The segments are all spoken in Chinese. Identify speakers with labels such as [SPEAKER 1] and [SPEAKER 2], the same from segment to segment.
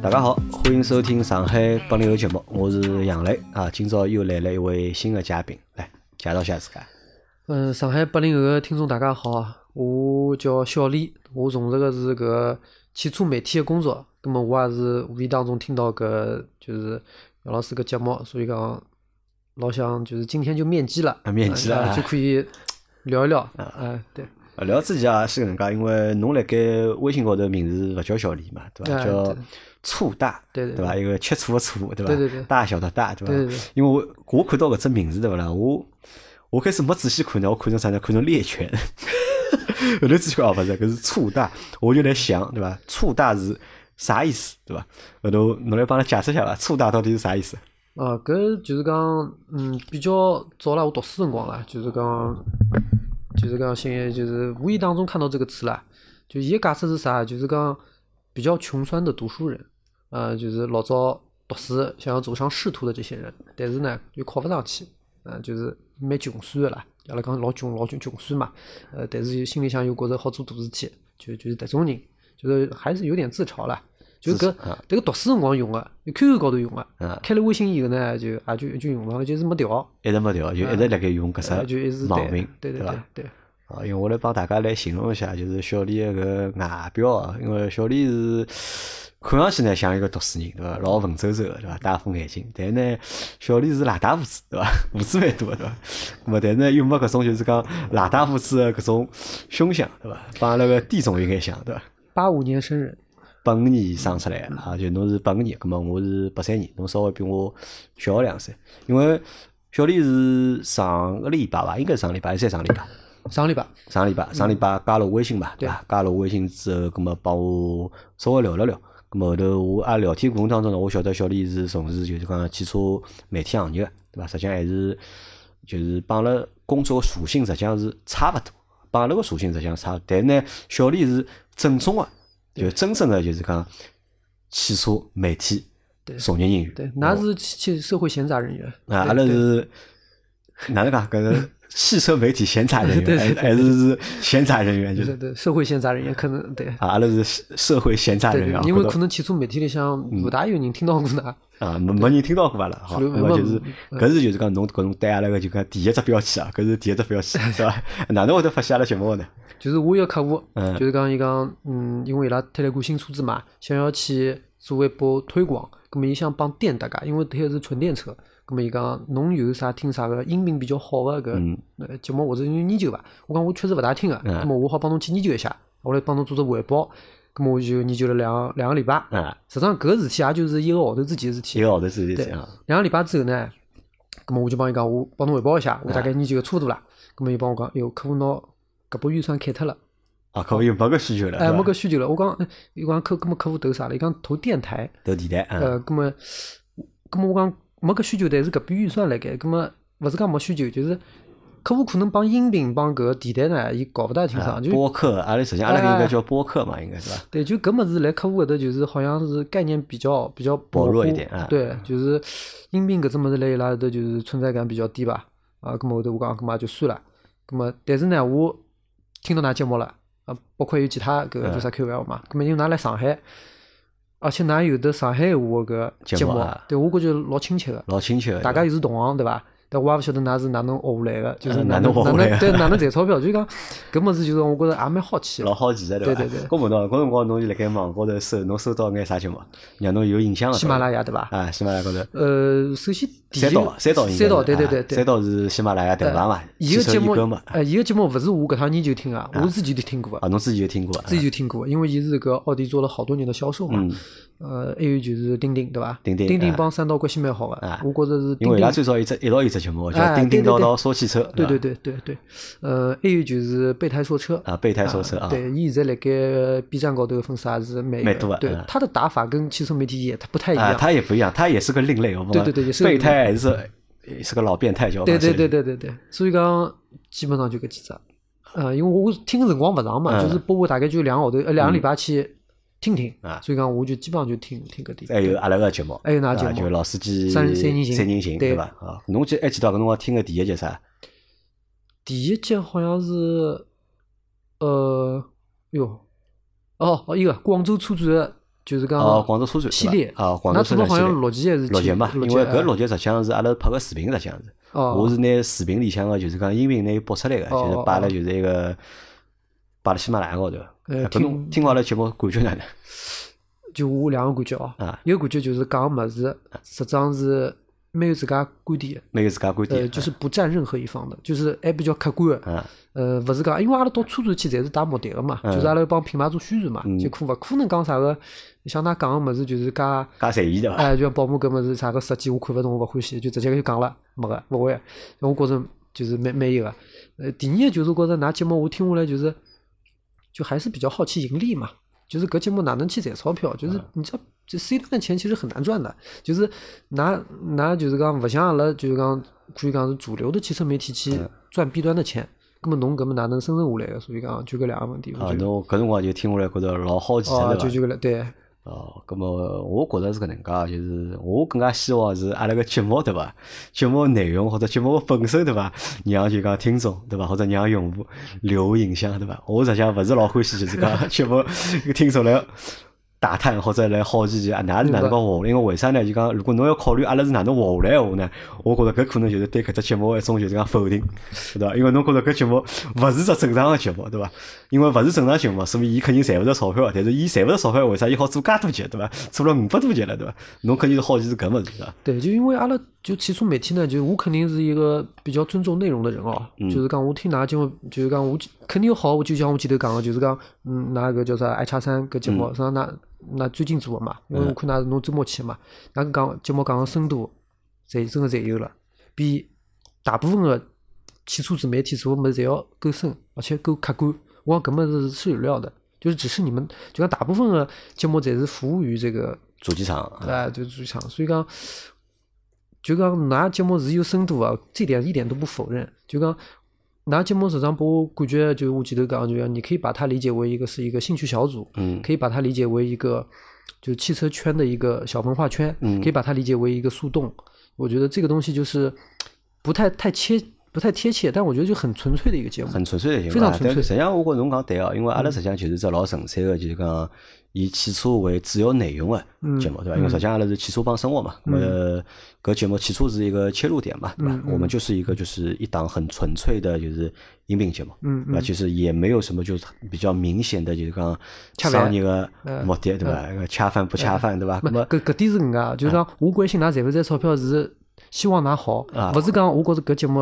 [SPEAKER 1] 大家好，欢迎收听上海八零后节目，我是杨磊啊。今朝又来了一位新的嘉宾，来介绍下自家。
[SPEAKER 2] 嗯，上海八零后个听众大家好啊，我叫小李，我从事个是搿个汽车媒体个工作，葛末我也是无意当中听到搿就是杨老师搿节目，所以讲老想就是今天就面基了，
[SPEAKER 1] 啊面基了
[SPEAKER 2] 呃
[SPEAKER 1] 啊
[SPEAKER 2] 就可以聊一聊，哎、对，
[SPEAKER 1] 啊，聊之前啊是搿能介，因为侬辣盖微信高头名字勿叫小李嘛，对伐？
[SPEAKER 2] 哎
[SPEAKER 1] 叫
[SPEAKER 2] 对
[SPEAKER 1] 醋大，
[SPEAKER 2] 对对
[SPEAKER 1] 对伐？一个吃醋个醋，对伐？
[SPEAKER 2] 对对对
[SPEAKER 1] 大小的大，对伐？
[SPEAKER 2] 对对对
[SPEAKER 1] 因为我我看到搿只名字对勿啦？我我开始没仔细看呢，我看成啥呢？看成猎犬。 后头仔细看哦，勿是，搿是醋大，我就来想，对伐？醋大是啥意思，对伐？后头侬来帮阿拉解释一下伐？醋大到底是啥意思？
[SPEAKER 2] 啊，搿就是讲，嗯，比较早啦，我读书辰光啦，就是讲，就是讲，现在就是无意当中看到这个词啦，就伊个解释是啥？就是讲比较穷酸的读书人，呃，就是老早读书想要走上仕途的这些人，但是呢又考勿上去，嗯、就是蛮穷酸的啦，阿拉讲老穷老穷穷酸嘛，呃，但是又心里向又觉着好做大事体，就就是迭种人，就是还是有点自嘲啦。就
[SPEAKER 1] 自
[SPEAKER 2] 搿
[SPEAKER 1] 嘲啊
[SPEAKER 2] 迭个读书辰光用个，QQ 高头用个，
[SPEAKER 1] 啊，
[SPEAKER 2] 开了微信以后呢，就也就就用上了，就是没调，
[SPEAKER 1] 一直没调，就一直辣盖用搿
[SPEAKER 2] 呃就一
[SPEAKER 1] 只
[SPEAKER 2] 直
[SPEAKER 1] 网名，
[SPEAKER 2] 对对
[SPEAKER 1] 伐
[SPEAKER 2] 对？对，
[SPEAKER 1] 啊，因为我来帮大家来形容一下，就是小李个搿外表啊，因为小李是看上去呢像一个读书人，对伐？老文绉绉个，对伐？戴副眼镜，但呢，小李是邋遢胡子，对伐？胡子蛮多的，对伐？咾么，但呢又没搿种就是讲邋遢胡子的搿种凶相，对伐？帮阿拉个地总有眼像，对伐？
[SPEAKER 2] 八五年生人，
[SPEAKER 1] 八五年生出来的啊，就侬是八五年，葛末我是八三年，侬稍微比我小两岁，因为小李是上个礼拜伐，应该是上礼拜还是再上礼拜？
[SPEAKER 2] 上礼拜，
[SPEAKER 1] 上礼拜
[SPEAKER 2] 嗯
[SPEAKER 1] 上礼拜加了微信吧，对伐？加了微信之后，葛么帮我稍微聊了聊。葛么后头我啊聊天过程当中呢，我晓得小李是从事就是讲汽车媒体行业的，对伐？实际上还是就是帮了工作个属性实际上是差勿多，帮阿拉个属性实际上差勿多。但呢，小李是正宗个、就真正个就是讲汽车媒体
[SPEAKER 2] 对
[SPEAKER 1] 从业人员。
[SPEAKER 2] 对，㑚是去社会闲杂人员，
[SPEAKER 1] 嗯啊，阿拉是哪能讲？搿是汽车媒体闲杂人
[SPEAKER 2] 对对
[SPEAKER 1] 员，还还是是闲杂人员？就
[SPEAKER 2] 对
[SPEAKER 1] 是
[SPEAKER 2] 对对，社会闲杂人员可能对。
[SPEAKER 1] 啊，阿拉是社社会闲杂
[SPEAKER 2] 对
[SPEAKER 1] 人
[SPEAKER 2] 对
[SPEAKER 1] 员，啊，嗯
[SPEAKER 2] 因为
[SPEAKER 1] 觉得
[SPEAKER 2] 可能汽车媒体里向不大有人听到过㑚，
[SPEAKER 1] 啊，没没人听到过伐啦？好，
[SPEAKER 2] 是
[SPEAKER 1] 那
[SPEAKER 2] 的
[SPEAKER 1] 么就是
[SPEAKER 2] 嗯
[SPEAKER 1] 搿是就是讲侬搿种对阿拉个就讲第一只标签啊，搿是第一只标签，是伐？哪能会得发现阿拉节目呢？
[SPEAKER 2] 就是我有个客户
[SPEAKER 1] 嗯，
[SPEAKER 2] 就是讲伊讲，嗯，因为伊拉推了一款新车子嘛，想要去做一波推广，葛么伊想帮店大家，因为推个是纯电车，葛么伊讲侬有啥听啥个音频比较好个搿呃节目或者有研究伐？我讲我确实勿大听个，
[SPEAKER 1] 嗯
[SPEAKER 2] 葛么我好帮侬去研究一下，我来帮侬做只汇报，葛么我就研究了两两个礼拜，
[SPEAKER 1] 啊，
[SPEAKER 2] 实际上搿事体也就是一个号头之前个事体
[SPEAKER 1] 一，个号头之前
[SPEAKER 2] 对
[SPEAKER 1] 这样，
[SPEAKER 2] 两个礼拜之后呢，咁么我就帮伊讲，我帮侬汇报一下，我大概研究个差不多啦。咁么伊帮我讲，哎哟，客户拿搿笔预算砍脱了，
[SPEAKER 1] 啊，可能又没搿需求了，
[SPEAKER 2] 哎，
[SPEAKER 1] 是
[SPEAKER 2] 没
[SPEAKER 1] 吧
[SPEAKER 2] 搿需求了。我讲，哎伊讲客，咁么客户投啥了？伊讲投电台，
[SPEAKER 1] 投电台啊，
[SPEAKER 2] 呃，咁么，咁么我讲没搿需求，但是搿笔预算辣盖，咁么勿是讲没需求，就是客户可能帮音频帮搿电台呢，伊搞勿大清
[SPEAKER 1] 啊
[SPEAKER 2] 爽，就
[SPEAKER 1] 播客，阿拉实际上阿拉搿应该
[SPEAKER 2] 哎
[SPEAKER 1] 叫播客嘛，应该是伐？
[SPEAKER 2] 对，就搿么子来客户搿搭，就是好像是概念比较比较
[SPEAKER 1] 薄
[SPEAKER 2] 模
[SPEAKER 1] 弱一
[SPEAKER 2] 糊
[SPEAKER 1] 点啊
[SPEAKER 2] 对，就是音频搿只物事来伊拉搿搭就是存在感比较低吧。啊，搿么后头我讲搿么也就算了。搿么但是呢，我听到㑚节目了啊，包括有其他搿个
[SPEAKER 1] 嗯
[SPEAKER 2] 叫啥 QL 嘛，搿么因为㑚来上海，而且㑚有的上海闲话搿
[SPEAKER 1] 节
[SPEAKER 2] 节
[SPEAKER 1] 目
[SPEAKER 2] 目
[SPEAKER 1] 啊，
[SPEAKER 2] 对我感觉老亲切个，
[SPEAKER 1] 老亲切的，
[SPEAKER 2] 大家又是同行对伐？但我也勿晓得㑚是哪能学下来个，就是
[SPEAKER 1] 嗯哪
[SPEAKER 2] 哪
[SPEAKER 1] 能
[SPEAKER 2] 能
[SPEAKER 1] 学下
[SPEAKER 2] 哪
[SPEAKER 1] 来的
[SPEAKER 2] 能对哪能赚钞票，就是讲搿么子就是我觉着也蛮好奇的。
[SPEAKER 1] 老好奇的，伐？
[SPEAKER 2] 对对对
[SPEAKER 1] 搿问到搿辰光侬就辣盖网高头搜，侬搜到眼啥节目，让侬有印象的。
[SPEAKER 2] 喜马拉雅对伐？
[SPEAKER 1] 啊，喜马拉雅高头。
[SPEAKER 2] 呃，首先第一
[SPEAKER 1] 三
[SPEAKER 2] 个
[SPEAKER 1] 岛，三岛应该是
[SPEAKER 2] 三岛，对对
[SPEAKER 1] 啊
[SPEAKER 2] 对对。
[SPEAKER 1] 三岛是喜马拉雅台湾嘛，
[SPEAKER 2] 伊个
[SPEAKER 1] 汽车
[SPEAKER 2] 节
[SPEAKER 1] 一哥
[SPEAKER 2] 目
[SPEAKER 1] 嘛，，
[SPEAKER 2] 呃，伊个节目勿是我搿趟研究听啊，我自己就听过
[SPEAKER 1] 啊，
[SPEAKER 2] 啊，
[SPEAKER 1] 侬自己有听过啊？
[SPEAKER 2] 自己就听过，因为伊是搿奥迪做了好多年的销售嘛
[SPEAKER 1] 嗯。
[SPEAKER 2] 呃，还有就是钉钉对伐？
[SPEAKER 1] 钉钉
[SPEAKER 2] 钉钉
[SPEAKER 1] 啊
[SPEAKER 2] 帮三道关系蛮好
[SPEAKER 1] 啊
[SPEAKER 2] 个，我觉着是
[SPEAKER 1] 因
[SPEAKER 2] 钉
[SPEAKER 1] 为伊拉
[SPEAKER 2] 钉。
[SPEAKER 1] 最早一直一道有只节目叫《
[SPEAKER 2] 哎
[SPEAKER 1] 叮叮
[SPEAKER 2] 对对
[SPEAKER 1] 叨
[SPEAKER 2] 对
[SPEAKER 1] 叨说汽车》，
[SPEAKER 2] 对对
[SPEAKER 1] 对
[SPEAKER 2] 对对对，呃，还有就是备胎说车
[SPEAKER 1] 吧，啊，备胎说车啊，
[SPEAKER 2] 对，伊现在辣盖呃 B 站高头的粉丝也是蛮
[SPEAKER 1] 蛮
[SPEAKER 2] 有
[SPEAKER 1] 多的
[SPEAKER 2] 的对
[SPEAKER 1] 嗯，
[SPEAKER 2] 他的打法跟汽车媒体也不太一
[SPEAKER 1] 啊，
[SPEAKER 2] 样。
[SPEAKER 1] 他也不一样，他也是个另类，我们
[SPEAKER 2] 对对对也是个
[SPEAKER 1] 备
[SPEAKER 2] 另类
[SPEAKER 1] 胎还是也是个老变态，叫
[SPEAKER 2] 对对
[SPEAKER 1] 是
[SPEAKER 2] 对对对对，所以讲基本上就搿几只。呃，因为我听个辰光勿长嘛，
[SPEAKER 1] 嗯
[SPEAKER 2] 就是播我大概就两个号头，呃，两个礼拜去听听
[SPEAKER 1] 啊。
[SPEAKER 2] 所以讲我就基本上就听听搿点。
[SPEAKER 1] 还有阿拉个节目，
[SPEAKER 2] 还有哪节
[SPEAKER 1] 啊
[SPEAKER 2] 目
[SPEAKER 1] 就老司机
[SPEAKER 2] 三
[SPEAKER 1] 人
[SPEAKER 2] 三人
[SPEAKER 1] 行，
[SPEAKER 2] 行
[SPEAKER 1] 三人行，
[SPEAKER 2] 对
[SPEAKER 1] 对吧？啊，侬记还记得搿辰光听个第一集啥？
[SPEAKER 2] 第一集好像是，呃，哟，哦，哦，一个广州车展的就是讲
[SPEAKER 1] 哦，广州车展
[SPEAKER 2] 系
[SPEAKER 1] 是吧
[SPEAKER 2] 列
[SPEAKER 1] 啊，广
[SPEAKER 2] 那
[SPEAKER 1] 州
[SPEAKER 2] 做
[SPEAKER 1] 车展
[SPEAKER 2] 了
[SPEAKER 1] 系
[SPEAKER 2] 好
[SPEAKER 1] 列
[SPEAKER 2] 像。六集还是
[SPEAKER 1] 六
[SPEAKER 2] 七
[SPEAKER 1] 集嘛，因为搿
[SPEAKER 2] 哎
[SPEAKER 1] 六集实际上是阿拉拍个视频，实际上是，
[SPEAKER 2] 哦
[SPEAKER 1] 我是拿视频里向个就是讲音频拿伊播出来个，
[SPEAKER 2] 哦
[SPEAKER 1] 就是摆辣就是一个摆辣喜马拉雅高头。啊
[SPEAKER 2] 呃
[SPEAKER 1] 搿侬听好了节目感觉哪能？
[SPEAKER 2] 就我两个感觉哦
[SPEAKER 1] 啊，
[SPEAKER 2] 一个感觉就是讲物事实际上是蛮有自家观点的，
[SPEAKER 1] 每个自家观
[SPEAKER 2] 呃，
[SPEAKER 1] 点。
[SPEAKER 2] 就是不站任何一方的，就是还比较客观的。
[SPEAKER 1] 啊，
[SPEAKER 2] 呃，勿是讲，因为阿拉到车展去，侪是带目的个嘛，就是阿拉要帮品牌做宣传嘛，就可勿可能讲啥个，像㑚讲个物事就是加，
[SPEAKER 1] 加随意对伐？
[SPEAKER 2] 哎，就像宝马搿物事啥个设计我看勿懂，我勿欢喜，就直接就讲了，没个，勿会。我觉着就是蛮蛮有个。呃，第二就是觉着㑚节目我听下来就是，就还是比较好奇盈利嘛，就是搿节目哪能去赚钞票？
[SPEAKER 1] 嗯
[SPEAKER 2] 就是你知道，这 C 端的钱其实很难赚的，就是拿拿就是讲勿像阿拉就是讲可以讲是主流的汽车媒体
[SPEAKER 1] 嗯
[SPEAKER 2] 去赚 B 端的钱，那么侬搿么哪能生存下来个？所以讲就搿两个问题，我
[SPEAKER 1] 啊，
[SPEAKER 2] 觉得
[SPEAKER 1] 侬搿辰光就听下来觉着老好奇
[SPEAKER 2] 哦，
[SPEAKER 1] 了对
[SPEAKER 2] 就
[SPEAKER 1] 伐？
[SPEAKER 2] 就搿两对，
[SPEAKER 1] 哦，葛么我觉着是搿能介，就是我更加希望是阿拉个节目对伐？节目内容或者节目本身对伐？让就讲听众对伐？或者让用户留下印象对伐？我实际上勿是老欢喜就是 讲节目听众来打探或者来好奇就啊，哪是哪能讲活下来？因为为啥呢？就讲如果侬要考虑阿拉是哪能活下来个话呢，我觉着搿可能就是对搿只节目一种就是讲否定，对伐？因为侬觉着搿节目勿是只正常个节目，对伐？因为勿是正常节目，所以伊肯定赚勿着钞票。但是伊赚勿着钞票，为啥伊好做介多集，对伐？做了五百多集了，对伐？侬肯定是好奇是搿物事，对伐？
[SPEAKER 2] 对，就因为阿拉就汽车媒体呢，就我肯定是一个比较尊重内容的人哦，就是讲我听㑚节目，就是讲我肯定有好，我就像我前头讲个，就是讲嗯，㑚个叫啥 i 叉三搿节目，实际上㑚㑚最近做个嘛，因为我看㑚是侬周末去嘛，㑚讲节目讲个深度，侪真个侪有了，比大部分个汽车自媒体做个物事侪要够深，而且够客观。我讲搿物事是有料的，就是只是你们就讲大部分个节目侪是服务于这个
[SPEAKER 1] 主机厂，呃
[SPEAKER 2] 哎，对主场，所以讲，就讲㑚节目是有深度啊，这点一点都不否认。就讲㑚节目实际上拨我感觉，就我前头讲，就讲你可以把它理解为一个是一个兴趣小组，
[SPEAKER 1] 嗯
[SPEAKER 2] 可以把它理解为一个就汽车圈的一个小文化圈，
[SPEAKER 1] 嗯
[SPEAKER 2] 可以把它理解为一个树洞。我觉得这个东西就是不太太切不太贴切，但我觉得就很纯粹的一个节目。
[SPEAKER 1] 很纯粹的行为啊，
[SPEAKER 2] 非常纯粹嗯
[SPEAKER 1] 但实际上，我觉着侬讲对哦，因为阿拉实际上就是只老纯粹的，就是讲以汽车为主要内容的
[SPEAKER 2] 嗯
[SPEAKER 1] 节目，对伐？因为实际上阿拉是汽车帮生活嘛，那么搿节目汽车是一个切入点嘛，对伐？
[SPEAKER 2] 嗯
[SPEAKER 1] 我们就是一个就是一档很纯粹的，就是音频节目，
[SPEAKER 2] 嗯
[SPEAKER 1] 对伐？其实也没有什么就是比较明显的，就是讲
[SPEAKER 2] 恰饭嗯
[SPEAKER 1] 商业的目的，对伐？恰饭不恰饭，对伐？那
[SPEAKER 2] 没
[SPEAKER 1] 么
[SPEAKER 2] 搿搿点是搿能介，
[SPEAKER 1] 哎
[SPEAKER 2] 就是讲我关心㑚赚勿赚钞票是希望㑚好，
[SPEAKER 1] 啊
[SPEAKER 2] 勿是讲我觉着搿节目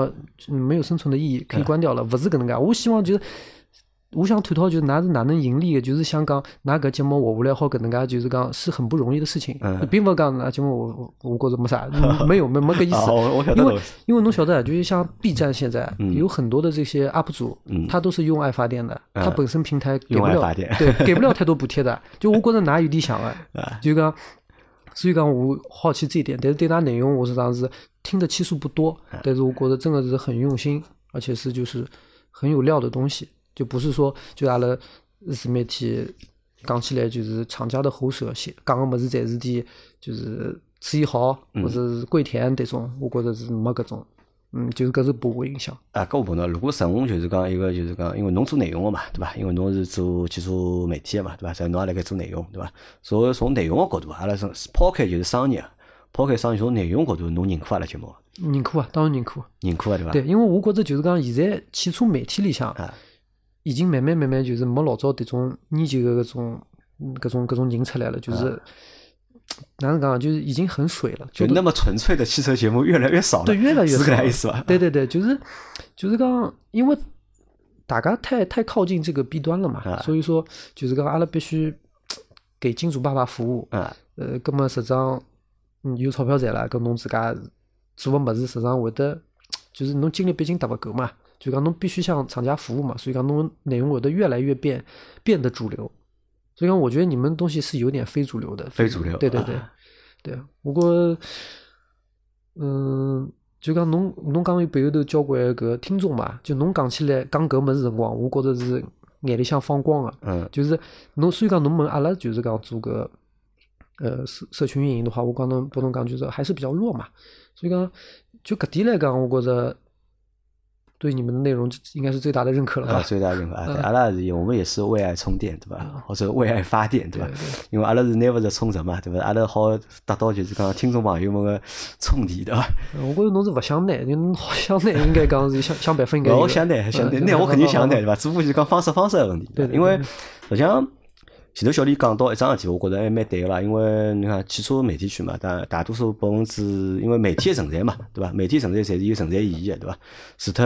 [SPEAKER 2] 嗯没有生存的意义，可
[SPEAKER 1] 哎
[SPEAKER 2] 以关掉了，勿是搿能介。我希望就是，我想探讨就是㑚是哪能盈利的，就是想讲㑚搿节目活下来好搿能介，就是讲是很不容易的事情，
[SPEAKER 1] 哎
[SPEAKER 2] 并勿讲㑚节目我我我觉着没啥，嗯没有没没搿意
[SPEAKER 1] 啊，
[SPEAKER 2] 思。
[SPEAKER 1] 我我晓得嗯
[SPEAKER 2] 因
[SPEAKER 1] 侬
[SPEAKER 2] 为因为侬晓得啊，就是像 B 站现在有很多的这些 UP 主，
[SPEAKER 1] 嗯
[SPEAKER 2] 他都是用爱发电的，
[SPEAKER 1] 哎
[SPEAKER 2] 他本身平台给不
[SPEAKER 1] 用爱
[SPEAKER 2] 了
[SPEAKER 1] 发电，
[SPEAKER 2] 对，给不了太多补贴的。就我觉得哪有点想啊，就讲，所以讲我好奇这一点，但是对他内容我是当时听的期数不多，
[SPEAKER 1] 啊
[SPEAKER 2] 但是我觉得真的是很用心，而且是就是很有料的东西，就不是说就阿拉自媒体讲起来就是厂家的喉舌，写讲个么子侪是点就是吃一好
[SPEAKER 1] 嗯
[SPEAKER 2] 或者是跪舔这种，我觉着是没搿种，嗯，就是搿是拨我影响，
[SPEAKER 1] 啊，搿我碰到，如果纯就是讲一个就是讲，因为侬做内容个嘛，对伐？因为侬是做汽车媒体个嘛，对伐？所以侬也辣盖做内容，对伐？所以从内容个角度，阿拉从抛开就是商业，抛开商业，从内容角度，侬认可阿拉节目，
[SPEAKER 2] 认可啊，当然认可。
[SPEAKER 1] 认可啊，对伐？
[SPEAKER 2] 对，因为我觉着就是讲现在汽车媒体里向
[SPEAKER 1] 啊，
[SPEAKER 2] 已经慢慢慢慢就是没老早迭种研究个搿种嗯搿种搿种人出来了，就是哪能讲啊，就是已经很水了，
[SPEAKER 1] 啊就
[SPEAKER 2] 都
[SPEAKER 1] 那么纯粹的汽车节目越来越少了，
[SPEAKER 2] 对越来越
[SPEAKER 1] 是搿
[SPEAKER 2] 少
[SPEAKER 1] 能
[SPEAKER 2] 了
[SPEAKER 1] 意思伐？
[SPEAKER 2] 对对对，就是就是讲，因为大家太太靠近这个 B 端了嘛，
[SPEAKER 1] 啊
[SPEAKER 2] 所以说就是讲阿拉必须给金主爸爸服务。
[SPEAKER 1] 啊，
[SPEAKER 2] 呃，葛么实际上，嗯，有钞票赚了，搿侬自家做个物事，实际上会得，就是侬精力毕竟达勿够嘛，就讲侬必须向厂家服务嘛，所以讲侬内容会得越来越变变得主流。所以讲，我觉得你们东西是有点非主流的，
[SPEAKER 1] 非主流啊
[SPEAKER 2] 对对对， 对。不过，嗯，就讲侬侬讲有背后头交关搿听众嘛，就侬讲起来讲搿物事辰光，我觉着是眼里向放光个、
[SPEAKER 1] 嗯
[SPEAKER 2] 就是侬虽然讲侬问阿拉就是讲做个呃社社群运营的话，我刚刚拨侬讲就是还是比较弱嘛，所以讲就搿点来讲，我觉着对你们的内容应该是最大的认可了
[SPEAKER 1] 啊，
[SPEAKER 2] 吧？
[SPEAKER 1] 最大用啊，
[SPEAKER 2] 嗯
[SPEAKER 1] 对，阿拉是我们也是为爱充电，对
[SPEAKER 2] 啊
[SPEAKER 1] 吧？或者为爱发电，对吧？因为阿拉是拿勿着充值嘛，对伐？阿拉好达到就是讲听众朋友们个冲抵， 对伐？
[SPEAKER 2] 呃我觉着侬是勿想拿，就侬好想拿，应该讲是想想办法应该有的。
[SPEAKER 1] 我哦想拿，想拿，
[SPEAKER 2] 嗯
[SPEAKER 1] 拿我肯定想拿，。
[SPEAKER 2] 嗯
[SPEAKER 1] 对伐？只不过就是讲方式方式个问题，
[SPEAKER 2] 对
[SPEAKER 1] 伐
[SPEAKER 2] 对
[SPEAKER 1] 因为实际上前头小李讲到一桩事体，我觉着还蛮对个啦。因为你看汽车媒体圈嘛，大大多数百分之，因为媒体的存在嘛，对伐？媒体存在侪是有存在意义个，对伐？除脱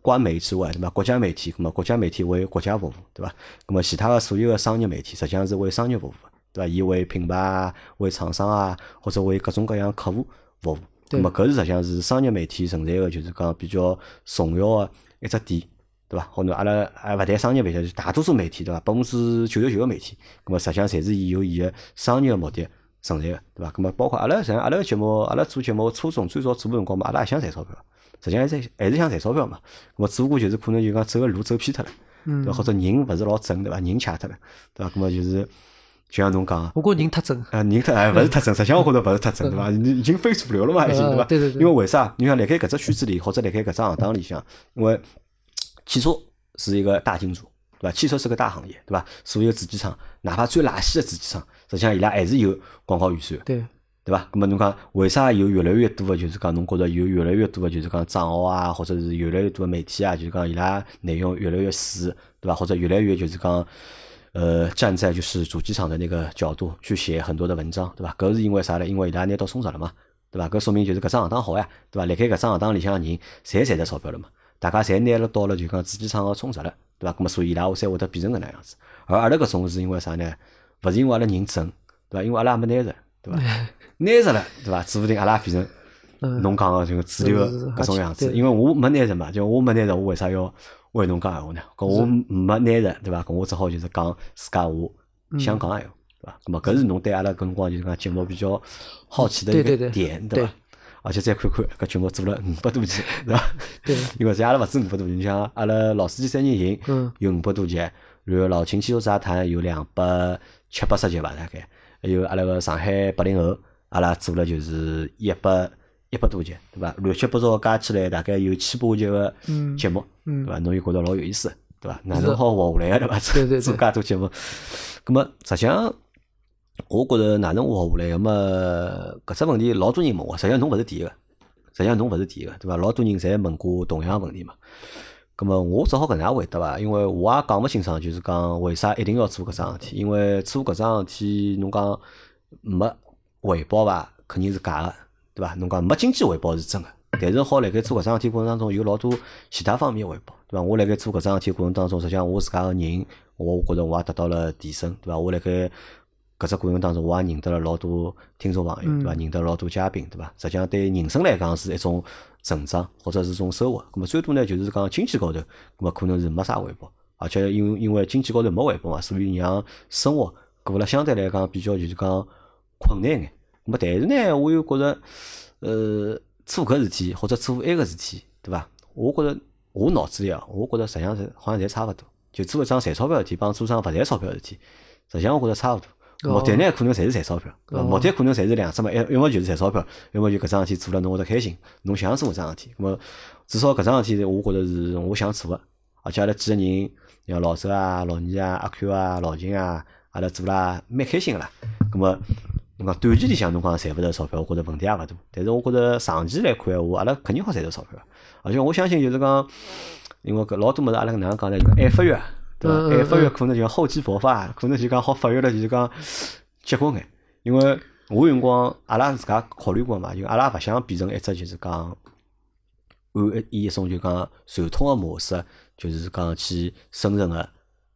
[SPEAKER 1] 官媒之外，对伐？国家媒体，咁么国家媒体为国家服务，对伐？咁么其他个所有个商业媒体，实际上是为商业服务的，对伐？伊为品牌啊，为厂商啊，或者为各种各样客户服务。
[SPEAKER 2] 对
[SPEAKER 1] 咁么搿是实际上是商业媒体存在个，就是讲比较重要个一只点。对伐？或者阿拉还勿谈商业媒体，就大多数媒体对伐？百分之九十九个媒体，咁么实际上侪是以有伊个商业个目的存在个，对伐？咁么包括阿拉实际上阿拉个节目，阿拉做节目初衷最早做个辰光嘛，阿拉也想赚钞票，实际上还是还是想赚钞票嘛。咁么只不过就是可能就讲走个路走偏脱了，
[SPEAKER 2] 嗯
[SPEAKER 1] 对伐？或者人勿是老正，对伐？人卡脱了，对伐？咁么就是就像侬讲个，
[SPEAKER 2] 我觉着人太真，
[SPEAKER 1] 啊，人特哎，勿是特征，实际上我觉着勿是特征，对伐？你已经非主流了嘛，已经
[SPEAKER 2] 嗯
[SPEAKER 1] 对伐？
[SPEAKER 2] 对对对
[SPEAKER 1] 因为为啥？你像辣盖搿只圈子里，或者辣盖搿只行当里向，因为汽车是一个大金主，对伐？汽车是个大行业，对伐？所有主机厂，哪怕最垃圾的主机厂，实际上伊拉还是有广告预算的。
[SPEAKER 2] 对，
[SPEAKER 1] 对伐？咁么侬讲为啥有越来越多个就是讲侬觉着有越来越多个就是讲账号啊，或者是越来越多个媒体啊，就是讲伊拉内容越来越死，对伐？或者越来越就是讲呃站在就是主机厂的那个角度去写很多的文章，对伐？搿是因为啥呢？因为伊拉拿到充值了嘛，对伐？搿说明就是搿只行当好呀，对伐？辣盖搿只行当里向个人，侪赚着钞票了嘛，大家侪拿了到了就讲主机厂个充值了，对伐？咁么所以伊拉才会得变成搿能样子。而阿拉搿种是因为啥呢？勿是因为阿拉人正，对伐？因为阿拉也没拿着，对 伐？拿着了，对伐？指不定阿拉也变成
[SPEAKER 2] 嗯
[SPEAKER 1] 侬讲个这个主流
[SPEAKER 2] 是是是
[SPEAKER 1] 搿种样
[SPEAKER 2] 而且
[SPEAKER 1] 子。
[SPEAKER 2] 对
[SPEAKER 1] 因为我没拿着嘛，就我没拿着，我为啥要为侬讲闲话呢？搿我没拿着，对伐？搿我只好就是讲自家我
[SPEAKER 2] 嗯
[SPEAKER 1] 想讲个闲话，对伐？咾么搿是侬对阿拉搿辰光就是讲节目比较好奇的一
[SPEAKER 2] 对
[SPEAKER 1] 个
[SPEAKER 2] 对对
[SPEAKER 1] 点，
[SPEAKER 2] 对
[SPEAKER 1] 伐？而啊且再看看搿节目做了五百多集，对伐？
[SPEAKER 2] 对，
[SPEAKER 1] 因为实际阿拉勿止五百多集，你像阿拉老司机三人行
[SPEAKER 2] 嗯
[SPEAKER 1] 有五百多集，然后老秦汽车杂谈有两百七八十集吧，大概，还有阿拉个上海八零后，阿拉做了就是一百一百多集，对伐？乱七八糟加起来大概有千把集个
[SPEAKER 2] 嗯
[SPEAKER 1] 节目，
[SPEAKER 2] 嗯
[SPEAKER 1] 对伐？侬又觉得老有意思，对伐？哪
[SPEAKER 2] 是
[SPEAKER 1] 能好活下来个对伐？
[SPEAKER 2] 对对对
[SPEAKER 1] 做介多节目，咁么实际上。我觉着哪能我活下来个嘛？搿只问题老多人问我，实际上侬勿是第一个，实际上侬勿是第一个，对伐？老多人侪问过同样个问题嘛。咁么我只好搿能介回答伐，因为我也讲勿清爽，就是讲为啥一定要做搿桩事体？因为做搿桩事体，侬讲没回报伐，肯定是假个，对伐？侬讲没经济回报是真个，但是好辣盖做搿桩事体过程当中，有老多其他方面个回报，对伐？我辣盖做搿桩事体过程当中，实际上我自家个人，我觉着我也得到了提升，对伐？我辣盖搿只过程当中，我也认得了老多听众朋友，对伐？认得了老多嘉宾，对伐？实际上对人生来讲是一种成长，或者是一种收获。咁么最多呢，就是讲经济高头，咁么可能是没啥回报，而且因为因为经济高头没回报嘛，所以让生活过了相对来讲比较就是讲困难眼。咁么但是呢，我又觉着，呃，做搿事体或者做埃个事体，对伐？我觉着我脑子里啊，我觉着实际上是好像侪差勿多，就做一桩赚钞票的事体，帮做一桩勿赚钞票的事体，实际上我觉着差勿多。
[SPEAKER 2] 哦
[SPEAKER 1] 目的呢，可能侪是赚钞票，对伐
[SPEAKER 2] 哦
[SPEAKER 1] 目的可能侪是两只嘛，要要么就是赚钞票，要么就搿桩事体做了侬会得开心，侬想做搿桩事体。咁么至少搿桩事体，我觉着是我想做个，而且阿拉几个人，像老周啊、老二啊、阿 Q 啊、老秦啊，阿拉做了蛮开心个啦。咁么侬讲短期里向侬讲赚勿着钞票，我觉着问题也勿大。但是我觉着长期来看闲话，阿拉肯定好赚着钞票。而且我相信就是讲，因为搿老多物事阿拉搿能样讲呢，就讲爱发育啊，对
[SPEAKER 2] 嗯
[SPEAKER 1] 伐？
[SPEAKER 2] 嗯
[SPEAKER 1] 爱发育
[SPEAKER 2] 嗯
[SPEAKER 1] 可能就讲厚积薄发，啊可能就讲好发育了，就是讲结棍眼。因为我有辰光阿拉自家考虑过嘛，就阿拉勿想变成一只就是讲按一种就讲传统个模式，就是讲去生成个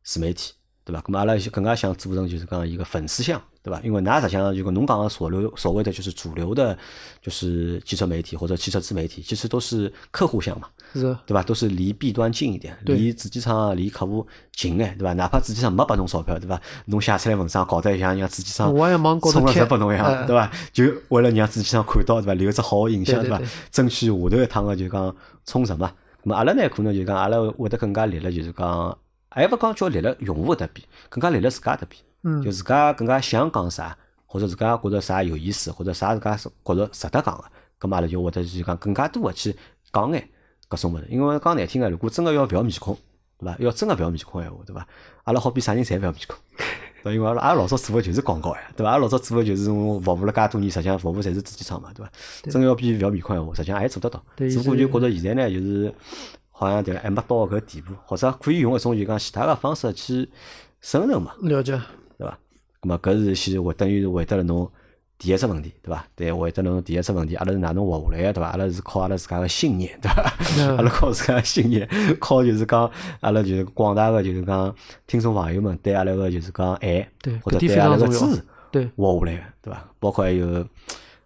[SPEAKER 1] 自媒体，对伐？咁么阿拉就更加想做成就是讲一个粉丝向，对伐？因为㑚实际上就讲侬讲个所流所谓的就是主流的，就是汽车媒体或者汽车自媒体，其实都是客户向嘛，
[SPEAKER 2] 是，
[SPEAKER 1] 对伐？都是离弊端近一点，
[SPEAKER 2] 对
[SPEAKER 1] 离主机厂啊、离客户近眼，对伐？哪怕主机厂没拨侬钞票，对伐？侬写出来文章搞得像让主机厂
[SPEAKER 2] 我也往高头
[SPEAKER 1] 充了
[SPEAKER 2] 贴
[SPEAKER 1] 值拨侬一样，
[SPEAKER 2] 哎
[SPEAKER 1] 对伐？就为了让主机厂看到，对伐？留只好个印象，
[SPEAKER 2] 对对
[SPEAKER 1] 伐
[SPEAKER 2] 对？
[SPEAKER 1] 争取下头一趟个就讲充值嘛。咁么阿拉呢，可能就讲阿拉会得更加立了，就是讲，还勿讲叫立了用户搿搭边，更加立了自家搿边。就
[SPEAKER 2] 嗯，
[SPEAKER 1] 自家更加想讲啥，或者自家觉着啥有意思，或者啥自家觉着值得讲个，咁阿拉就会得就讲更加多个去讲眼搿搿种物事。因为讲难听个，如果真个要覅面孔，对伐？要真个覅面孔闲话，对伐？阿拉好比啥人侪覅面孔。 对，因为阿拉阿拉老早做个就是广告呀，对伐？阿拉老早做个就是种服务了介多年，实际上服务侪是自己厂嘛，对伐？真要比覅面孔闲话，实际上也做得到。
[SPEAKER 2] 对
[SPEAKER 1] 只不过
[SPEAKER 2] 是
[SPEAKER 1] 就觉着现在呢，就是好像对伐，还没到搿地步，或者可以用一种就讲其他个方式去生成嘛。
[SPEAKER 2] 了解，
[SPEAKER 1] 对伐？咁么搿是先回等于是回答了侬第一只问题，对伐？对，回答了侬第一只问题，阿拉是哪能活下来个，对伐？阿拉是靠阿拉自家个信念，对伐？
[SPEAKER 2] 嗯
[SPEAKER 1] 阿拉靠自家个信念，靠就是讲阿拉就是广大个就是讲听众朋友们对阿拉个就是讲爱
[SPEAKER 2] 对，
[SPEAKER 1] 或者
[SPEAKER 2] 搿点
[SPEAKER 1] 对
[SPEAKER 2] 非
[SPEAKER 1] 阿
[SPEAKER 2] 常
[SPEAKER 1] 拉个
[SPEAKER 2] 重
[SPEAKER 1] 支
[SPEAKER 2] 要
[SPEAKER 1] 持，
[SPEAKER 2] 对，
[SPEAKER 1] 活下来个，对伐？包括还有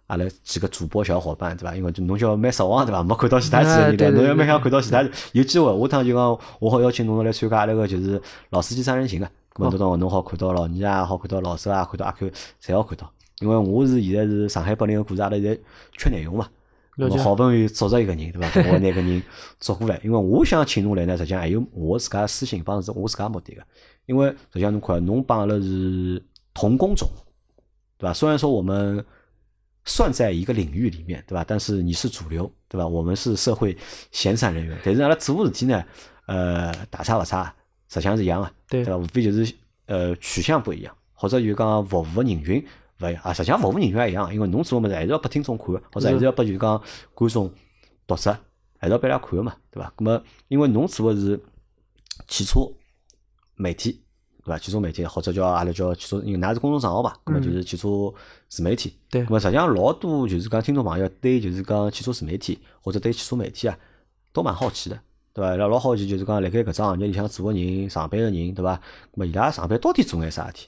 [SPEAKER 1] 阿拉几个主播小伙伴，对伐？因为就侬叫蛮失望，对伐？没看到其他几个
[SPEAKER 2] 哎
[SPEAKER 1] 人，对
[SPEAKER 2] 对
[SPEAKER 1] 伐
[SPEAKER 2] 对
[SPEAKER 1] 侬要
[SPEAKER 2] 对
[SPEAKER 1] 蛮想看到其他人，有机会下趟就讲我好邀请侬来参加阿拉个就是老司机三人行个，咁么
[SPEAKER 2] 好
[SPEAKER 1] 侬到侬好看到老倪啊，好看到老周啊，看到阿 Q，侪好看到。因为我是现在是上海八零后故事，阿拉现在缺内容嘛。
[SPEAKER 2] 了解
[SPEAKER 1] 我好不容易找着一个人， 对伐？跟我拿个人找过来，因为我想请侬来呢，实际上还有我自家私心帮是我自家目的个。因为实际上侬看，侬帮阿拉是同工种，对吧？虽然说我们算在一个领域里面，对吧？但是你是主流，对吧？我们是社会闲散人员，但是阿拉做的事体呢，呃，大差勿差，实际上是一样啊，
[SPEAKER 2] 对
[SPEAKER 1] 吧？无非就是呃取向不一样，或者就讲服务的人群勿一样啊。实际上服务人群也一样，因为侬做的物事还是要拨听众看的，或者还是要拨就讲观众、读者，还是要拨伊拉看个嘛，对吧？那么因为侬做的是汽车媒体，对伐？汽车媒体或者叫阿拉叫汽车，因为㑚是公众账号嘛，那么就是汽车自媒体。
[SPEAKER 2] 对
[SPEAKER 1] 那么实际上老多就是讲听众朋友对就是讲汽车自媒体或者对汽车媒体啊，都蛮好奇的，对伐？伊拉老好奇就是讲辣盖搿只行业里向做个人、上班个人，对伐？那么伊拉上班到底做眼啥事体？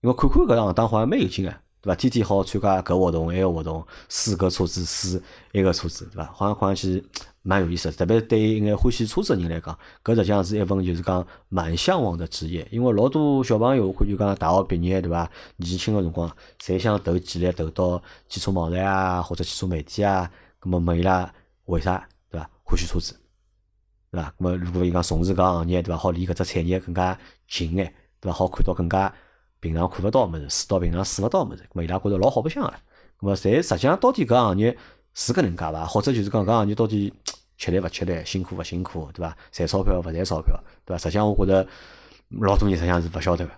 [SPEAKER 1] 因为看看搿行当好像蛮有劲个，对伐？天天好参加搿活动、埃个活动，试搿车子、试埃个车子，对伐？好像看上去蛮有意思的，特别对于一眼欢喜车子的人来讲，搿实际上是一份就是讲蛮向往的职业，因为老多小朋友，我看就讲大学毕业，对伐？年轻个辰光，侪想投简历，投到汽车网站啊，或者汽车媒体啊，葛末问伊拉为啥，对伐？欢喜车子。对伐？那么如果伊讲从事搿行业，对伐？好离搿只产业更加近眼，对伐？好看到更加平常看勿到个物事，试到平常试勿到个物事，那么伊拉觉着老好白相个。啊那么侪实际上到底搿行业是搿能介伐？或者就是讲搿行业到底吃力勿吃力，辛苦勿辛苦，对伐？赚钞票勿赚钞票，对伐？实际上我觉着老多人实际上是勿晓得个，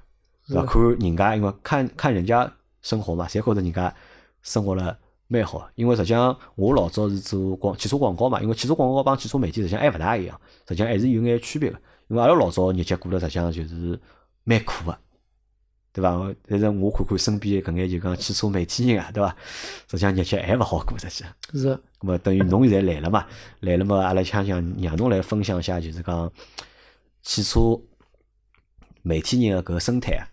[SPEAKER 1] 对伐？看人家，因为看看人家生活嘛，侪觉着人家生活了蛮好的。因为实际上我老早是做广汽车广告嘛，因为汽车广告帮汽车媒体实际上还勿大一样，实际上还是有眼区别个。因为阿拉老早日脚过得实际上就是蛮苦个、对伐？但是我看看身边搿眼就讲汽车媒体人啊，对伐？实际上日脚还勿好过，实际上。
[SPEAKER 2] 是，
[SPEAKER 1] 咁么等于侬现在来了嘛，来了嘛，阿拉想想让侬来分享一下，就是讲汽车媒体人个搿个生态啊，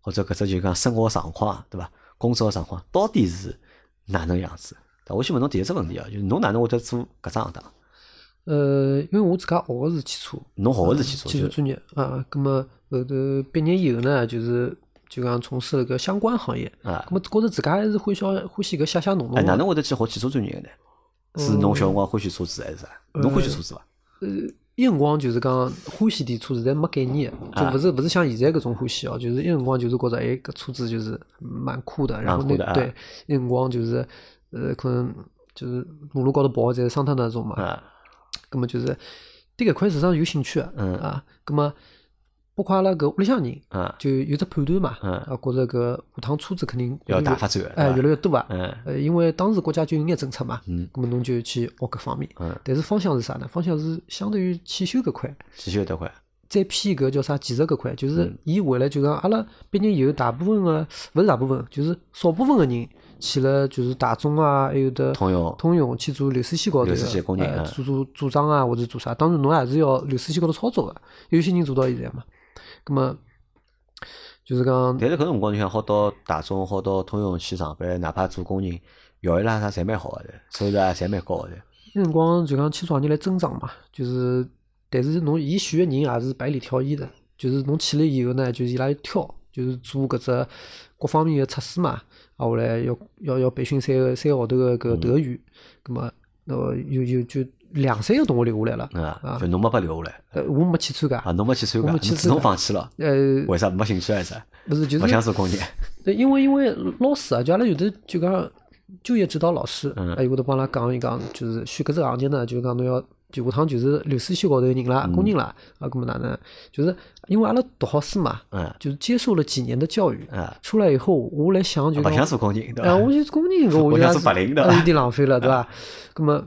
[SPEAKER 1] 或者搿只就讲生活状况啊，对伐？工作状况到底是哪能样子？但我先问侬第一只问题啊，就是侬哪能会得做搿只行当？
[SPEAKER 2] 呃，因为我自家学个是汽车，
[SPEAKER 1] 侬学个是汽车，
[SPEAKER 2] 技术
[SPEAKER 1] 就
[SPEAKER 2] 专业啊，葛么后头毕业以后呢，就是就讲从事了个相关行业，
[SPEAKER 1] 啊
[SPEAKER 2] 葛，么觉着自家还是欢喜欢喜搿写写弄弄
[SPEAKER 1] 哎，哪
[SPEAKER 2] 的。
[SPEAKER 1] 能会得去学汽车专业个呢？是
[SPEAKER 2] 嗯
[SPEAKER 1] 侬小辰光欢喜车子还是啥？侬欢喜车子伐？
[SPEAKER 2] 呃一辰光就是讲欢喜点车子，但没概念的，就
[SPEAKER 1] 啊
[SPEAKER 2] 勿是勿是像现在搿种欢喜哦，就是一辰光就是觉着哎搿车子就是蛮酷的，然后
[SPEAKER 1] 蛮
[SPEAKER 2] 那
[SPEAKER 1] 酷的啊
[SPEAKER 2] 对一辰光就是呃可能就是马路高头跑的侪是桑塔纳种嘛，
[SPEAKER 1] 啊，
[SPEAKER 2] 葛么就是对搿块市场有兴趣的，
[SPEAKER 1] 嗯
[SPEAKER 2] 啊，葛么包括阿拉搿屋里向人
[SPEAKER 1] 啊，
[SPEAKER 2] 就有只判断嘛，
[SPEAKER 1] 嗯
[SPEAKER 2] 啊，觉着搿下趟车子肯定
[SPEAKER 1] 要
[SPEAKER 2] 越
[SPEAKER 1] 大发展个，
[SPEAKER 2] 哎越
[SPEAKER 1] 对伐
[SPEAKER 2] 来越多啊，
[SPEAKER 1] 嗯
[SPEAKER 2] 呃，因为当时国家就有眼政策嘛，
[SPEAKER 1] 嗯
[SPEAKER 2] 葛么侬就去学搿方面，
[SPEAKER 1] 嗯，
[SPEAKER 2] 但是方向是啥呢？方向是相对于汽修搿块。
[SPEAKER 1] 汽修得块，
[SPEAKER 2] 再偏搿叫啥技术搿块，就是
[SPEAKER 1] 嗯
[SPEAKER 2] 伊为了就讲阿拉毕业以后，大部分个勿是大部分，就是少部分个人去了就是大众啊，还有的
[SPEAKER 1] 通用
[SPEAKER 2] 通用去做流水线高头
[SPEAKER 1] 流水线工
[SPEAKER 2] 个，
[SPEAKER 1] 人
[SPEAKER 2] 呃，
[SPEAKER 1] 嗯
[SPEAKER 2] 做做组装啊或者做啥，当然侬也是要流水线高头操作个，有些人做到现在嘛，葛么就是讲
[SPEAKER 1] 但是搿辰光，你想好到大众，好到通用去上班，哪怕做工人，效益啦啥侪蛮好个的，收入也侪蛮高个的。
[SPEAKER 2] 那辰光就讲汽车行啊业来增长嘛，就是，但是侬伊选个人也是百里挑一的，就是侬去了以后呢，就是伊拉要挑，就是做搿只各方面个测试嘛，啊，后来要要要培训三个三个号头个搿德语，葛么呃有有就两三个同学留下来了，
[SPEAKER 1] 啊，就侬没被留下来，
[SPEAKER 2] 呃，我没去参加
[SPEAKER 1] 啊，，侬没去参加，
[SPEAKER 2] 我没
[SPEAKER 1] 侬
[SPEAKER 2] 去参加
[SPEAKER 1] 自动放弃了，
[SPEAKER 2] 呃，
[SPEAKER 1] 为啥没兴趣还是啥？
[SPEAKER 2] 不是就
[SPEAKER 1] 勿想
[SPEAKER 2] 是
[SPEAKER 1] 做工人，
[SPEAKER 2] 对，因为因为老师啊，就阿拉有的就讲就业指导老师，哎，有的帮阿拉讲一讲，就是选搿只行业呢，就是讲侬要就下趟就是流水线高头有人啦，工人啦，啊，搿么哪能？就是因为阿拉读好书嘛，
[SPEAKER 1] 嗯
[SPEAKER 2] 就是接受了几年的教育，
[SPEAKER 1] 啊，
[SPEAKER 2] 出来以后，我来想就
[SPEAKER 1] 勿想
[SPEAKER 2] 讲，
[SPEAKER 1] 做工人，对
[SPEAKER 2] 哎，
[SPEAKER 1] 伐？
[SPEAKER 2] 我就是工人，搿
[SPEAKER 1] 我
[SPEAKER 2] 觉
[SPEAKER 1] 想
[SPEAKER 2] 得
[SPEAKER 1] 做白领的嗯
[SPEAKER 2] 还是有点浪费了，对 伐？搿么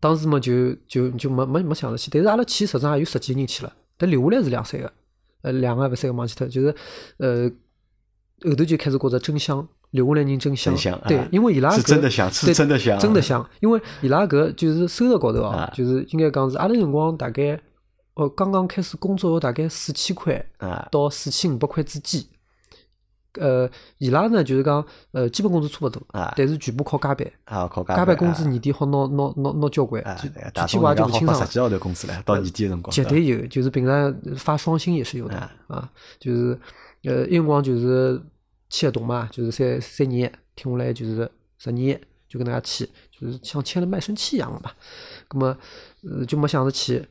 [SPEAKER 2] 当时嘛，就就就没没没想着去，但是阿拉去实际上也有十几个人去了，但留下来是两三个，呃，两个还勿三个忘记脱，就是呃后头就开始觉着真香，留下来人真香
[SPEAKER 1] 真香，
[SPEAKER 2] 对
[SPEAKER 1] 啊，
[SPEAKER 2] 因为伊拉
[SPEAKER 1] 是
[SPEAKER 2] 搿
[SPEAKER 1] 真的香，是
[SPEAKER 2] 对
[SPEAKER 1] 真的香，
[SPEAKER 2] 真的香，因为伊拉搿就是收入高头哦
[SPEAKER 1] 啊，
[SPEAKER 2] 就是应该讲是阿拉辰光大概，呃，刚刚开始工作有大概四千块
[SPEAKER 1] 啊，
[SPEAKER 2] 到四千五百块之间。呃，伊拉呢就是讲，呃，基本工资差勿多
[SPEAKER 1] 啊，
[SPEAKER 2] 但是全部靠加班，
[SPEAKER 1] 啊，靠加
[SPEAKER 2] 加班工资
[SPEAKER 1] 啊
[SPEAKER 2] 年底好拿拿拿拿交关
[SPEAKER 1] 啊，，
[SPEAKER 2] 具
[SPEAKER 1] 对
[SPEAKER 2] 具
[SPEAKER 1] 打
[SPEAKER 2] 体
[SPEAKER 1] 工
[SPEAKER 2] 我也
[SPEAKER 1] 人家
[SPEAKER 2] 就勿
[SPEAKER 1] 好
[SPEAKER 2] 清
[SPEAKER 1] 发
[SPEAKER 2] 爽呃
[SPEAKER 1] 十
[SPEAKER 2] 了。
[SPEAKER 1] 几号头工资了，到年底的辰光，
[SPEAKER 2] 绝
[SPEAKER 1] 对
[SPEAKER 2] 对有，就是平常发双薪也是有的
[SPEAKER 1] 啊
[SPEAKER 2] 啊，就是呃，一辰光就是签合同嘛，就是三三年，听下来就是十年，就跟大家签，就是像签了卖身契一样的嘛。那么呃就没想着去，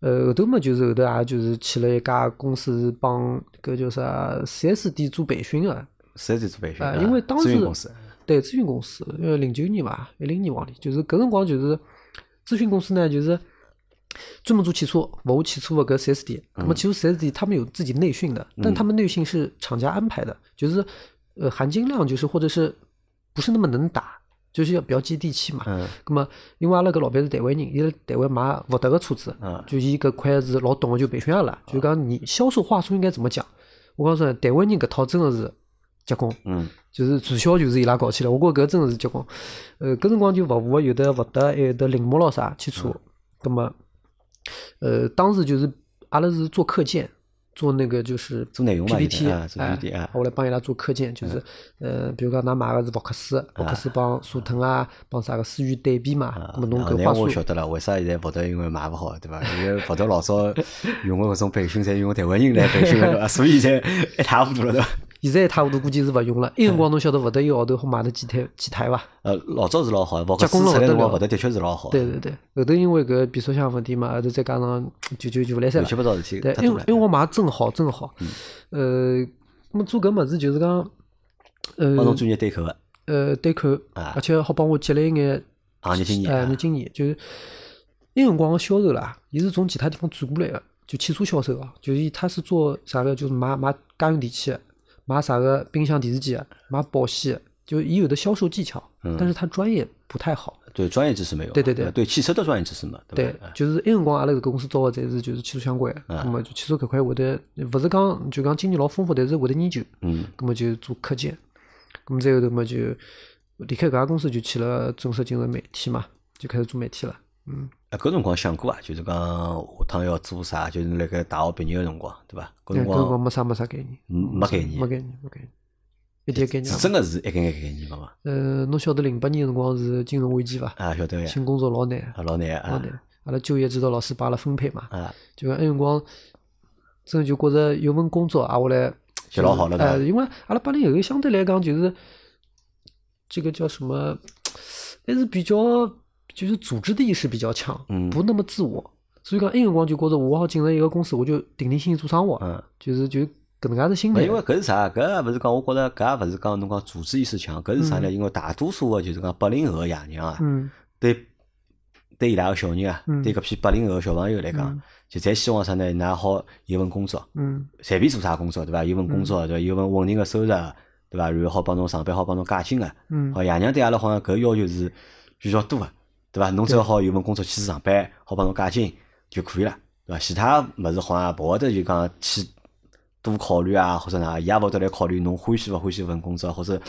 [SPEAKER 2] 呃后头嘛就是后头也就是去了一家公司是帮搿叫啥 4S 店做培训的，
[SPEAKER 1] 谁在做培训
[SPEAKER 2] 啊
[SPEAKER 1] 啊？
[SPEAKER 2] 因为当时
[SPEAKER 1] 咨询公司
[SPEAKER 2] 对咨询公司，呃，零九年吧，一零年往里，就是搿辰光就是咨询公司呢，就是专门做汽车服务汽车的搿四 S 店。那
[SPEAKER 1] 嗯
[SPEAKER 2] 么汽车四 S 店他们有自己内训的，但他们内训是厂家安排的，就是呃含金量就是或者是不是那么能打，就是要比较接地气嘛。
[SPEAKER 1] 嗯
[SPEAKER 2] 咁么，因为阿拉搿老板是台湾人，伊辣台湾买福特个车子
[SPEAKER 1] 嗯，
[SPEAKER 2] 就伊搿块是老懂个，就培训阿拉，就讲你销售话术应该怎么讲。我告诉你，台湾人搿套真的是结棍。
[SPEAKER 1] 嗯
[SPEAKER 2] 就是传销就是伊拉搞起来，我觉着搿真个是结棍。呃，搿辰光就服务个有的勿得，还有的铃木咯啥汽
[SPEAKER 1] 嗯
[SPEAKER 2] 车，葛末呃当时就是阿拉是做课件，做那个就是
[SPEAKER 1] 做内容嘛
[SPEAKER 2] PPT，
[SPEAKER 1] 有的啊做 PPT 啊嗯
[SPEAKER 2] 哎我来帮伊拉做课件，就是呃比如讲㑚买个是福克斯，
[SPEAKER 1] 啊
[SPEAKER 2] 福克斯帮速腾啊，帮啥个思域对比嘛，
[SPEAKER 1] 啊，
[SPEAKER 2] 葛末侬
[SPEAKER 1] 啊
[SPEAKER 2] 搿
[SPEAKER 1] 那
[SPEAKER 2] 话
[SPEAKER 1] 我
[SPEAKER 2] 术
[SPEAKER 1] 晓得了，为啥现在福特因为卖勿好，对伐？因为福特老 早用个搿种培训，侪用台湾人来培训个，对伐？所以现在一塌糊涂了，对伐？
[SPEAKER 2] 现在一塌糊涂估计是勿用了。埃 辰光侬晓得勿得一个号头好买了几台几台伐？
[SPEAKER 1] 呃，老早是老好，福克
[SPEAKER 2] 结棍
[SPEAKER 1] 斯
[SPEAKER 2] 了
[SPEAKER 1] 出来
[SPEAKER 2] 不得
[SPEAKER 1] 辰光，
[SPEAKER 2] 了
[SPEAKER 1] 福特的确是老好，
[SPEAKER 2] 对对对，后头因为搿变速箱问题嘛，后头再加上就就就勿来三
[SPEAKER 1] 乱
[SPEAKER 2] 了
[SPEAKER 1] 七。八糟事体
[SPEAKER 2] 对
[SPEAKER 1] 太，
[SPEAKER 2] 因
[SPEAKER 1] 多
[SPEAKER 2] 为
[SPEAKER 1] 了
[SPEAKER 2] 因为。我买真好真好，
[SPEAKER 1] 嗯
[SPEAKER 2] 呃，那么做搿物事就是讲，
[SPEAKER 1] 帮侬
[SPEAKER 2] 呃
[SPEAKER 1] 专业对口啊个
[SPEAKER 2] 呃对口，
[SPEAKER 1] 啊
[SPEAKER 2] 而且好帮我积累一眼
[SPEAKER 1] 行业经验
[SPEAKER 2] 哎
[SPEAKER 1] 啊
[SPEAKER 2] 眼经验，就是那辰光个销售啦，伊是从其他地方转过来个，就汽车销售啊，就是伊他是做啥个，就是买买家用电器的，买啥个冰箱、电视机的，买保险的，就是伊有的销售技巧，
[SPEAKER 1] 嗯
[SPEAKER 2] 但是他专业不太好。
[SPEAKER 1] 对专业知识没有，啊
[SPEAKER 2] 对对对
[SPEAKER 1] 对汽车的专业知识没，
[SPEAKER 2] 对
[SPEAKER 1] 对嗯吧？，呃
[SPEAKER 2] 就是埃辰光阿拉搿个公司招个侪是就是汽车相关个，葛末就汽车搿块会得，勿是讲就讲经验老丰富，但是会得研究，
[SPEAKER 1] 嗯，
[SPEAKER 2] 葛末就做科技，葛末再后头嘛就离开搿家公司就去了正式进入媒体嘛，就开始做媒体了。
[SPEAKER 1] 啊，搿辰光想过啊，就是讲下趟要做啥，就是辣盖大学毕业个辰光，对伐？搿
[SPEAKER 2] 但
[SPEAKER 1] 辰
[SPEAKER 2] 搿辰光
[SPEAKER 1] 光
[SPEAKER 2] 没啥没啥概念，
[SPEAKER 1] 嗯没概念
[SPEAKER 2] 没概念，没概念，一点概念
[SPEAKER 1] 是
[SPEAKER 2] 也没。
[SPEAKER 1] 真个是一眼眼概念个嘛？
[SPEAKER 2] 呃，侬晓得零八年辰光是金融危机伐？
[SPEAKER 1] 啊，晓得呀，
[SPEAKER 2] 寻工作老难，
[SPEAKER 1] 啊老难
[SPEAKER 2] 老
[SPEAKER 1] 啊
[SPEAKER 2] 难。阿拉就业指导老师帮阿拉分配嘛，
[SPEAKER 1] 啊，
[SPEAKER 2] 就讲埃辰光，真的就觉着有份工作啊，我来
[SPEAKER 1] 就老好了
[SPEAKER 2] 呃，
[SPEAKER 1] 对
[SPEAKER 2] 因为阿拉八零后相对来讲就是这个叫什么，还是比较就是组织的意识比较强，
[SPEAKER 1] 嗯
[SPEAKER 2] 不那么自我。所以讲埃辰光就觉着我好进入一个公司，我就定定心心做生活，
[SPEAKER 1] 嗯，
[SPEAKER 2] 就是就搿能介的心
[SPEAKER 1] 没
[SPEAKER 2] 态
[SPEAKER 1] 因。为搿是啥？搿勿是讲，我觉着搿也勿是讲侬讲组织意识强，搿是啥呢？因为大多数个就是讲八零后个爷娘啊，
[SPEAKER 2] 嗯，
[SPEAKER 1] 对对伊拉个小人啊，
[SPEAKER 2] 嗯
[SPEAKER 1] 对搿批八零后个小朋友来讲
[SPEAKER 2] 嗯，
[SPEAKER 1] 就侪希望啥呢？㑚好有份工作，
[SPEAKER 2] 嗯
[SPEAKER 1] 随便做啥工作对伐？有份工作对伐？有份稳定个收入对伐？然后好帮侬上班，好帮侬加薪个。
[SPEAKER 2] 嗯
[SPEAKER 1] 哦好，爷娘对阿拉好像搿要求是比较多个，啊对伐？侬只要好有份工作去上班，好帮侬加薪就可以了，对伐？其他物事好像勿会得就讲去多考虑啊，或者哪，伊也勿会得来考虑侬欢喜勿欢喜搿份工作，或者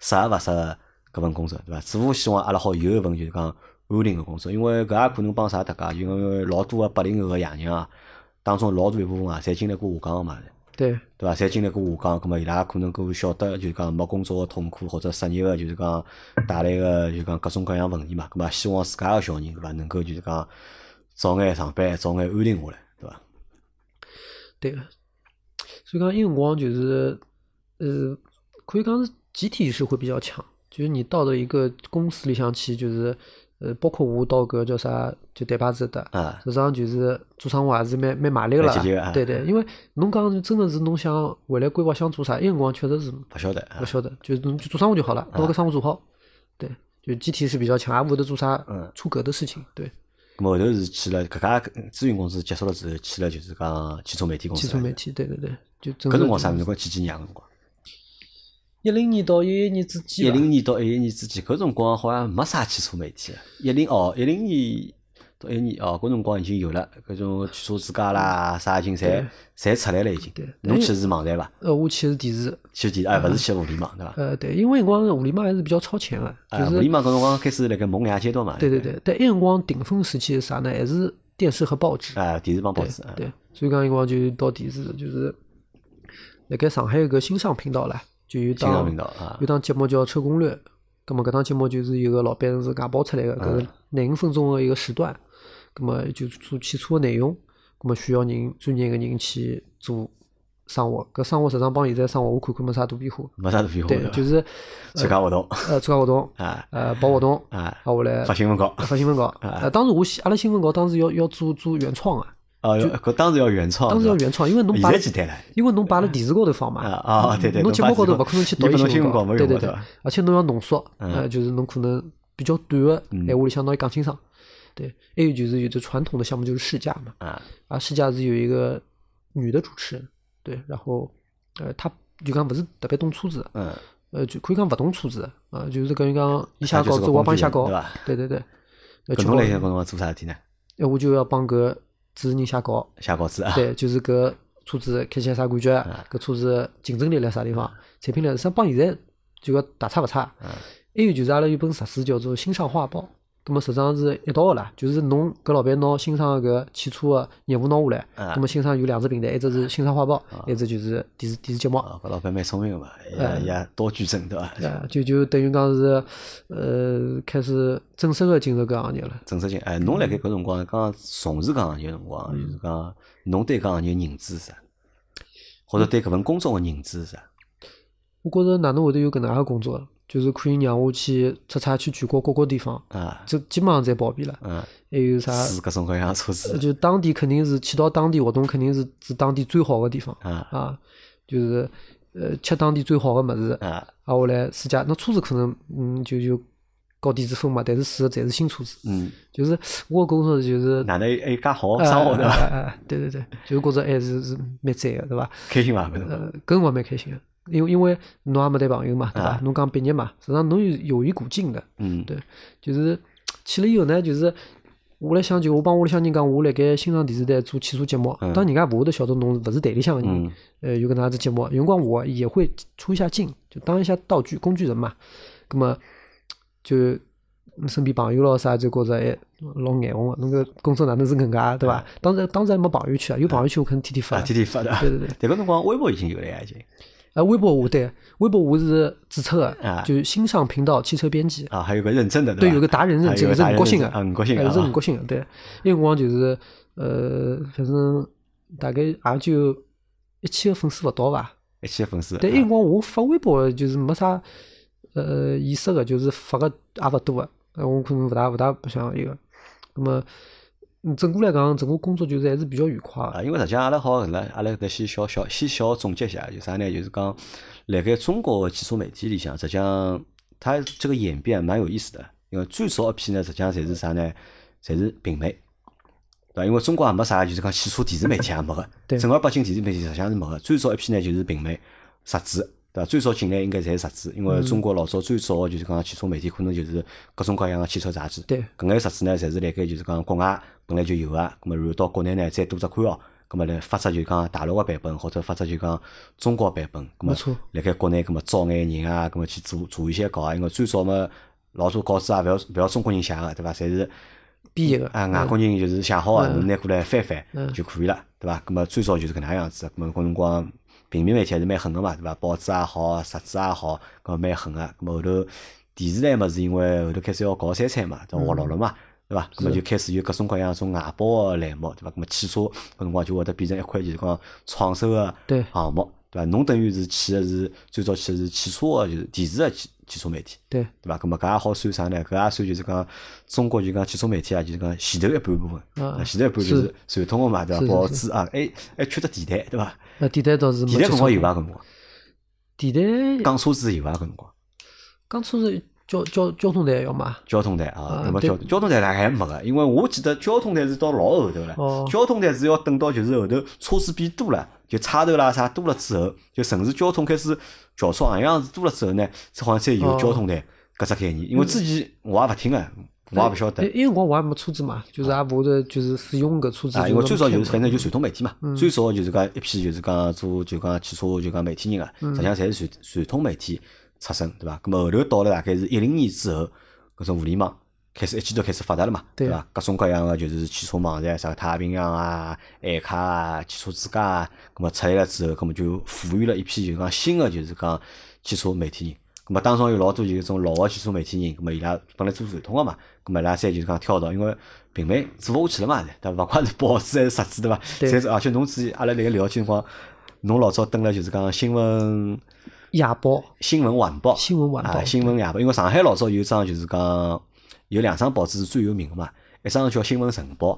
[SPEAKER 1] 适合勿适合搿份工作，对伐？似乎希望阿拉好有一份就是讲安定个工作，因为搿也可能帮啥搭界，因为老多个八零后个爷娘啊，当中老大一部分啊，侪经历过下岗个嘛。
[SPEAKER 2] 对，
[SPEAKER 1] 对伐？侪经历过下岗，葛末伊拉可能更晓得，就是讲没工作个痛苦，或者失业个，就是讲带来个，就是讲各种各样问题嘛。葛末希望自家个小人，对伐？能够就是讲早眼上班，早眼安定下来，对伐？
[SPEAKER 2] 对个。所以讲，辰光就是，呃，可以讲是集体意识会比较强。就是你到了一个公司里向去，就是，呃，包括我到搿叫啥，就台巴子的，
[SPEAKER 1] 啊，
[SPEAKER 2] 实际上就是做生活还是蛮蛮卖力个
[SPEAKER 1] 蛮
[SPEAKER 2] 啦
[SPEAKER 1] 积极的啊。
[SPEAKER 2] 对对，因为侬讲真的是侬想未来规划想做啥，埃辰光确实是
[SPEAKER 1] 勿晓得
[SPEAKER 2] 勿
[SPEAKER 1] 啊，
[SPEAKER 2] 晓得，就是侬就做生活就好了，把搿生活做好。对，就集体是比较强，也勿会得做啥
[SPEAKER 1] 嗯
[SPEAKER 2] 出格的事情。对，
[SPEAKER 1] 咁后头是去了搿家咨询公司结束了之后，去了就是讲汽车媒体公司
[SPEAKER 2] 汽
[SPEAKER 1] 了。
[SPEAKER 2] 车媒体，对对对，就正
[SPEAKER 1] 搿辰
[SPEAKER 2] 式
[SPEAKER 1] 光啥辰光？几几年个辰光？
[SPEAKER 2] 一零年到一一年之
[SPEAKER 1] 一
[SPEAKER 2] 间吧，
[SPEAKER 1] 零年到一一年之间，搿辰光好像没啥汽车媒体了。一零哦，一零年到一年哦，搿辰光已经有了，搿种汽车之家啦啥已经侪侪出来了已经
[SPEAKER 2] 对。嗯
[SPEAKER 1] 侬去的是网站伐？
[SPEAKER 2] 呃，我去的是电视，
[SPEAKER 1] 去电哎，勿是去互联网对伐？
[SPEAKER 2] 呃，对，因为辰光互联网还是比较超前的，
[SPEAKER 1] 啊，
[SPEAKER 2] 呃就
[SPEAKER 1] 互
[SPEAKER 2] 是
[SPEAKER 1] 联网搿辰光开始辣盖萌芽阶段嘛。
[SPEAKER 2] 对对。对，但那辰光顶峰时期是啥呢？还是电视和报纸。
[SPEAKER 1] 啊，电视帮报纸啊。
[SPEAKER 2] 对，所以讲辰光就到电视，就是辣盖上海有个新上频道啦，就有
[SPEAKER 1] 新浪
[SPEAKER 2] 档
[SPEAKER 1] 频道啊
[SPEAKER 2] 有，档节目叫《车攻略》，葛么搿档节目就是有个老板是外包出来个，搿
[SPEAKER 1] 哎
[SPEAKER 2] 是廿五分钟个一个时段，葛么就做汽车内容，葛么需要人专业个人去做生活，搿生活实际上帮现在生活我看看没啥大变化，
[SPEAKER 1] 没啥大变化
[SPEAKER 2] 对，就是
[SPEAKER 1] 参加活动
[SPEAKER 2] 呃参加活动，
[SPEAKER 1] 啊
[SPEAKER 2] 呃报活动，
[SPEAKER 1] 啊，
[SPEAKER 2] 啊我来
[SPEAKER 1] 发新闻啊稿。
[SPEAKER 2] 发新闻稿，呃当时我写阿拉新闻稿当时要要做做原创个，
[SPEAKER 1] 哦，搿当时要原创，
[SPEAKER 2] 当时要
[SPEAKER 1] 对伐
[SPEAKER 2] 原创，因为侬
[SPEAKER 1] 哦现
[SPEAKER 2] 把
[SPEAKER 1] 在简单了。
[SPEAKER 2] 因为侬摆辣电视高头放嘛，
[SPEAKER 1] 啊啊，对对，
[SPEAKER 2] 侬节目高头勿可能去读一
[SPEAKER 1] 侬新
[SPEAKER 2] 闻
[SPEAKER 1] 闻稿没
[SPEAKER 2] 对
[SPEAKER 1] 用过
[SPEAKER 2] 对
[SPEAKER 1] 嗯
[SPEAKER 2] 对
[SPEAKER 1] 伐？，
[SPEAKER 2] 而且侬要浓缩，呃，就是侬可能比较短个
[SPEAKER 1] 嗯
[SPEAKER 2] 闲话里向侬要讲清爽。对，还有就是有的传统的项目就是试驾嘛，
[SPEAKER 1] 啊，
[SPEAKER 2] 啊，试驾是有一个女的主持人，对，然后呃，她就讲勿是特别懂车子，
[SPEAKER 1] 嗯，
[SPEAKER 2] 呃，就可以讲勿懂车子的，啊，就是搿人讲伊写
[SPEAKER 1] 她就是
[SPEAKER 2] 稿
[SPEAKER 1] 个
[SPEAKER 2] 子，我
[SPEAKER 1] 工
[SPEAKER 2] 帮伊
[SPEAKER 1] 具
[SPEAKER 2] 写
[SPEAKER 1] 人
[SPEAKER 2] 稿
[SPEAKER 1] 对吧，
[SPEAKER 2] 对 对对，呃，
[SPEAKER 1] 搿
[SPEAKER 2] 去
[SPEAKER 1] 侬
[SPEAKER 2] 搞
[SPEAKER 1] 来想搿辰光做啥事体呢？
[SPEAKER 2] 哎我就要帮搿主持人写稿，
[SPEAKER 1] 写稿子啊，啊
[SPEAKER 2] 对，就是搿车子开起来啥感觉，搿车子竞争力辣啥地方，产品力实际上帮现在就讲大差勿差。
[SPEAKER 1] 啊
[SPEAKER 2] 还有就是阿拉有本杂志叫做《新上画报》，葛末实际上是一道个啦，就是侬搿老板拿新上搿汽车个业务拿下来，
[SPEAKER 1] 啊
[SPEAKER 2] 葛末新上有两只平台，一只是《新上画报》，一只就是电视电视节目。
[SPEAKER 1] 哦，搿老板蛮聪明个嘛，
[SPEAKER 2] 嗯
[SPEAKER 1] 也也多矩阵 对伐？
[SPEAKER 2] 啊，就就等于讲是，呃，开始正式个进入搿行业了。
[SPEAKER 1] 正式性，哎，侬辣盖搿辰光刚从事搿行业个辰光，
[SPEAKER 2] 嗯
[SPEAKER 1] 就是讲侬对搿行业认知是啥？或者对搿份工作个认知是啥？
[SPEAKER 2] 我觉着哪能会得有搿能介个工作，就是可以让我去出差去全国各个地方，
[SPEAKER 1] 啊，
[SPEAKER 2] 这基本上侪包遍了。
[SPEAKER 1] 嗯，
[SPEAKER 2] 还有啥？呃
[SPEAKER 1] 试各种各样的车子
[SPEAKER 2] 就当地肯定是去到当地活动，肯定是是当地最好的地方
[SPEAKER 1] 啊
[SPEAKER 2] 啊，就是呃吃当地最好的么子，
[SPEAKER 1] 啊，
[SPEAKER 2] 啊我来试驾。那车子可能嗯就就搞低脂分嘛，但是试的侪是新车子，
[SPEAKER 1] 嗯，
[SPEAKER 2] 就是我工作就是
[SPEAKER 1] 哪能还介好
[SPEAKER 2] 哎
[SPEAKER 1] 生活对
[SPEAKER 2] 哎
[SPEAKER 1] 伐？
[SPEAKER 2] 哎哎对对对，就是觉着还是是蛮赞的，对伐？
[SPEAKER 1] 开心伐？搿辰光
[SPEAKER 2] 呃，搿辰光蛮开心的，因为因为侬也没得朋友嘛，对伐
[SPEAKER 1] 啊？
[SPEAKER 2] 侬讲毕业嘛，实际上侬有有一股劲的，
[SPEAKER 1] 嗯，
[SPEAKER 2] 对，就是去了以后呢，就是我来想，就我帮屋里向人讲，我辣盖新浪电视台做汽车节目，当人家勿会得晓得侬勿是台里向个人，
[SPEAKER 1] 嗯
[SPEAKER 2] 呃，有搿能样子节目，有辰光我也会出一下镜，就当一下道具工具人嘛，葛么就。身边朋友咯啥就觉着哎老眼红个，侬搿工作哪能是搿能介啊对伐？当时当时还没朋友圈啊，有朋友圈我可能天天发
[SPEAKER 1] 嗯啊，。天天发的。
[SPEAKER 2] 对对对，
[SPEAKER 1] 但搿辰光微博已经有了呀，已经
[SPEAKER 2] 啊，微博我对微博我是注册
[SPEAKER 1] 啊
[SPEAKER 2] 个，就是新上频道汽车编辑，
[SPEAKER 1] 啊，还有个认证的
[SPEAKER 2] 对，
[SPEAKER 1] 吧
[SPEAKER 2] 有个达人认
[SPEAKER 1] 啊有
[SPEAKER 2] 证
[SPEAKER 1] 个
[SPEAKER 2] 是
[SPEAKER 1] 达
[SPEAKER 2] 五
[SPEAKER 1] 人
[SPEAKER 2] 角星
[SPEAKER 1] 认证啊，五角星
[SPEAKER 2] 哎，是五
[SPEAKER 1] 啊，
[SPEAKER 2] 角星的。对，那辰光就是呃，反正大概也就一千个粉丝勿到伐。
[SPEAKER 1] 一千粉丝。啊
[SPEAKER 2] 但那辰光我发微博就是没啥呃意识个，就是发个也勿多个，呃我可能勿大勿大不想一个。那么嗯整个来讲，整个工作就是还是比较愉快个。
[SPEAKER 1] 啊，因为实际上阿拉好搿能，阿拉搿先小小先小总结一下，就啥呢？就是讲，辣盖中国个汽车媒体里向，实际上它这个演变蛮有意思的。因为最早一批呢，实际上侪是啥呢？侪是平媒，对伐？因为中国也没啥，就是讲汽车电视媒体也没个，
[SPEAKER 2] 对
[SPEAKER 1] 正儿八经电视媒体实际上是没个。最早一批呢，就是平媒、杂志，对伐？最早进来应该侪是杂志，因
[SPEAKER 2] 嗯
[SPEAKER 1] 为中国老早最早的就是讲汽车媒体，可能就是各种各样的汽车杂志。
[SPEAKER 2] 对，
[SPEAKER 1] 搿眼杂志呢，侪是辣盖就是讲国外本来就有个，咁么然后到国内呢再多只刊号，咁么来发出就讲大陆个版本或者发出就讲中国版本，咁
[SPEAKER 2] 没
[SPEAKER 1] 么
[SPEAKER 2] 错
[SPEAKER 1] 辣盖国内咁么招眼人啊，咁么去做做一些稿啊，因为最早嘛老多稿子啊，勿要勿要中国人写个，对伐？侪是
[SPEAKER 2] 编译个
[SPEAKER 1] 啊，外国人就是写好啊，侬拿过来翻翻就可以了，对伐？咁么最早就是搿能样子，咁么搿辰光平面媒体还是蛮狠个嘛，对伐？报纸也好，杂志也好，搿蛮狠个。咁么啊后头电视台嘛，是因为后头开始要搞三餐嘛，对伐？活络了嘛，对伐？咁么啊就开始有各种各样种外包个栏目，对伐？咁么啊汽车搿辰光就会得变成一块就是讲创收个
[SPEAKER 2] 对
[SPEAKER 1] 项目，对伐？侬等于是去个是最早去个是汽车个就是电视个汽汽车媒体。
[SPEAKER 2] 对
[SPEAKER 1] 对伐？咁么搿也好算啥呢？搿也算就是讲中国就讲汽车媒体啊，就是讲前头一半部分，
[SPEAKER 2] 啊
[SPEAKER 1] 啊前头一半就是
[SPEAKER 2] 是
[SPEAKER 1] 传统个嘛，对伐？
[SPEAKER 2] 是是
[SPEAKER 1] 报纸啊，还还缺只电台，对伐？
[SPEAKER 2] 呃，地台倒是没
[SPEAKER 1] 电台
[SPEAKER 2] 接
[SPEAKER 1] 搿辰
[SPEAKER 2] 触
[SPEAKER 1] 光有伐？搿辰光
[SPEAKER 2] 地台
[SPEAKER 1] 讲车子有伐？搿辰光
[SPEAKER 2] 讲车子交交交通台要买。
[SPEAKER 1] 交通台啊
[SPEAKER 2] 啊，
[SPEAKER 1] 那么
[SPEAKER 2] 对
[SPEAKER 1] 交交通台大概没个，因为我记得交通台是到老后头了
[SPEAKER 2] 哦，
[SPEAKER 1] 交通台是要等到就是后头车子变多了，就差头啦啥多了之后，就城市交通开始轿车行样子多了之后呢，这好像才有
[SPEAKER 2] 哦
[SPEAKER 1] 交通台搿只概念。因为之前我也勿听个，我也勿晓得
[SPEAKER 2] 因因为我我还没车子嘛，就是也勿会得就是使用搿车子。
[SPEAKER 1] 啊，因为最早就是反正就
[SPEAKER 2] 就
[SPEAKER 1] 传统媒体嘛，最早就是讲一批就是讲做就讲汽车就讲媒体人啊，实际上侪是传传统媒体出身，对伐？咁么后头到了大概是一零年之后，搿种互联网开始一记头开始发达了嘛，
[SPEAKER 2] 对
[SPEAKER 1] 对伐？啊各种各样的就是汽车网站，啥太平洋啊、爱卡啊、汽车之家啊，咁么出来了之后，咁么就赋予了一批就讲新的就是讲汽车媒体人。咁么当中有老多就是种老个汽车媒体人，咁么伊拉本来做传统个嘛，咁么伊拉侪就是讲跳槽，因为平媒做勿下去了嘛，对伐？勿管是报纸还是杂志，对伐？
[SPEAKER 2] 对
[SPEAKER 1] 侪是而且侬之前阿拉辣盖聊天辰光，侬老早登了就是讲新闻
[SPEAKER 2] 夜报，
[SPEAKER 1] 新闻晚报，
[SPEAKER 2] 新闻晚报
[SPEAKER 1] 啊，新闻晚报，因为上海老早有一张就是讲有两张报纸是最有名个嘛，一张叫《新闻晨报》，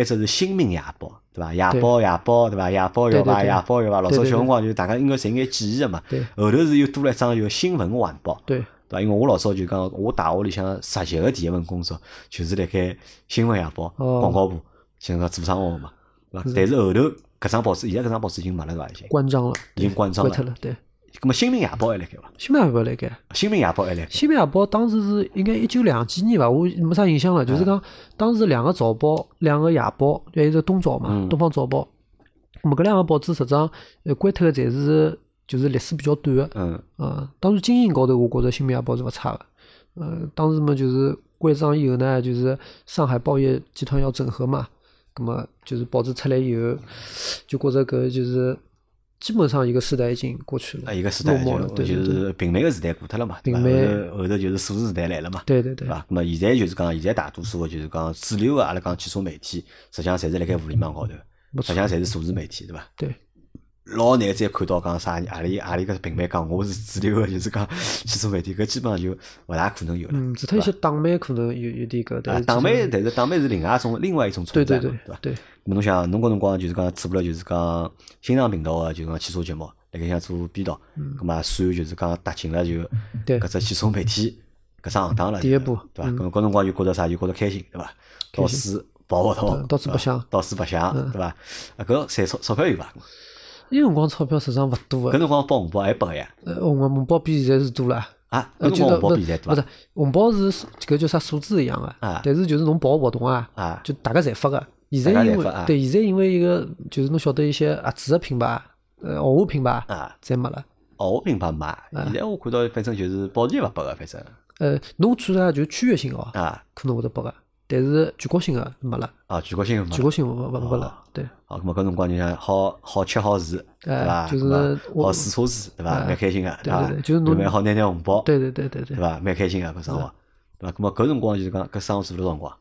[SPEAKER 1] 一只是《新民夜报》，对伐？夜报，夜报，对伐？夜报
[SPEAKER 2] 对
[SPEAKER 1] 要
[SPEAKER 2] 对
[SPEAKER 1] 伐？
[SPEAKER 2] 对
[SPEAKER 1] 夜报要伐？老
[SPEAKER 2] 对
[SPEAKER 1] 早
[SPEAKER 2] 对
[SPEAKER 1] 小
[SPEAKER 2] 对
[SPEAKER 1] 辰光就大家应该侪有眼记忆个嘛。
[SPEAKER 2] 对
[SPEAKER 1] 后头是又多了一张就是《新闻晚报》，
[SPEAKER 2] 对，
[SPEAKER 1] 对伐？因为我老早就讲，我大学里向实习个第一份工作就是辣盖《新闻夜报》
[SPEAKER 2] 哦
[SPEAKER 1] 广告部，想讲做生活个嘛，对伐？但是后头搿张报纸，现在搿张报纸已经没了，对伐？已经
[SPEAKER 2] 关张了，
[SPEAKER 1] 已经关张
[SPEAKER 2] 关
[SPEAKER 1] 了
[SPEAKER 2] 脱。了。对，
[SPEAKER 1] 咁么《新民夜报》还辣盖伐？
[SPEAKER 2] 新闻夜报辣盖。
[SPEAKER 1] 《新民夜报》还辣盖。
[SPEAKER 2] 新闻夜报当时是应该一九两几年吧，我没啥印象了。
[SPEAKER 1] 嗯
[SPEAKER 2] 就是讲当时两个早报，两个夜报，还有一只东早嘛，
[SPEAKER 1] 嗯
[SPEAKER 2] 东方早报。那么搿两个报纸实际上呃关脱个侪是就是历史比较短个。
[SPEAKER 1] 嗯，
[SPEAKER 2] 嗯，当然经营高头我觉着新民夜报是勿差个。呃，当时嘛就是关张以后呢，就是上海报业集团要整合嘛，葛么就是报纸出来以后，就觉着搿就是基本上一个时代已经过去了，
[SPEAKER 1] 啊，一个时代
[SPEAKER 2] 落寞了，
[SPEAKER 1] 就
[SPEAKER 2] 对
[SPEAKER 1] 就
[SPEAKER 2] 对对
[SPEAKER 1] 是平面个时代过脱了嘛，对
[SPEAKER 2] 平
[SPEAKER 1] 伐？
[SPEAKER 2] 面
[SPEAKER 1] 后头后头就是数字时代来了嘛，
[SPEAKER 2] 对对对
[SPEAKER 1] 对伐？那么现在就是讲，现在大多数个就是讲主流个阿拉讲汽车媒体，实际上侪是辣盖互联网高头，
[SPEAKER 2] 没
[SPEAKER 1] 实际上
[SPEAKER 2] 错
[SPEAKER 1] 侪是数字媒体，对伐？
[SPEAKER 2] 对。
[SPEAKER 1] 老难再看到讲啥阿里阿里个平面讲我是主流个，就是讲 汽车媒体，搿基本上就勿大可能有了。
[SPEAKER 2] 嗯，除脱一些党媒可能有有点搿，但
[SPEAKER 1] 啊
[SPEAKER 2] 是，
[SPEAKER 1] 党
[SPEAKER 2] 其实
[SPEAKER 1] 媒，但是党媒是另外一种另外一种
[SPEAKER 2] 对
[SPEAKER 1] 存在
[SPEAKER 2] 对
[SPEAKER 1] 嘛，
[SPEAKER 2] 对
[SPEAKER 1] 伐？
[SPEAKER 2] 对
[SPEAKER 1] 咁侬想，侬搿辰光就是讲做不了，就是讲新浪频道个，就是讲汽车节目，辣盖想做编导，咁嘛，算就是讲踏进了就
[SPEAKER 2] 嗯对
[SPEAKER 1] 搿只汽车媒体搿只行当了，
[SPEAKER 2] 第一嗯步
[SPEAKER 1] 对伐？咁搿辰光就觉着啥，就觉着开心，对伐？到处跑跑道，
[SPEAKER 2] 嗯到处白嗯相
[SPEAKER 1] 到处白相，对伐？啊，搿赚钞钞票有伐？
[SPEAKER 2] 伊个辰光钞票实际上勿多
[SPEAKER 1] 搿
[SPEAKER 2] 个，
[SPEAKER 1] 辰光包红包还拨个呀？
[SPEAKER 2] 呃，红红包比现在是多了。
[SPEAKER 1] 啊，
[SPEAKER 2] 呃，
[SPEAKER 1] 搿辰光红
[SPEAKER 2] 就是
[SPEAKER 1] 包
[SPEAKER 2] 勿
[SPEAKER 1] 比现在
[SPEAKER 2] 勿
[SPEAKER 1] 多
[SPEAKER 2] 是
[SPEAKER 1] 伐？
[SPEAKER 2] 红包是搿叫啥数字一样个
[SPEAKER 1] 啊，
[SPEAKER 2] 但是就是侬跑活动啊，
[SPEAKER 1] 啊
[SPEAKER 2] 就大家侪发个。现
[SPEAKER 1] 大家
[SPEAKER 2] 在因
[SPEAKER 1] 侪
[SPEAKER 2] 为
[SPEAKER 1] 发啊
[SPEAKER 2] 对现在因为一个就是侬晓得一些合资个品牌，呃，豪华品牌
[SPEAKER 1] 啊，
[SPEAKER 2] 侪没了。
[SPEAKER 1] 哦，品牌嘛，
[SPEAKER 2] 啊
[SPEAKER 1] 现在我看到反正就是保健勿拨个，反正
[SPEAKER 2] 呃，侬看啥就区域性哦，
[SPEAKER 1] 啊
[SPEAKER 2] 可能会得拨个，但是全国性个没了，
[SPEAKER 1] 啊，全国性个嘛
[SPEAKER 2] 全。国性勿勿勿
[SPEAKER 1] 哦
[SPEAKER 2] 了，对。
[SPEAKER 1] 好，咁么搿辰光就想好好吃好住，对
[SPEAKER 2] 哎
[SPEAKER 1] 伐？
[SPEAKER 2] 就是
[SPEAKER 1] 咁啊
[SPEAKER 2] 我
[SPEAKER 1] 好试车子，对伐？
[SPEAKER 2] 哎
[SPEAKER 1] 蛮开心个，
[SPEAKER 2] 对
[SPEAKER 1] 伐
[SPEAKER 2] 对对？就是
[SPEAKER 1] 又
[SPEAKER 2] 侬
[SPEAKER 1] 蛮好拿拿红包，
[SPEAKER 2] 对对对对对
[SPEAKER 1] 对，伐？蛮开心个搿生活，对伐？咁么搿辰光就是讲搿生活做了多少辰光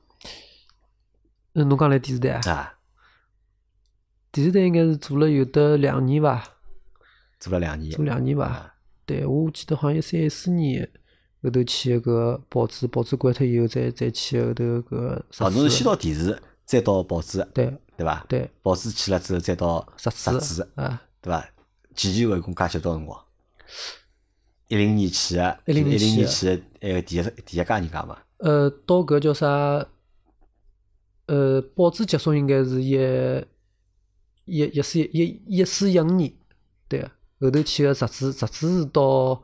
[SPEAKER 2] 嗯，侬讲来电视台啊，
[SPEAKER 1] 啊？
[SPEAKER 2] 电视台应该是做了有得两年伐，
[SPEAKER 1] 做了两年
[SPEAKER 2] 做两年
[SPEAKER 1] 啊
[SPEAKER 2] 伐。对，我记得好像一三一四年后头去个报纸，报纸关脱以后再再去后头个
[SPEAKER 1] 啊，
[SPEAKER 2] 杂
[SPEAKER 1] 侬是先
[SPEAKER 2] 志。
[SPEAKER 1] 到电视，再到报纸，
[SPEAKER 2] 对
[SPEAKER 1] 对伐？
[SPEAKER 2] 对，
[SPEAKER 1] 报纸去了之后，再到
[SPEAKER 2] 杂
[SPEAKER 1] 杂
[SPEAKER 2] 志
[SPEAKER 1] 志，
[SPEAKER 2] 啊，
[SPEAKER 1] 对伐？前前后后一共加起来多少辰光？一零年去个，一
[SPEAKER 2] 10年
[SPEAKER 1] 零年
[SPEAKER 2] 去
[SPEAKER 1] 去个，哎，第一第一家人家嘛，
[SPEAKER 2] 呃，到搿叫啥？呃，报纸结束应该是一一一四一一四一五年，对个。后头去个杂志，杂志是到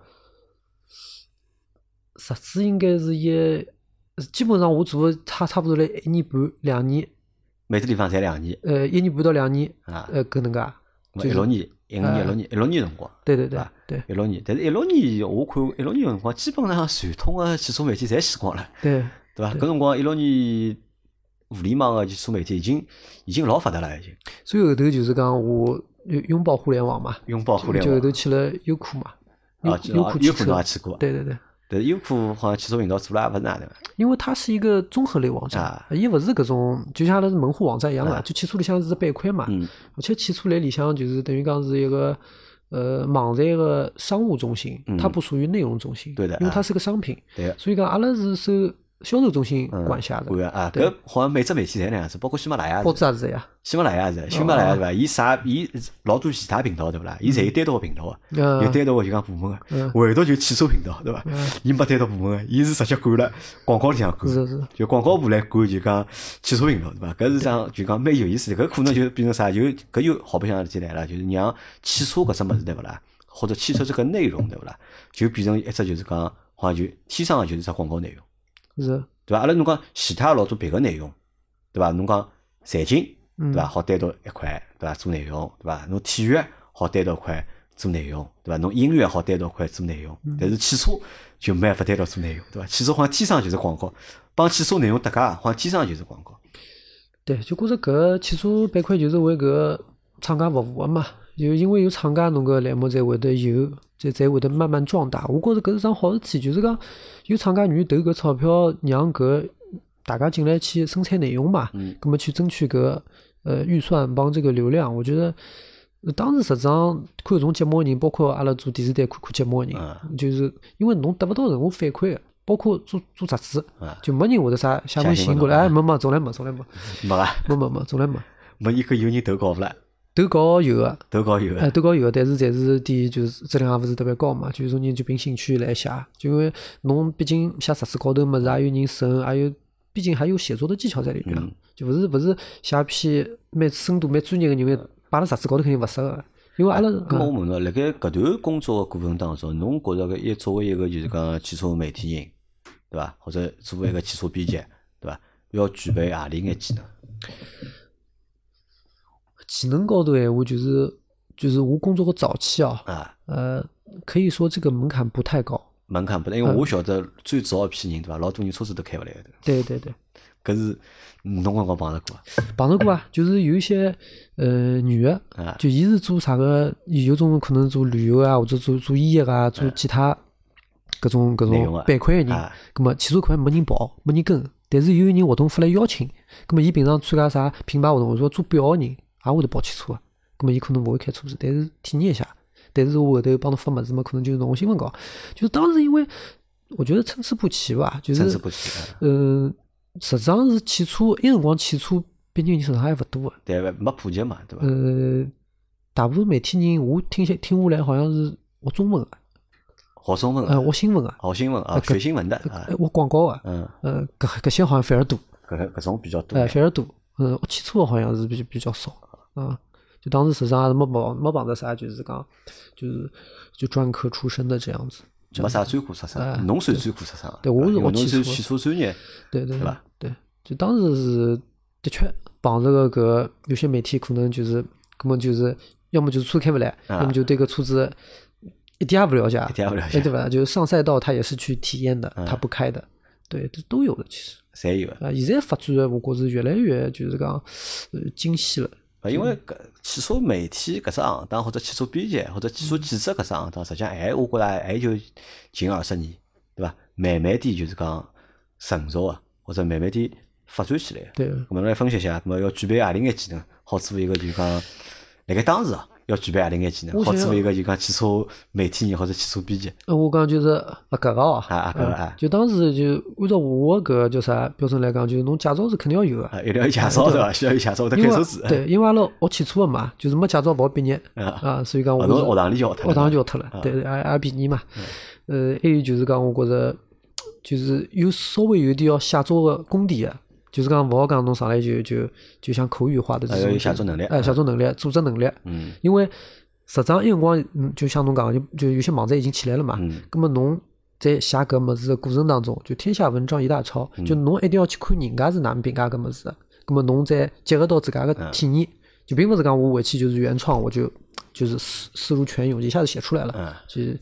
[SPEAKER 2] 杂志应该是一，基本上我做的差差不多来一年半两年，
[SPEAKER 1] 每个地方侪两年
[SPEAKER 2] 呃，一年半到两年，
[SPEAKER 1] 啊。
[SPEAKER 2] 呃，搿能介。
[SPEAKER 1] 咁
[SPEAKER 2] 就
[SPEAKER 1] 一
[SPEAKER 2] 是
[SPEAKER 1] 六年，一五年、
[SPEAKER 2] 哎
[SPEAKER 1] 一六年、一六年辰光。
[SPEAKER 2] 对对对
[SPEAKER 1] 吧
[SPEAKER 2] 对
[SPEAKER 1] 一六年，但是一六年我看一六年辰光，基本上传统个汽车媒体侪死光了，
[SPEAKER 2] 对，
[SPEAKER 1] 对伐？搿辰光一六年互联网个汽车媒体已经已经老发达了，已经
[SPEAKER 2] 所以后头就是讲我拥拥抱互联网嘛，
[SPEAKER 1] 拥抱互联
[SPEAKER 2] 就后
[SPEAKER 1] 网
[SPEAKER 2] 头去了优酷嘛，优
[SPEAKER 1] 啊，
[SPEAKER 2] 优
[SPEAKER 1] 啊
[SPEAKER 2] 酷
[SPEAKER 1] 优
[SPEAKER 2] 汽
[SPEAKER 1] 酷侬
[SPEAKER 2] 车
[SPEAKER 1] 也，去过，
[SPEAKER 2] 对对对。
[SPEAKER 1] 但是优酷好像汽车频道做了也勿是哪能
[SPEAKER 2] 因为它是一个综合类网站
[SPEAKER 1] 啊，
[SPEAKER 2] 伊勿是搿种就像阿拉是门户网站一样
[SPEAKER 1] 啊
[SPEAKER 2] 个，就汽车里向是只板块嘛，
[SPEAKER 1] 嗯
[SPEAKER 2] 而且汽车类里向就是等于讲是一个呃网站个商务中心
[SPEAKER 1] 嗯，
[SPEAKER 2] 它不属于内容中心，
[SPEAKER 1] 对的
[SPEAKER 2] 因为
[SPEAKER 1] 啊
[SPEAKER 2] 它是个商品，
[SPEAKER 1] 对个
[SPEAKER 2] 所以讲阿拉是收销售中心
[SPEAKER 1] 嗯
[SPEAKER 2] 管辖的，
[SPEAKER 1] 管啊，
[SPEAKER 2] 对
[SPEAKER 1] 搿好像每只媒体侪那样子，包括喜马拉雅
[SPEAKER 2] 报
[SPEAKER 1] 是，
[SPEAKER 2] 纸也是这样。
[SPEAKER 1] 喜马拉雅是，喜马拉
[SPEAKER 2] 哦
[SPEAKER 1] 雅对伐？伊啥？伊老多其他频道对勿啦？伊侪有单独个频道个，
[SPEAKER 2] 嗯
[SPEAKER 1] 有单独个就讲部门个
[SPEAKER 2] 嗯，
[SPEAKER 1] 唯独就汽车频道对伐？伊没单独部门个，伊是直接管了广告里向管，
[SPEAKER 2] 是是
[SPEAKER 1] 就广告部来管就讲汽车频道对伐？搿是讲就讲蛮有意思的，搿可能就变成啥？就搿就好白相事体来了，就是让汽车搿只物事对勿啦？或者汽车这个内容对勿啦？就变成一只就是讲好像就天生个就是只广告内容。
[SPEAKER 2] 是，
[SPEAKER 1] 对伐？阿拉侬讲其他老多别个内容，对伐？侬讲财经，对伐？好单独一块，对伐？做内容，对伐？侬体育好单独一块做内容，对伐？侬音乐好单独一块做内容，但是汽车就没办法单独做内容，对伐？汽车好像天生就是广告，帮汽车内容搭界，好像天生就是广告。
[SPEAKER 2] 对，就觉着搿汽车板块就是为搿厂家服务个嘛，就因为有厂家侬搿栏目才会得有，才才会得慢慢壮大。我觉着搿是桩好事体，就是讲有厂家愿意投搿钞票，让搿大家进来去生产内容嘛，
[SPEAKER 1] 嗯
[SPEAKER 2] 葛末去争取搿呃预算帮这个流量，我觉得。呃当时实际上看搿种节目个人，包括阿拉做电视台看看节目个人，
[SPEAKER 1] 啊
[SPEAKER 2] 就是因为侬得勿到任何反馈个，包括做做杂志，
[SPEAKER 1] 啊
[SPEAKER 2] 就没人会得啥写
[SPEAKER 1] 相
[SPEAKER 2] 封
[SPEAKER 1] 信
[SPEAKER 2] 信
[SPEAKER 1] 勿
[SPEAKER 2] 过
[SPEAKER 1] 到
[SPEAKER 2] 来，哎，
[SPEAKER 1] 啊
[SPEAKER 2] 没没，从来没，从来没。
[SPEAKER 1] 没啊，
[SPEAKER 2] 没没没，从来没。
[SPEAKER 1] 没一个有人投稿勿啦？
[SPEAKER 2] 投稿有个，
[SPEAKER 1] 投稿有
[SPEAKER 2] 哎，
[SPEAKER 1] 个，
[SPEAKER 2] 投稿有个，但是侪是点就是质量也勿是特别高嘛，就是种人就凭兴趣来写，就因为侬毕竟写杂志高头物事，也有人审，还有毕竟还有写作的技巧在里面，就勿是勿是写篇蛮深度蛮专业个人物摆辣杂志高头肯定勿适合的，因为阿拉
[SPEAKER 1] 咁我
[SPEAKER 2] 嗯
[SPEAKER 1] 问侬，辣盖搿段工作个过程当中，侬觉着搿一作为一个就是讲汽车媒体人，对伐？或者作为一个汽车编辑，
[SPEAKER 2] 嗯
[SPEAKER 1] 对伐？要具备何里眼技能？
[SPEAKER 2] 技能高头闲话就是就是我工作个早期哦，
[SPEAKER 1] 啊，
[SPEAKER 2] 呃，可以说这个门槛不太高，
[SPEAKER 1] 门槛不大，因
[SPEAKER 2] 嗯
[SPEAKER 1] 为我晓得最早一批人对伐，老多人车子都开勿来的，
[SPEAKER 2] 对对对。
[SPEAKER 1] 搿是嗯侬刚刚碰着过啊
[SPEAKER 2] 碰着过啊，就是有一些呃女的
[SPEAKER 1] 啊，
[SPEAKER 2] 就伊是做啥个，有种可能做旅游啊，或者做做医药啊，做其他各种各
[SPEAKER 1] 内容
[SPEAKER 2] 种
[SPEAKER 1] 啊
[SPEAKER 2] 板块的人
[SPEAKER 1] 啊，
[SPEAKER 2] 葛么汽车块没人跑，没人跟，但是有人活动发来邀请，葛么伊平常参加啥品牌活动，或者说做表个人，也会得跑汽车啊，葛么伊可能勿会开车子，但是体验一下，但是我后头帮侬发物事嘛，可能就是弄个新闻稿，就是当时因为我觉得参差不齐吧，就是
[SPEAKER 1] 参差不齐啊，
[SPEAKER 2] 嗯，实际上是汽车，埃辰光汽车毕竟实际上还勿多个。
[SPEAKER 1] 对伐？没普及嘛，对伐？
[SPEAKER 2] 呃，大部分媒体人，我听下听下来好像是学中文个，
[SPEAKER 1] 好中文
[SPEAKER 2] 呃，
[SPEAKER 1] 啊，
[SPEAKER 2] 学新闻个，
[SPEAKER 1] 好新闻啊，
[SPEAKER 2] 搿
[SPEAKER 1] 学新闻的啊
[SPEAKER 2] 呃，学广告个，
[SPEAKER 1] 嗯，
[SPEAKER 2] 呃，搿搿些好像反而多，
[SPEAKER 1] 搿搿种比较多
[SPEAKER 2] 哎，，反而多。嗯，学汽车的好像是比比较少啊。就当时实际上也是没碰没碰着啥，就是讲，就是就专科出身的这样子。
[SPEAKER 1] 没啥专科出身，侬算专科出身啊，
[SPEAKER 2] 呃对我是
[SPEAKER 1] 因为
[SPEAKER 2] 学
[SPEAKER 1] 侬
[SPEAKER 2] 汽
[SPEAKER 1] 是
[SPEAKER 2] 车
[SPEAKER 1] 汽车专业，
[SPEAKER 2] 对对
[SPEAKER 1] 对吧？
[SPEAKER 2] 对，就当时是的确碰着个搿有些媒体可能就是根本就是要么就是车开勿来，
[SPEAKER 1] 啊
[SPEAKER 2] 要么就对搿车子一点也不了解，
[SPEAKER 1] 一点也勿了
[SPEAKER 2] 哎
[SPEAKER 1] 解嗯
[SPEAKER 2] 对，伐？就是上赛道他也是去体验的，他不开的，对，这都有的其实。
[SPEAKER 1] 侪有的。
[SPEAKER 2] 啊，现在发展的我觉着越来越就是讲呃精细了，
[SPEAKER 1] 啊，因为搿汽车媒体搿只行当，或者汽车编辑，或者汽车
[SPEAKER 2] 嗯
[SPEAKER 1] 记者搿只行当，实际上还我觉着还就近二十年，对伐？慢慢点就是讲成熟啊，或者慢慢点发展起来。
[SPEAKER 2] 对。
[SPEAKER 1] 咁么侬来分析一下，咁么要具备何里眼技能，好做一个就是讲，辣盖当时啊，要具备何里眼技能，
[SPEAKER 2] 我
[SPEAKER 1] 好
[SPEAKER 2] 想
[SPEAKER 1] 做一个就是讲汽车媒体人或者汽车编辑。
[SPEAKER 2] 呃，我讲就是合格个哦，
[SPEAKER 1] 啊合格的
[SPEAKER 2] 嗯
[SPEAKER 1] 啊
[SPEAKER 2] 就当时就按照我个搿个叫啥标准来讲，就是侬驾照是肯定要有个，
[SPEAKER 1] 啊，一定要有驾照对伐？需要有驾照，得
[SPEAKER 2] 因
[SPEAKER 1] 开
[SPEAKER 2] 为
[SPEAKER 1] 车子。
[SPEAKER 2] 对，因为阿拉学汽车的嘛，就是没驾照勿好毕业
[SPEAKER 1] 啊
[SPEAKER 2] 啊，所以讲
[SPEAKER 1] 啊，
[SPEAKER 2] 我
[SPEAKER 1] 侬
[SPEAKER 2] 是
[SPEAKER 1] 学堂里就学脱了
[SPEAKER 2] 学
[SPEAKER 1] 啊嗯
[SPEAKER 2] 堂
[SPEAKER 1] 嘛
[SPEAKER 2] 就脱了，对，也也毕业嘛。呃，还有就是讲，我觉着就是有稍微有点要写作个功底个，就是讲勿好讲侬上来就就就像口语化的
[SPEAKER 1] 啊
[SPEAKER 2] 这
[SPEAKER 1] 要有
[SPEAKER 2] 种
[SPEAKER 1] 写作能力
[SPEAKER 2] 哎，写作能力、组织能力，
[SPEAKER 1] 嗯
[SPEAKER 2] 因为实际上有辰光，嗯，就像侬讲的，就就有些网站已经起来了嘛，
[SPEAKER 1] 嗯
[SPEAKER 2] 咁么侬在写搿物事的过程当中，就天下文章一大抄，
[SPEAKER 1] 嗯
[SPEAKER 2] 就侬一定要去看人家是哪能评价搿物事的，咁么侬再结合到自家个
[SPEAKER 1] 嗯
[SPEAKER 2] 体验，就并勿是讲我回去就是原创，我就就是思思如泉涌，一下子写出来了。
[SPEAKER 1] 嗯
[SPEAKER 2] 就是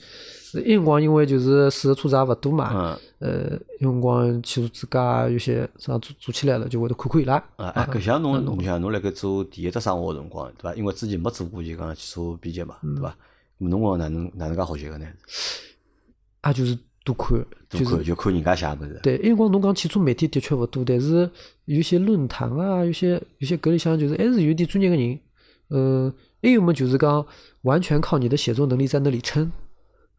[SPEAKER 2] 有辰光因为就是试的车子也勿多嘛，
[SPEAKER 1] 嗯
[SPEAKER 2] 呃，有辰光汽车之家有些啥做做起来了，就会得看看伊拉。
[SPEAKER 1] 啊，哎搿像侬侬像侬辣盖做第一只生活个辰光，对伐？因为之前没做过就讲汽车编辑嘛，对
[SPEAKER 2] 嗯
[SPEAKER 1] 伐？咁侬讲哪能哪能介学习个呢？
[SPEAKER 2] 也就是多看，
[SPEAKER 1] 多看就看人家写物事。
[SPEAKER 2] 对，因为光侬讲汽车媒体的确勿多，但是有些论坛啊，有些有些搿里向就是还是有点专业呃个人。嗯，还有么就是讲完全靠你的写作能力在那里撑，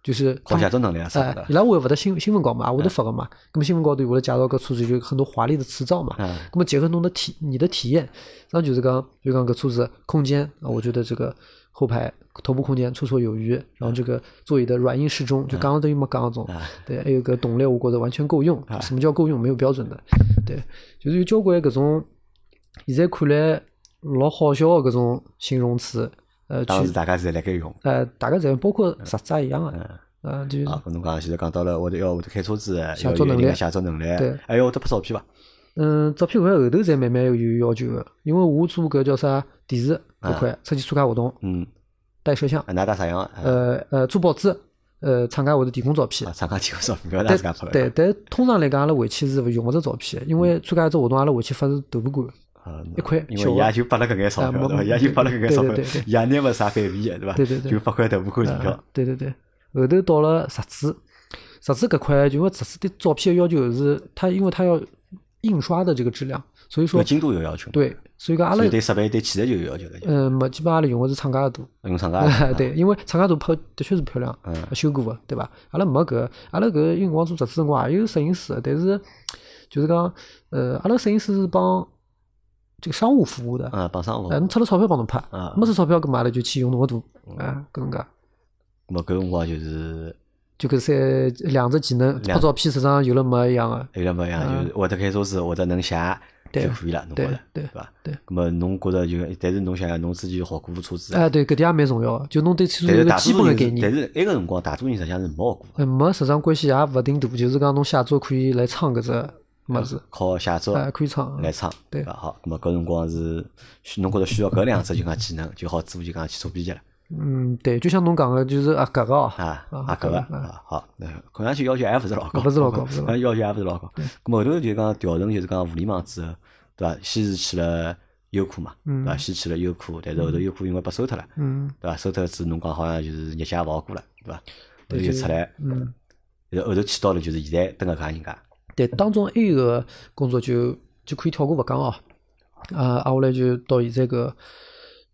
[SPEAKER 2] 就是
[SPEAKER 1] 考驾
[SPEAKER 2] 他们
[SPEAKER 1] 照能力啊啥
[SPEAKER 2] 哎
[SPEAKER 1] 的，，哎
[SPEAKER 2] 伊拉会勿得新新闻稿嘛，也会得发个嘛。咁么新闻稿头会得介绍搿车子有很多华丽的辞藻嘛。
[SPEAKER 1] 嗯
[SPEAKER 2] 咁么结合侬的体你的体验，实际上就是讲就讲搿车子空间
[SPEAKER 1] 嗯
[SPEAKER 2] 啊，我觉得这个后排头部空间绰绰有余，
[SPEAKER 1] 嗯
[SPEAKER 2] 然后这个座椅的软硬适中，就刚刚等于没讲那种。
[SPEAKER 1] 啊
[SPEAKER 2] 对，还有个动力，我觉得完全够用。什么叫够用？没有标准的。对，就是有交关搿种现在看来老好笑的搿种形容词，呃，去
[SPEAKER 1] 当时大家侪辣盖用。
[SPEAKER 2] 呃，大概侪包括啥子也一样的
[SPEAKER 1] 嗯，
[SPEAKER 2] 嗯，就是。
[SPEAKER 1] 啊，搿侬讲现在讲到了，我得要会得开车子，
[SPEAKER 2] 写
[SPEAKER 1] 要
[SPEAKER 2] 作
[SPEAKER 1] 有
[SPEAKER 2] 能
[SPEAKER 1] 一定
[SPEAKER 2] 力
[SPEAKER 1] 的写作能力
[SPEAKER 2] 对，
[SPEAKER 1] 还要会得拍照片伐？
[SPEAKER 2] 嗯，照片会后头才慢慢有要求个，因为我做搿叫啥电视
[SPEAKER 1] 啊
[SPEAKER 2] 搿块，出去参加活动
[SPEAKER 1] 嗯，
[SPEAKER 2] 带摄像
[SPEAKER 1] 啊，，哪搭啥样？啊，
[SPEAKER 2] 呃呃做报纸，呃参加会得提供照片
[SPEAKER 1] 啊，。参加几个照片，搿大
[SPEAKER 2] 但
[SPEAKER 1] 自家拍
[SPEAKER 2] 对，
[SPEAKER 1] 的。
[SPEAKER 2] 但通常来讲，阿拉回去是勿用勿着照片，因为参加一只活动，阿拉回去发是图书馆。
[SPEAKER 1] 啊，
[SPEAKER 2] 一块
[SPEAKER 1] 嗯因
[SPEAKER 2] 小
[SPEAKER 1] 为伊
[SPEAKER 2] 的
[SPEAKER 1] 也就拨了搿眼钞
[SPEAKER 2] 啊没
[SPEAKER 1] 票，对伐？伊也就拨了搿眼钞
[SPEAKER 2] 对对对
[SPEAKER 1] 票，伊也拿勿啥版面，对伐？
[SPEAKER 2] 对对对
[SPEAKER 1] 就拨块头部看人
[SPEAKER 2] 啊
[SPEAKER 1] 票。
[SPEAKER 2] 对对对，后头到了杂志，杂志搿块，因为杂志对照片的要求是，它因为它要印刷的这个质量，所以说
[SPEAKER 1] 对精度有要求嘛，
[SPEAKER 2] 对，所以讲阿拉
[SPEAKER 1] 所以对设备、对器材就有要求了，就
[SPEAKER 2] 嗯，没基本阿拉用的是厂家的图。
[SPEAKER 1] 用厂家的。
[SPEAKER 2] 啊对，因为长江大拍的确是漂亮，修过个，对伐？阿拉没搿，阿拉搿辰光做杂志辰光也有摄影师的，但是就是讲，呃，阿拉摄影师是帮这个商务服务的，
[SPEAKER 1] 啊，帮上我
[SPEAKER 2] 哎，。侬出了钞票帮侬拍
[SPEAKER 1] 啊，
[SPEAKER 2] 没出钞票，搿么阿拉就去用侬个图，啊，搿能介，
[SPEAKER 1] 咾么搿辰光就是
[SPEAKER 2] 就搿三两只技能，拍
[SPEAKER 1] 两
[SPEAKER 2] 照片实际上有了没一样啊个，
[SPEAKER 1] 有点勿一样，就是会得开车子，会得能写
[SPEAKER 2] 嗯对
[SPEAKER 1] 就可以了，侬觉
[SPEAKER 2] 对
[SPEAKER 1] 着
[SPEAKER 2] 对
[SPEAKER 1] 对伐？
[SPEAKER 2] 对。
[SPEAKER 1] 咾么侬觉着就，但是侬想想，侬自己学过车子，
[SPEAKER 2] 哎，对，搿点也蛮重要个，就侬对汽车
[SPEAKER 1] 但
[SPEAKER 2] 有
[SPEAKER 1] 是
[SPEAKER 2] 个
[SPEAKER 1] 大
[SPEAKER 2] 基
[SPEAKER 1] 多
[SPEAKER 2] 本
[SPEAKER 1] 数
[SPEAKER 2] 个
[SPEAKER 1] 人
[SPEAKER 2] 概
[SPEAKER 1] 是，但
[SPEAKER 2] 念。
[SPEAKER 1] 是埃个辰光大多数人实际上是没学过的，
[SPEAKER 2] 呃没实际上关系也勿定大，就是讲侬写作可以来唱搿只物事，
[SPEAKER 1] 靠写作
[SPEAKER 2] 哎，可以唱。
[SPEAKER 1] 来唱，
[SPEAKER 2] 对
[SPEAKER 1] 伐？好，咾么搿辰光是需侬觉着需要搿两只就讲技能，就好做就讲汽车编辑了
[SPEAKER 2] 嗯，对，就像侬讲个，就是啊，搿个哦，
[SPEAKER 1] 啊
[SPEAKER 2] 啊
[SPEAKER 1] 啊搿个啊好，那看上去要求还勿是老高，
[SPEAKER 2] 勿是老高勿 是老高
[SPEAKER 1] 啊要求还勿是老高。咾么后头就讲调成就是讲互联网之后，对伐？先是去了优酷嘛，对伐？先去了优酷，但是后头优酷因为被收脱了。
[SPEAKER 2] 嗯，
[SPEAKER 1] 对伐？收脱之后，侬讲好像就是日脚也勿好过了，对伐？后头
[SPEAKER 2] 对
[SPEAKER 1] 就
[SPEAKER 2] 就
[SPEAKER 1] 出来，
[SPEAKER 2] 嗯，
[SPEAKER 1] 然后后头去到了就是现在蹲搿家人家，
[SPEAKER 2] 对，当中还有个工作就就可以跳过勿讲哦，啊，啊，我来就到现在搿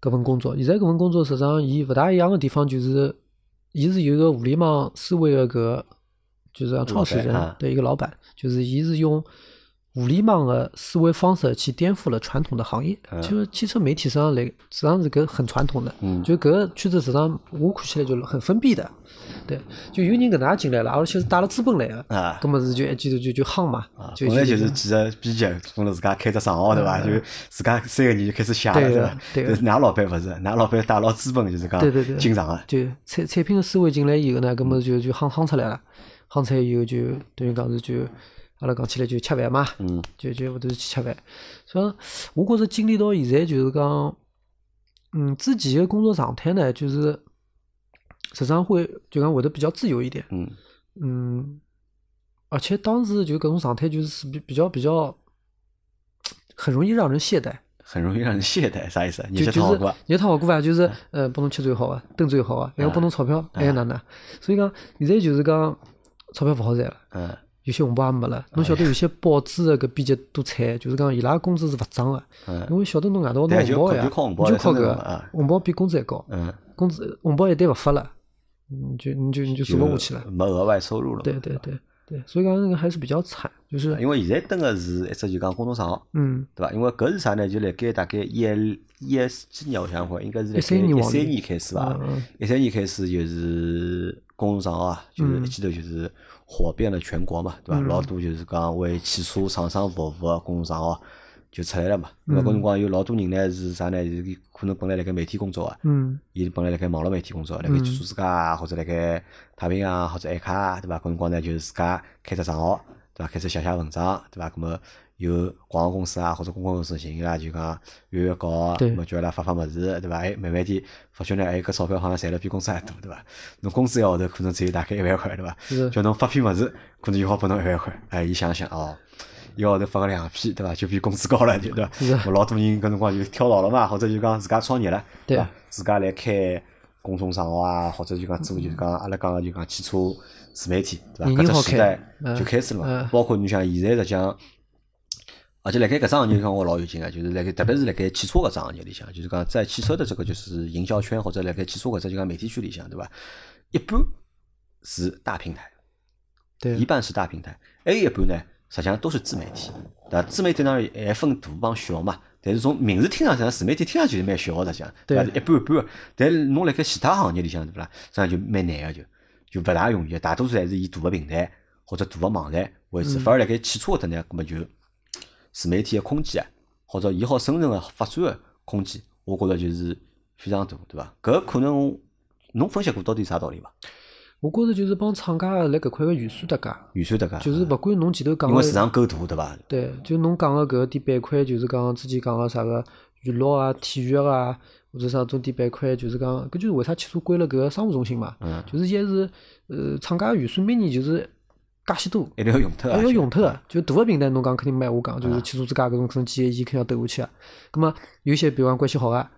[SPEAKER 2] 搿份工作，现在搿份工作实际上伊勿大一样个地方就是，伊是有一个互联网思维个搿，就是讲创始
[SPEAKER 1] 老板
[SPEAKER 2] 人
[SPEAKER 1] 啊
[SPEAKER 2] 对一个老板，就是伊是用互联网个思维方式去颠覆了传统的行业，
[SPEAKER 1] 嗯
[SPEAKER 2] 就是汽车媒体实际上来实际上是搿很传统的，
[SPEAKER 1] 嗯
[SPEAKER 2] 就搿圈子实际上我看起来就是很封闭的，对，就有人搿能介进来了，而且是带了资本来个。
[SPEAKER 1] 啊
[SPEAKER 2] 搿么是就一记头就就夯嘛
[SPEAKER 1] 啊，，
[SPEAKER 2] 就
[SPEAKER 1] 本来就是
[SPEAKER 2] 是嗯
[SPEAKER 1] 几个编辑，可能自家开只账号对伐？就自家三个人就开始写了
[SPEAKER 2] 对
[SPEAKER 1] 对
[SPEAKER 2] 的
[SPEAKER 1] 伐？
[SPEAKER 2] 对的
[SPEAKER 1] 但是㑚老板勿是，㑚老板带牢资本就是讲
[SPEAKER 2] 对对对
[SPEAKER 1] 进场个，
[SPEAKER 2] 就产产品个思维进来以后呢，搿么就就夯夯出来了，夯出来以后就等于讲是就阿拉讲起来就吃饭嘛，
[SPEAKER 1] 嗯，
[SPEAKER 2] 就就勿头去吃饭。所以我觉着经历到现在就是讲，嗯，之前个工作状态呢，就是实际上会就讲会得比较自由一点，
[SPEAKER 1] 嗯，
[SPEAKER 2] 嗯，而且当时就搿种状态就是比比较比较很容易让人懈怠。
[SPEAKER 1] 很容易让人懈怠，啥意思？日脚
[SPEAKER 2] 就就
[SPEAKER 1] 太好
[SPEAKER 2] 是
[SPEAKER 1] 过嗯啊，
[SPEAKER 2] 热汤好过伐？就是呃，帮侬吃最好个，炖最好啊个，还要
[SPEAKER 1] 嗯
[SPEAKER 2] 帮侬钞票，还要哪能？所以讲，现在就是讲钞票勿好赚了，
[SPEAKER 1] 嗯，
[SPEAKER 2] 有些红包也没了。
[SPEAKER 1] 哎
[SPEAKER 2] 侬晓得有些报纸个搿编辑多惨，就是讲伊拉工资是勿涨个
[SPEAKER 1] 嗯，
[SPEAKER 2] 因为晓得侬外头拿
[SPEAKER 1] 对啊
[SPEAKER 2] 红包
[SPEAKER 1] 就
[SPEAKER 2] 呀，
[SPEAKER 1] 就靠红包
[SPEAKER 2] 你就靠
[SPEAKER 1] 来
[SPEAKER 2] 搿
[SPEAKER 1] 生存
[SPEAKER 2] 个
[SPEAKER 1] 嘛啊
[SPEAKER 2] 红包比工资还高，
[SPEAKER 1] 嗯，
[SPEAKER 2] 工资红包一旦勿发了，你就你就你就
[SPEAKER 1] 就
[SPEAKER 2] 做勿下去了。
[SPEAKER 1] 没额外收入了。
[SPEAKER 2] 对对对对，所以讲那个还是比较惨，就是
[SPEAKER 1] 因为现在蹲个是一只就讲公众账号，
[SPEAKER 2] 嗯，
[SPEAKER 1] 对伐？因为搿是啥呢？就辣盖大概一一几年，我想想看，应该是辣盖
[SPEAKER 2] 13年
[SPEAKER 1] 一
[SPEAKER 2] 往里
[SPEAKER 1] 三年开始伐
[SPEAKER 2] 嗯嗯？
[SPEAKER 1] 一三年开始就是公众账号啊，就是
[SPEAKER 2] 嗯
[SPEAKER 1] 一记头就是火遍了全国嘛，对伐？老多就是讲为汽车厂商服务啊个公众账号就出来了嘛。那
[SPEAKER 2] 嗯
[SPEAKER 1] 么搿辰光有老多人呢是啥呢？就是可能本来辣盖媒体工作啊，
[SPEAKER 2] 嗯
[SPEAKER 1] 伊本来辣盖网络媒体工作，辣盖汽车之家啊，或者辣盖太平洋啊，或者爱卡啊，对伐？搿辰光呢，就是自家开只账号，对伐？开始写写文章，对伐？搿么有广告公司啊，或者公关公司寻伊拉就讲约约稿，
[SPEAKER 2] 对
[SPEAKER 1] 咾么叫伊拉发发物事，对伐？哎，慢慢点发觉呢，哎，搿钞票好像赚了比工资还多，对伐？侬工资一号头可能只有大概一万块，对伐
[SPEAKER 2] 是？
[SPEAKER 1] 叫侬发篇物事，可能就好拨侬一万块。哎，伊想想哦。一个号头发个两篇，对伐？就比工资高了，就对
[SPEAKER 2] 是
[SPEAKER 1] 伐？老多人搿辰光就跳槽了嘛，或者就讲自家创业了，
[SPEAKER 2] 对啊
[SPEAKER 1] 伐？自家来开公众账号啊，或者就讲做就是讲阿拉讲个就讲汽车自媒体，对伐？
[SPEAKER 2] 人人
[SPEAKER 1] 搿
[SPEAKER 2] 好
[SPEAKER 1] 只时代
[SPEAKER 2] 开
[SPEAKER 1] 就开始了
[SPEAKER 2] 嗯嗯
[SPEAKER 1] 嘛。包括你像现在实际上，而且辣盖搿只行业里向我老有劲个，就是辣盖特别是辣盖汽车搿只行业里向，就是讲在汽车的这个就是营销圈或者辣盖汽车搿只就讲媒体圈里向，对伐？一般是大平台，
[SPEAKER 2] 嗯对
[SPEAKER 1] 一半是大平台，还有一半呢，实际上都是自媒体，对吧？自媒体当然还分大帮小嘛，但是从名字听上去，自媒体听上去是蛮小的，实际上，
[SPEAKER 2] 对
[SPEAKER 1] 吧？一半一半。但是侬辣盖其他行业里向，对不啦？实际上就蛮难个，就就勿大容易。大多数还是以大个平台或者大个网站为
[SPEAKER 2] 嗯
[SPEAKER 1] 主，反而辣盖汽车搿搭呢，葛么就自媒体个空间啊，或者伊好生存个发展个空间，我觉着就是非常大，对伐？搿可能侬分析过到底啥道理伐？
[SPEAKER 2] 我觉着就是帮厂家辣搿块个预算搭界，
[SPEAKER 1] 预算迭个，
[SPEAKER 2] 就是勿管侬前头
[SPEAKER 1] 啊
[SPEAKER 2] 讲
[SPEAKER 1] 因为市
[SPEAKER 2] 个，
[SPEAKER 1] 场够大，对伐？
[SPEAKER 2] 对，就侬讲个搿点板块，就是讲之前讲个啥个娱乐啊、体育啊，或者啥种点板块，就是讲搿就是为啥汽车归了搿个商务中心嘛，
[SPEAKER 1] 嗯
[SPEAKER 2] 就是伊还是呃厂家预算每年就是介许多，
[SPEAKER 1] 一定要用脱啊，
[SPEAKER 2] 哦还要
[SPEAKER 1] 就
[SPEAKER 2] 用脱个，就大个平台侬讲肯定没闲话
[SPEAKER 1] 啊
[SPEAKER 2] 讲，就是汽车之家搿种搿种企业伊肯定要投下去啊。葛么有一些比方关系好啊，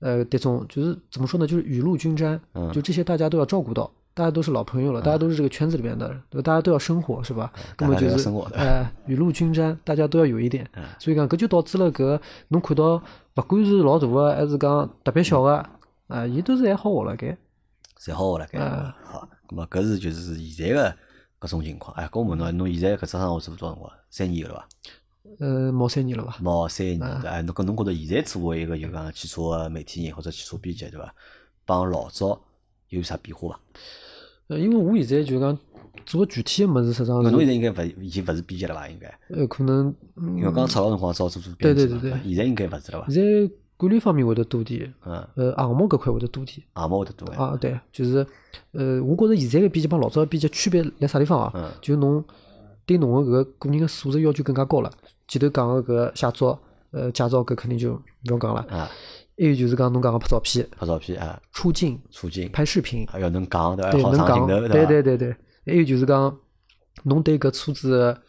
[SPEAKER 2] 呃，迭种就是怎么说呢，就是雨露均沾，
[SPEAKER 1] 嗯
[SPEAKER 2] 就这些大家都要照顾到，大家都是老朋友了，大家都是这个圈子里面的人，对吧？大家都要生活是吧？
[SPEAKER 1] 嗯大
[SPEAKER 2] 葛么
[SPEAKER 1] 家
[SPEAKER 2] 就
[SPEAKER 1] 都要
[SPEAKER 2] 是
[SPEAKER 1] 生活的嗯
[SPEAKER 2] 呃雨露均沾，大家都要有一点，所以讲搿就导致了搿侬看到勿管是老大个还是讲特别小个啊，伊都是还好活辣盖。
[SPEAKER 1] 侪好了该。
[SPEAKER 2] 嗯
[SPEAKER 1] 好，咁么搿是就是现在个搿种情况。哎，搿我问侬
[SPEAKER 2] 嗯
[SPEAKER 1] 啊，侬现在搿只生活做多少辰光？三年了伐？
[SPEAKER 2] 呃，毛三年了吧？
[SPEAKER 1] 毛三年。
[SPEAKER 2] 啊
[SPEAKER 1] 哎，侬搿侬觉着现在作为一个就讲汽车个媒体人或者汽车编辑对伐？帮老早有啥变化伐？
[SPEAKER 2] 呃，因为我现在就是讲做具体个物事，实际上
[SPEAKER 1] 因为侬现
[SPEAKER 2] 是
[SPEAKER 1] 在应该勿已经勿是编辑了伐？应该，
[SPEAKER 2] 呃可能嗯
[SPEAKER 1] 因为刚出来个辰光早做做
[SPEAKER 2] 对
[SPEAKER 1] 编辑
[SPEAKER 2] 嗯
[SPEAKER 1] 嘛
[SPEAKER 2] 对对对嗯
[SPEAKER 1] 现在应该勿是了伐？
[SPEAKER 2] 现在管理方面会得多点，
[SPEAKER 1] 嗯，
[SPEAKER 2] 呃，项目搿块会得多点。
[SPEAKER 1] 也没会得多哎。
[SPEAKER 2] 啊，对，就是，呃，我觉着现在个编辑帮老早个编辑区别辣啥地方啊？
[SPEAKER 1] 嗯
[SPEAKER 2] 就是侬对侬个搿个个人个素质要求更加高了。前头讲个搿个写作，呃，驾照搿肯定就勿用讲了。
[SPEAKER 1] 啊，
[SPEAKER 2] 还有就是讲侬讲个拍照片、
[SPEAKER 1] 拍照片啊，
[SPEAKER 2] 出镜、
[SPEAKER 1] 出镜，
[SPEAKER 2] 拍视频，
[SPEAKER 1] 还要能讲对伐？
[SPEAKER 2] 对，
[SPEAKER 1] 好
[SPEAKER 2] 能
[SPEAKER 1] 上镜
[SPEAKER 2] 讲
[SPEAKER 1] 头，
[SPEAKER 2] 对
[SPEAKER 1] 伐？
[SPEAKER 2] 对对对。还有就是讲，侬对搿车子的，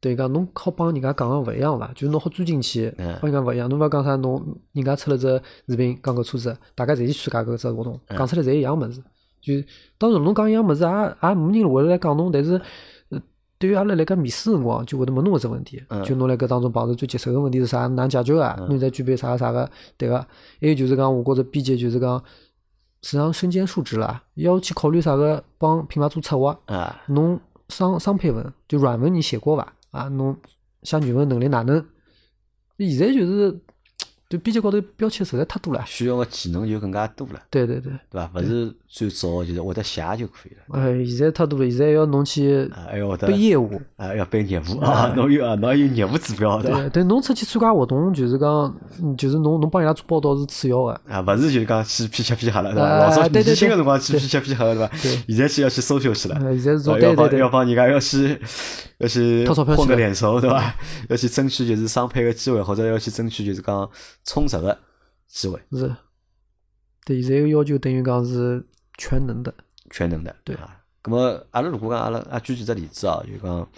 [SPEAKER 2] 对讲侬好帮人家讲个勿一样了，就是侬好钻进去
[SPEAKER 1] 嗯，
[SPEAKER 2] 帮人家勿一样。侬勿要讲啥，侬人家出了只视频讲搿车子，大家侪去参加搿只活动，
[SPEAKER 1] 嗯
[SPEAKER 2] 讲出来侪一样物事。就当然侬讲一样物事，也也没人会来讲侬，但是。呃对于阿拉来讲面试辰光，就会得问侬搿只问题，就侬辣搿当中碰着最棘手个问题是啥，哪能解决个？啊侬现在具备啥个啥个？对个，还有就是讲，我觉着编辑就是讲，实际上身兼数职啦，要去考虑啥个帮品牌做策划，
[SPEAKER 1] 啊，
[SPEAKER 2] 侬商商配文就软文你写过伐？啊，侬写软文能力哪能？现在就是，就编辑高头标签实在太多了。啊
[SPEAKER 1] 需要个技能就更加多了。
[SPEAKER 2] 对对对，
[SPEAKER 1] 对伐？勿是最早就是会得写就可以了，
[SPEAKER 2] 哎，现在太多了，现在要侬去
[SPEAKER 1] 啊，还要会得
[SPEAKER 2] 背业务。
[SPEAKER 1] 啊，要背业务啊，侬有啊，侬有业务指标对伐？
[SPEAKER 2] 对，但侬出去参加活动，就是讲，嗯就是侬侬帮人家做报道是次要的。
[SPEAKER 1] 啊，勿是就是讲去批吃批喝了，对伐？
[SPEAKER 2] 啊
[SPEAKER 1] 老早
[SPEAKER 2] 对对
[SPEAKER 1] 年轻个
[SPEAKER 2] 对
[SPEAKER 1] 辰光去批吃批喝了，对伐？现在去要去 social 去了，
[SPEAKER 2] 呃，现在是
[SPEAKER 1] 啊要
[SPEAKER 2] 从对对
[SPEAKER 1] 帮
[SPEAKER 2] 对
[SPEAKER 1] 要帮人家要去要去
[SPEAKER 2] 掏钞票去
[SPEAKER 1] 混个
[SPEAKER 2] 了嗯
[SPEAKER 1] 脸熟，对伐？要去争取就是商配个机会，或者要去争取就是讲充实个机会，
[SPEAKER 2] 是，对，现在个要求等于讲是全能的。
[SPEAKER 1] 全能的。
[SPEAKER 2] 对
[SPEAKER 1] 啊，咁么阿拉如果讲阿拉啊举几只例子啊，就讲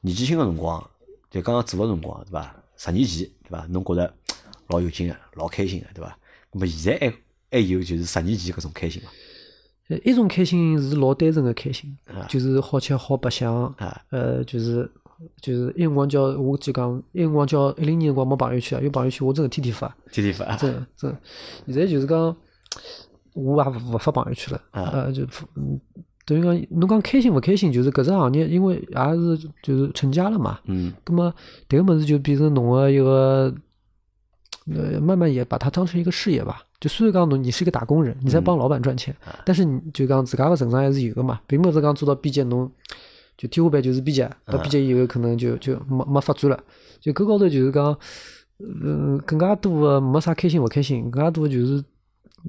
[SPEAKER 1] 年纪轻个辰光，就刚刚做个辰光，对伐？十年前，对伐？侬觉着老有劲个，老开心个，对伐？咁么现在还还有就是十年前搿种开心伐？
[SPEAKER 2] 呃，一种开心是老单纯个开心
[SPEAKER 1] 啊，
[SPEAKER 2] 就是好吃好白相，
[SPEAKER 1] 啊，
[SPEAKER 2] 呃，就是就是一辰光叫我就讲一辰光叫一零年辰光没朋友圈啊，有朋友圈我真个天天发，
[SPEAKER 1] 天天发
[SPEAKER 2] 真的真的。现在就是讲，我也勿勿发朋友圈了，
[SPEAKER 1] 啊
[SPEAKER 2] 呃，就发嗯，等于讲侬讲开心勿开心，就是搿只行业，因为也是就是成家了嘛，
[SPEAKER 1] 嗯，
[SPEAKER 2] 那么迭个物事就变成侬个一个，呃，慢慢也把它当成一个事业吧。就虽然讲侬你是一个打工人，你在帮老板赚钱，但是你就讲自家个成长还是有个嘛，并勿是讲做到编辑侬就天花板就是编辑，到编辑以后可能就就没没发展了。就搿高头就是讲，嗯、更加多个没啥开心勿开心，更加多的就是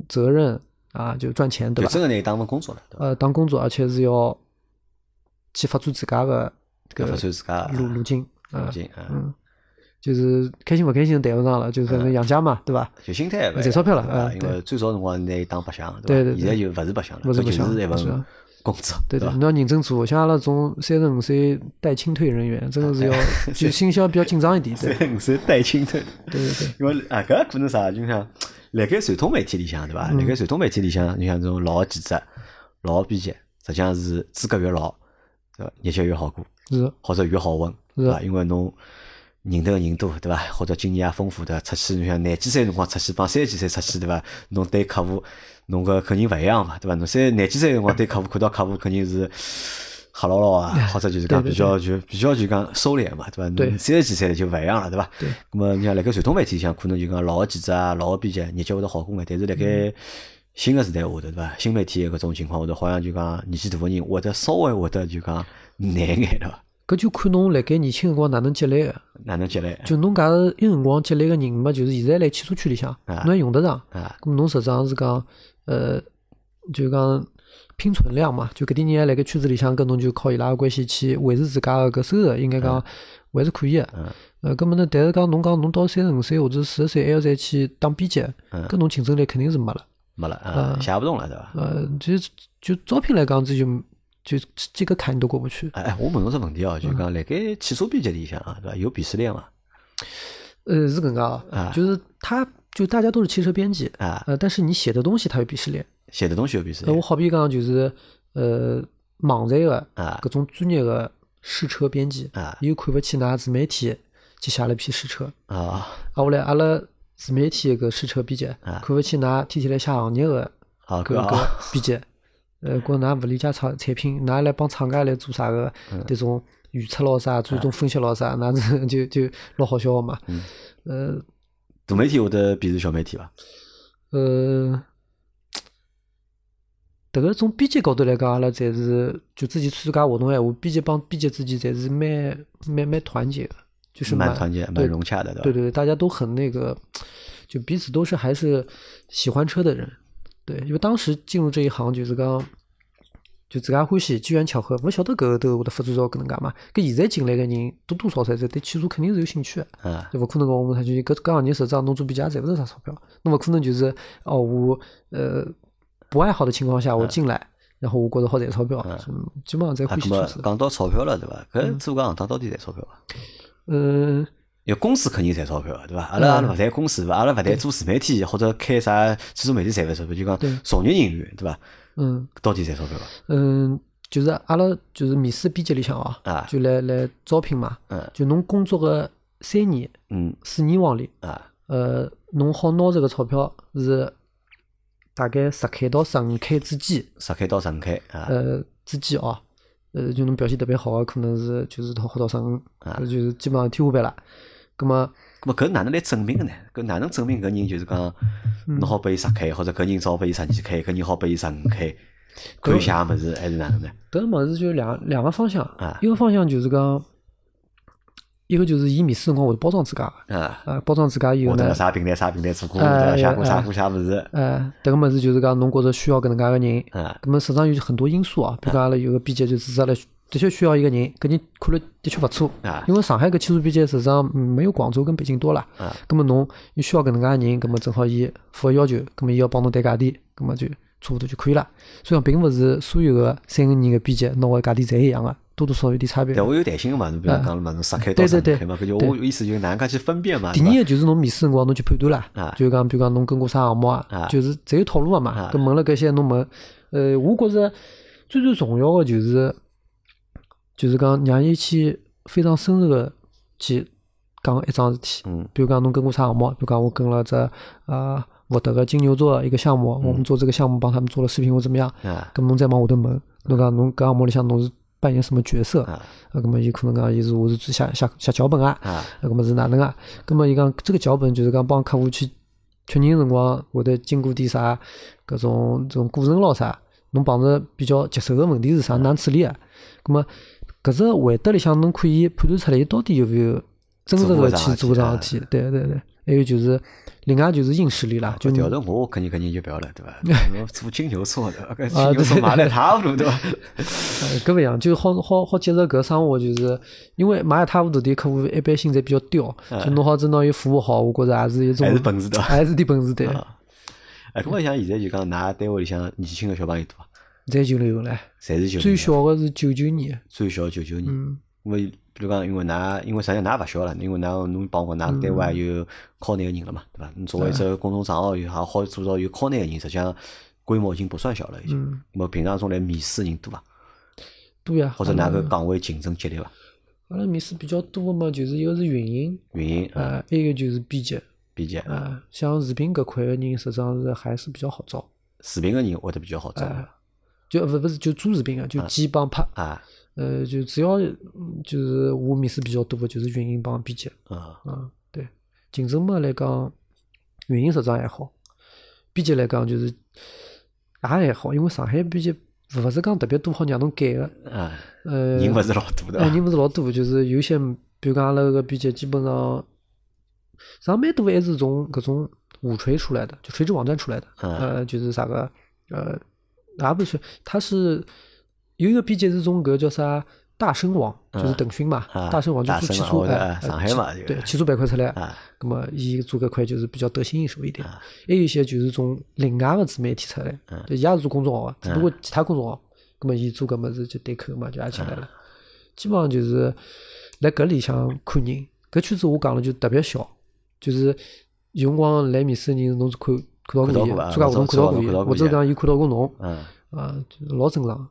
[SPEAKER 2] 责任啊，就赚钱对
[SPEAKER 1] 就
[SPEAKER 2] 吧？
[SPEAKER 1] 真个拿伊当份工作了，对伐？
[SPEAKER 2] 呃，当工作而且是要去发展自家个
[SPEAKER 1] 搿
[SPEAKER 2] 搿
[SPEAKER 1] 勿算自家
[SPEAKER 2] 路路径啊
[SPEAKER 1] 路。径啊，
[SPEAKER 2] 嗯，就是开心勿开心谈勿上了，就是反正养家嘛，对伐？
[SPEAKER 1] 就心态勿一样
[SPEAKER 2] 赚钞票了
[SPEAKER 1] 对伐
[SPEAKER 2] 啊
[SPEAKER 1] 因
[SPEAKER 2] 对
[SPEAKER 1] 为最早辰光拿伊当白相，
[SPEAKER 2] 对
[SPEAKER 1] 伐？
[SPEAKER 2] 对对
[SPEAKER 1] 现在就勿是白相了，
[SPEAKER 2] 勿是
[SPEAKER 1] 搿
[SPEAKER 2] 白相
[SPEAKER 1] 就是一
[SPEAKER 2] 是
[SPEAKER 1] 份
[SPEAKER 2] 啊
[SPEAKER 1] 工作，
[SPEAKER 2] 对
[SPEAKER 1] 伐
[SPEAKER 2] 的，？侬要认真做。像阿拉这种三十五岁带清退人员，真的是要就心销比较紧张一点，对
[SPEAKER 1] 五岁带青头。
[SPEAKER 2] 对对对，
[SPEAKER 1] 因为啊，搿可能啥，就像辣盖传统媒体里向，对伐？辣盖传统媒体里向，你像这种老个记者、老个编辑，实际上是资格越老，对伐？日脚越好过，
[SPEAKER 2] 是
[SPEAKER 1] 或者越好混，
[SPEAKER 2] 是
[SPEAKER 1] 对伐？因为侬认得个人多，对伐？或者经验也丰富，对伐？出去侬想廿几岁辰光出去帮三十几岁出去，对伐？侬对客户侬搿肯定勿一样嘛，对伐？侬三廿几岁辰光对客户看到客户肯定是吓牢牢 啊，或者就是讲比较就比较就讲收敛嘛，对伐？
[SPEAKER 2] 对
[SPEAKER 1] 侬三十几岁了就勿一样了，对伐？
[SPEAKER 2] 对。
[SPEAKER 1] 咁么你像辣盖传统媒体里向，可能就讲老个记者啊、老个编辑啊日脚会得好过眼，但是辣
[SPEAKER 2] 嗯
[SPEAKER 1] 盖新个时代下头，对伐？新媒体的搿种情况下头，好像就讲年纪大个人会得稍微会得就讲难眼，对伐？
[SPEAKER 2] 搿就看侬辣盖年轻辰光哪能积累个，
[SPEAKER 1] 哪能接来
[SPEAKER 2] 就侬假如有辰光积累个人脉，就是现在辣汽车圈里向，侬还用得上。
[SPEAKER 1] 啊？
[SPEAKER 2] 咁侬实际上是讲，呃，就讲拼存量嘛，就搿点人还辣盖圈子里向，搿侬就靠伊拉个关系去维持自家个搿收入，应该讲还是可以个
[SPEAKER 1] 嗯。
[SPEAKER 2] 呃，搿么呢？但是讲侬讲侬到三十五岁或者四十岁还要再去当编辑，
[SPEAKER 1] 嗯
[SPEAKER 2] 搿侬竞争力肯定是没了。
[SPEAKER 1] 没了啊，写勿动了，对伐？
[SPEAKER 2] 呃，其实就招聘来讲，这就就这个坎你都过不去。
[SPEAKER 1] 哎，哎我问侬只问题哦，
[SPEAKER 2] 嗯
[SPEAKER 1] 就讲辣盖汽车编辑里向啊，对伐？有鄙视链伐？
[SPEAKER 2] 呃，是搿能介啊，就是他就大家都是汽车编辑，
[SPEAKER 1] 啊，
[SPEAKER 2] 呃，但是你写的东西它有鄙视链。
[SPEAKER 1] 写的东西有鄙视
[SPEAKER 2] 那我
[SPEAKER 1] 链
[SPEAKER 2] 好比讲就是呃网站个
[SPEAKER 1] 啊
[SPEAKER 2] 搿种专业个试车编辑，
[SPEAKER 1] 啊
[SPEAKER 2] 伊又看勿起㑚自媒体去写了一篇试车，
[SPEAKER 1] 啊
[SPEAKER 2] 啊后来阿拉自媒体个试车编辑看勿起㑚天天来写行业个
[SPEAKER 1] 啊
[SPEAKER 2] 搿
[SPEAKER 1] 搿
[SPEAKER 2] 个
[SPEAKER 1] 啊
[SPEAKER 2] 编辑，呃，觉着㑚勿理解产产品，㑚来帮厂家来做啥个
[SPEAKER 1] 嗯
[SPEAKER 2] 迭种预测咯啥，最终分析咯啥，㑚是 就就老好笑个嘛，呃
[SPEAKER 1] 大媒体会得鄙视小媒体伐？
[SPEAKER 2] 呃，迭个从编辑角度来讲，阿拉侪是就之前参加活动闲话，编辑帮编辑之间侪是蛮蛮蛮团结的，就是
[SPEAKER 1] 蛮
[SPEAKER 2] 蛮
[SPEAKER 1] 团结，蛮
[SPEAKER 2] 对
[SPEAKER 1] 融洽的，对
[SPEAKER 2] 对
[SPEAKER 1] 伐？啊
[SPEAKER 2] 对对，大家都很那个，就彼此都是还是喜欢车的人，对，因为当时进入这一行就是讲。就自家欢喜，机缘巧合，勿晓得搿个都会得发展到搿能介嘛。搿现在进来个人多多少少侪对汽车肯定是有兴趣的，
[SPEAKER 1] 啊
[SPEAKER 2] 对勿可能讲我们他就搿搿行业实际啊上侬做比价赚勿着啥钞票，侬勿可能就是哦我呃不爱好的情况下我进来，然后我觉着好赚钞票，嗯基本上侪
[SPEAKER 1] 嗯啊，
[SPEAKER 2] 欢
[SPEAKER 1] 搿
[SPEAKER 2] 喜
[SPEAKER 1] 么
[SPEAKER 2] 做事。
[SPEAKER 1] 讲到钞票了，对伐？搿做搿行当到底赚钞票伐？
[SPEAKER 2] 嗯，
[SPEAKER 1] 因为公司肯定赚钞票的，对伐？阿拉阿拉勿谈公司，对伐？阿拉勿谈做自媒体或者开啥汽车媒体赚勿赚钞票，就
[SPEAKER 2] 对
[SPEAKER 1] 讲从业人员，对伐？
[SPEAKER 2] 嗯
[SPEAKER 1] 到底赚钞票伐？
[SPEAKER 2] 嗯，就是阿拉就是面试编辑里向
[SPEAKER 1] 啊
[SPEAKER 2] 哦，就来来招聘嘛
[SPEAKER 1] 嗯，
[SPEAKER 2] 就侬工作个三年
[SPEAKER 1] 嗯
[SPEAKER 2] 四年往里，
[SPEAKER 1] 啊
[SPEAKER 2] 呃，侬好拿着个钞票是大概十 K 到十五 K 之间。
[SPEAKER 1] 十 K 到十五 K 啊
[SPEAKER 2] 呃之间哦，呃就侬表现特别好个，可能是就是到活到上，
[SPEAKER 1] 啊
[SPEAKER 2] 搿就是基本上天花板了。葛么，
[SPEAKER 1] 咁么搿哪能来证明个呢？搿哪能证明搿人就是讲，
[SPEAKER 2] 嗯
[SPEAKER 1] 侬好拨伊十 K，或者搿人只好拨伊十二 K，搿人好拨伊十五 K，看写个物事还是哪能呢？
[SPEAKER 2] 迭个物事就两两个方向
[SPEAKER 1] 啊，
[SPEAKER 2] 一个方向就是讲，一个就是伊面试辰光会包装自家个，
[SPEAKER 1] 啊，
[SPEAKER 2] 啊包装自家以后
[SPEAKER 1] 我
[SPEAKER 2] 呢
[SPEAKER 1] 得，啥平台啥平台做过，
[SPEAKER 2] 哎
[SPEAKER 1] 对伐？写过
[SPEAKER 2] 哎
[SPEAKER 1] 啥
[SPEAKER 2] 哎
[SPEAKER 1] 过啥物事
[SPEAKER 2] 呃迭个物事就是讲侬觉着需要搿能介个人，
[SPEAKER 1] 啊
[SPEAKER 2] 葛么实际上有很多因素啊，比如讲阿拉有个编辑就是阿拉的确需要一个人，搿人看了的确勿错，
[SPEAKER 1] 啊
[SPEAKER 2] 因为上海搿汽车编辑实际上嗯没有广州跟北京多啦。
[SPEAKER 1] 啊
[SPEAKER 2] 咁么侬又需要搿能介个人，咁么正好伊符合要求，咁么伊要帮侬谈价钿，咁么就差勿多就可以了。所以并勿是所有个三个人个编辑拿个价钿侪一样个，多多少少有点差别
[SPEAKER 1] 对。我有弹性个嘛，侬比如讲了嘛，侬十 K 到
[SPEAKER 2] 对
[SPEAKER 1] 十五
[SPEAKER 2] 对
[SPEAKER 1] K
[SPEAKER 2] 对
[SPEAKER 1] 嘛，搿就我意思就是哪能介去分辨嘛，
[SPEAKER 2] 第
[SPEAKER 1] 对
[SPEAKER 2] 二个就是侬面试辰光侬去判断
[SPEAKER 1] 啊
[SPEAKER 2] 啦，就是讲比如讲侬跟过啥项目
[SPEAKER 1] 啊
[SPEAKER 2] 啊，就是侪有套路个嘛
[SPEAKER 1] 啊。
[SPEAKER 2] 咁问了搿些侬问，呃，我觉着最最重要个就是就是讲让伊去非常深入个去讲一桩事体。
[SPEAKER 1] 嗯
[SPEAKER 2] 比如讲侬跟过啥项目，比如讲我跟了只呃沃德个金牛座的一个项目，
[SPEAKER 1] 嗯
[SPEAKER 2] 我们做这个项目帮他们做了视频或怎么样，
[SPEAKER 1] 伐？啊
[SPEAKER 2] 咁侬再往下头问，侬讲侬搿项目里向侬是扮演什么角色？
[SPEAKER 1] 啊
[SPEAKER 2] 啊，咁么伊可能讲伊是我是做写写写脚本啊，
[SPEAKER 1] 啊
[SPEAKER 2] 啊，咁么是哪能啊？咁么伊讲这个脚本就是讲帮客户去确认辰光会得经过点啥搿种这种过程咯啥，侬碰着比较棘手个问题是啥，哪能处理啊？咁么搿只回答里向侬可以判断出来伊到底有没有真实
[SPEAKER 1] 做过
[SPEAKER 2] 个
[SPEAKER 1] 啥
[SPEAKER 2] 去做搿桩事体？对对对，还有就是另外就是硬实力啦，就
[SPEAKER 1] 调
[SPEAKER 2] 侬
[SPEAKER 1] 成我肯定肯定就不要了，对 伐？我做金牛座
[SPEAKER 2] 啊
[SPEAKER 1] 的，搿金牛座买了一塌糊涂，对伐？
[SPEAKER 2] 呃搿勿一样，就好好好接受搿生活，就是因为买一塌糊涂的客户一般性侪比较刁，就弄好真拿伊服务好，我觉着也是一种
[SPEAKER 1] 还是本事对伐
[SPEAKER 2] 还是点本事对，
[SPEAKER 1] 哎，搿么像现在就讲，㑚单位里向年纪轻个小朋友多伐？
[SPEAKER 2] 侪九零后唻。
[SPEAKER 1] 侪是九零
[SPEAKER 2] 最
[SPEAKER 1] 后
[SPEAKER 2] 小个是九九年，
[SPEAKER 1] 最小九九年。
[SPEAKER 2] 嗯，
[SPEAKER 1] 因为比如讲，因为㑚，因为实际上㑚勿小了，因为㑚侬帮我㑚单位也
[SPEAKER 2] 嗯
[SPEAKER 1] 有靠内个人了嘛，对伐？侬作为一只公众账号也好，好做到有靠内个人，实际上规模已经不算小了，已经。
[SPEAKER 2] 嗯
[SPEAKER 1] 咾么平常中来面试人多伐？
[SPEAKER 2] 对呀。嗯
[SPEAKER 1] 或者㑚个岗位竞争激烈伐？
[SPEAKER 2] 阿拉面试比较多个嘛，就是一个是运营，
[SPEAKER 1] 运营啊，
[SPEAKER 2] 呃，还有就是编辑，
[SPEAKER 1] 编辑，
[SPEAKER 2] 啊，像视频搿块个人，实际上是还是比较好找，
[SPEAKER 1] 视频个人会得比较好找
[SPEAKER 2] 啊，就勿勿是就做视频个，就剪帮拍，
[SPEAKER 1] 啊
[SPEAKER 2] 呃，就主要嗯就是我面试比较多个就是运营帮编辑，
[SPEAKER 1] 啊
[SPEAKER 2] 啊，对，竞争嘛来讲，运营实际上还好，编辑来讲就是也还好，因为上海编辑勿是讲特别多好让侬改个，
[SPEAKER 1] 啊，
[SPEAKER 2] 呃，
[SPEAKER 1] 人勿是老多的，
[SPEAKER 2] 哎，人勿是老多，就是有些，比如讲阿拉搿编辑，基本上，上蛮多还是从搿种五锤出来的，就垂直网站出来的，
[SPEAKER 1] 嗯
[SPEAKER 2] 呃，就是啥个，呃，也不是，他是有一个编辑是从搿叫啥大声网，就是腾讯嘛，
[SPEAKER 1] 啊
[SPEAKER 2] 大声网就
[SPEAKER 1] 大
[SPEAKER 2] 做
[SPEAKER 1] 声
[SPEAKER 2] 汽
[SPEAKER 1] 网
[SPEAKER 2] 车，
[SPEAKER 1] 我的
[SPEAKER 2] 哎，
[SPEAKER 1] 上
[SPEAKER 2] 呃
[SPEAKER 1] 海
[SPEAKER 2] 汽
[SPEAKER 1] 嘛这个
[SPEAKER 2] 对，汽车板块出来，
[SPEAKER 1] 啊
[SPEAKER 2] 那么伊做搿块就是比较得心应手一点，还有一些就是从另外个自媒体出来，
[SPEAKER 1] 嗯
[SPEAKER 2] 就伊也是做公众号个，啊只不过其他公众号，葛么伊做搿么子就对口嘛，就也起来了。
[SPEAKER 1] 啊
[SPEAKER 2] 基本上就是辣搿里向看人，搿圈子我讲了就特别小，就是有辰光来面试的人侬是看看
[SPEAKER 1] 看
[SPEAKER 2] 到
[SPEAKER 1] 到
[SPEAKER 2] 过伊
[SPEAKER 1] 过
[SPEAKER 2] 的，
[SPEAKER 1] 啊
[SPEAKER 2] 参加活动看到过伊
[SPEAKER 1] 看到过
[SPEAKER 2] 的，或
[SPEAKER 1] 伊
[SPEAKER 2] 者
[SPEAKER 1] 的
[SPEAKER 2] 讲伊看到过侬，
[SPEAKER 1] 嗯，
[SPEAKER 2] 啊，就老正常。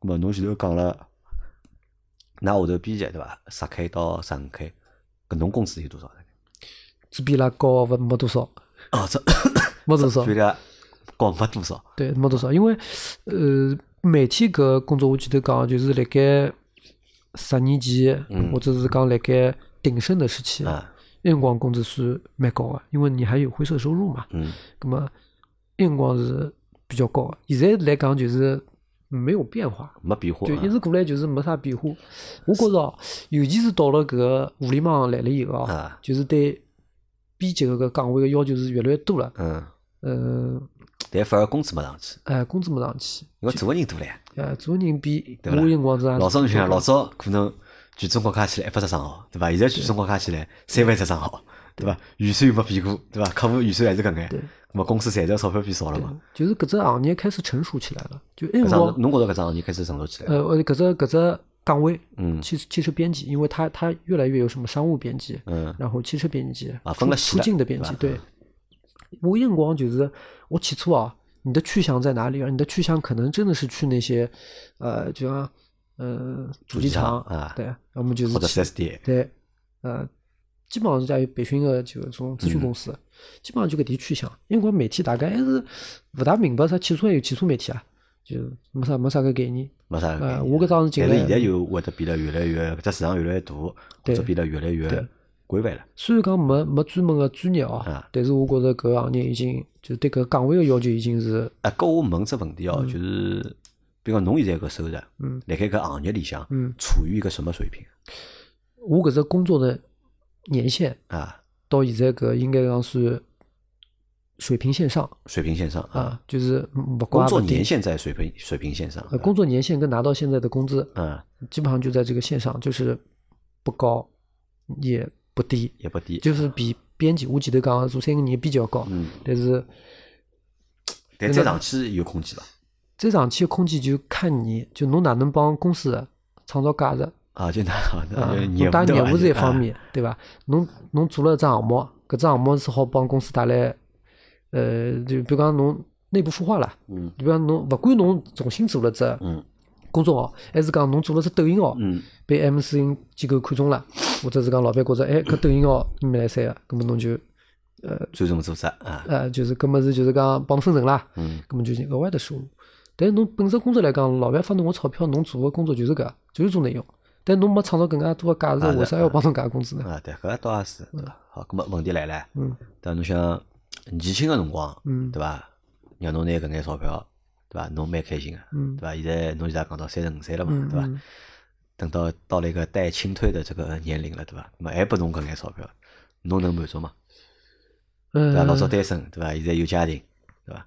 [SPEAKER 1] 咁么侬前头讲了，㑚下头编辑对伐？十 K 到十五 K，搿侬工资有多少呢？
[SPEAKER 2] 只比伊拉高啊勿没多少，
[SPEAKER 1] 哦，这
[SPEAKER 2] 没多 少
[SPEAKER 1] 比。拉高没多少啊
[SPEAKER 2] 对，没多少，因为呃，媒体搿工作我记得讲，就是辣盖十年前，或者是讲辣盖鼎盛的时期，
[SPEAKER 1] 啊，
[SPEAKER 2] 那辰光工资算蛮高个，因为你还有灰色收入嘛。
[SPEAKER 1] 嗯
[SPEAKER 2] 葛么那辰光是比较高个，现在来讲就是没有变化，
[SPEAKER 1] 没变化
[SPEAKER 2] 就一直过来就是没啥变化。我觉着哦，尤其是到了搿个互联网来了以后哦
[SPEAKER 1] 啊，
[SPEAKER 2] 就是对编辑搿个岗位个要求是越来越多了。
[SPEAKER 1] 嗯，
[SPEAKER 2] 呃，
[SPEAKER 1] 但反而工资没上去，
[SPEAKER 2] 哎，工资没上去。
[SPEAKER 1] 因为做个人多唻。
[SPEAKER 2] 呃，做人比
[SPEAKER 1] 对
[SPEAKER 2] 我
[SPEAKER 1] 不啦
[SPEAKER 2] 有辰光子啊
[SPEAKER 1] 老早侬想，
[SPEAKER 2] 多
[SPEAKER 1] 老早可能全中国加起来一百只商号，对伐？现在全中国加起来三万只商号，对伐？预算又没变过，对伐？客户预算还是搿眼，
[SPEAKER 2] 对
[SPEAKER 1] 咾么公司赚的钞票变少了嘛？
[SPEAKER 2] 就是搿只行业开始成熟起来了。就那
[SPEAKER 1] 搿
[SPEAKER 2] 辰
[SPEAKER 1] 桩
[SPEAKER 2] 光，
[SPEAKER 1] 侬觉着搿桩事体开始成熟起来了？
[SPEAKER 2] 呃，我搿只搿只岗位，
[SPEAKER 1] 嗯
[SPEAKER 2] 汽汽车编辑，因为它它越来越有什么商务编辑，
[SPEAKER 1] 嗯
[SPEAKER 2] 然后汽车编辑
[SPEAKER 1] 啊分了
[SPEAKER 2] 出
[SPEAKER 1] 系
[SPEAKER 2] 出
[SPEAKER 1] 了
[SPEAKER 2] 境的编辑，对。我有辰光就是我起初啊，你的去向在哪里啊？你的去向可能真的是去那些，呃，就像呃主机
[SPEAKER 1] 机
[SPEAKER 2] 厂
[SPEAKER 1] 厂啊
[SPEAKER 2] 对，要么就是
[SPEAKER 1] 或者
[SPEAKER 2] 去
[SPEAKER 1] 4S 店
[SPEAKER 2] 对，呃，基本上是家有培训个就搿种咨询公
[SPEAKER 1] 嗯
[SPEAKER 2] 司，基本上就搿点去向。因为光媒体大概还是勿大明白啥汽车还有汽车媒体啊，就没啥没啥个概念。
[SPEAKER 1] 没啥概念。
[SPEAKER 2] 呃我搿桩事进
[SPEAKER 1] 但是
[SPEAKER 2] 来
[SPEAKER 1] 现在就会得变得越来越搿只市场越来越大，或
[SPEAKER 2] 对
[SPEAKER 1] 者变得越来越
[SPEAKER 2] 对
[SPEAKER 1] 规范了。
[SPEAKER 2] 虽然讲没没专门个专业哦
[SPEAKER 1] 啊，
[SPEAKER 2] 但是我觉着搿行业已经就对搿岗位个要求已经是
[SPEAKER 1] 啊，搿我问只问题
[SPEAKER 2] 嗯
[SPEAKER 1] 哦，就是比如讲侬现在搿收入，辣盖搿行业里
[SPEAKER 2] 嗯
[SPEAKER 1] 向，处于一个什么水平
[SPEAKER 2] 我搿只工作的年限
[SPEAKER 1] 啊？
[SPEAKER 2] 到现在搿应该讲算水平线上
[SPEAKER 1] 水平线上啊，
[SPEAKER 2] 啊，就是勿高
[SPEAKER 1] 工
[SPEAKER 2] 也
[SPEAKER 1] 作
[SPEAKER 2] 勿低
[SPEAKER 1] 年。限在水平水平线上
[SPEAKER 2] 呃，工作年限跟拿到现在的工资，
[SPEAKER 1] 啊，
[SPEAKER 2] 基本上就在这个线上，就是不高也不低，
[SPEAKER 1] 也不低。
[SPEAKER 2] 就是比编辑我记得讲的做三个人比较高，
[SPEAKER 1] 嗯，
[SPEAKER 2] 但是
[SPEAKER 1] 但再上去有空间伐？
[SPEAKER 2] 再上去的空间就看你就侬哪能帮公司创造价值
[SPEAKER 1] 啊，就那好，
[SPEAKER 2] 啊
[SPEAKER 1] 那就，
[SPEAKER 2] 侬
[SPEAKER 1] 业
[SPEAKER 2] 当然业务
[SPEAKER 1] 务
[SPEAKER 2] 是
[SPEAKER 1] 对
[SPEAKER 2] 一
[SPEAKER 1] 伐
[SPEAKER 2] 方，面，对伐？侬侬做了一只项目，搿只项目是好帮公司带来，呃，就比如讲侬内部孵化了，
[SPEAKER 1] 嗯
[SPEAKER 2] 比如讲侬勿管侬重新做了只
[SPEAKER 1] 嗯
[SPEAKER 2] 公众号，还是讲侬做了只抖音号，
[SPEAKER 1] 嗯
[SPEAKER 2] 被 M 四零机构看中了，或者是讲老板觉着，哎，搿抖音号蛮来三个，葛么侬就
[SPEAKER 1] 最终组织啊，
[SPEAKER 2] 呃，就是搿么是就是讲帮侬分成啦，
[SPEAKER 1] 嗯，
[SPEAKER 2] 葛么就有额外的收入。但是侬本身工作来讲，老板发侬个钞票，侬做个工作就是搿，就是做内容。但侬没创造更加多个价值，为啥要帮侬加工资呢？
[SPEAKER 1] 啊，对，搿倒也是，对
[SPEAKER 2] 呃
[SPEAKER 1] 伐？好，葛么问题来了，
[SPEAKER 2] 嗯，
[SPEAKER 1] 对伐？侬想年轻个辰光，
[SPEAKER 2] 嗯
[SPEAKER 1] 对伐？让侬拿搿眼钞票，对伐？侬蛮开心个，
[SPEAKER 2] 嗯
[SPEAKER 1] 对伐？现在侬现在讲到三十五岁了嘛
[SPEAKER 2] 嗯，
[SPEAKER 1] 对伐
[SPEAKER 2] 嗯？
[SPEAKER 1] 等到到了一个带清退的这个年龄了，对伐？那么还拨侬搿眼钞票，侬能满足吗？对伐？啊
[SPEAKER 2] 呃，
[SPEAKER 1] 老早单身，对伐？现在有家庭，对伐？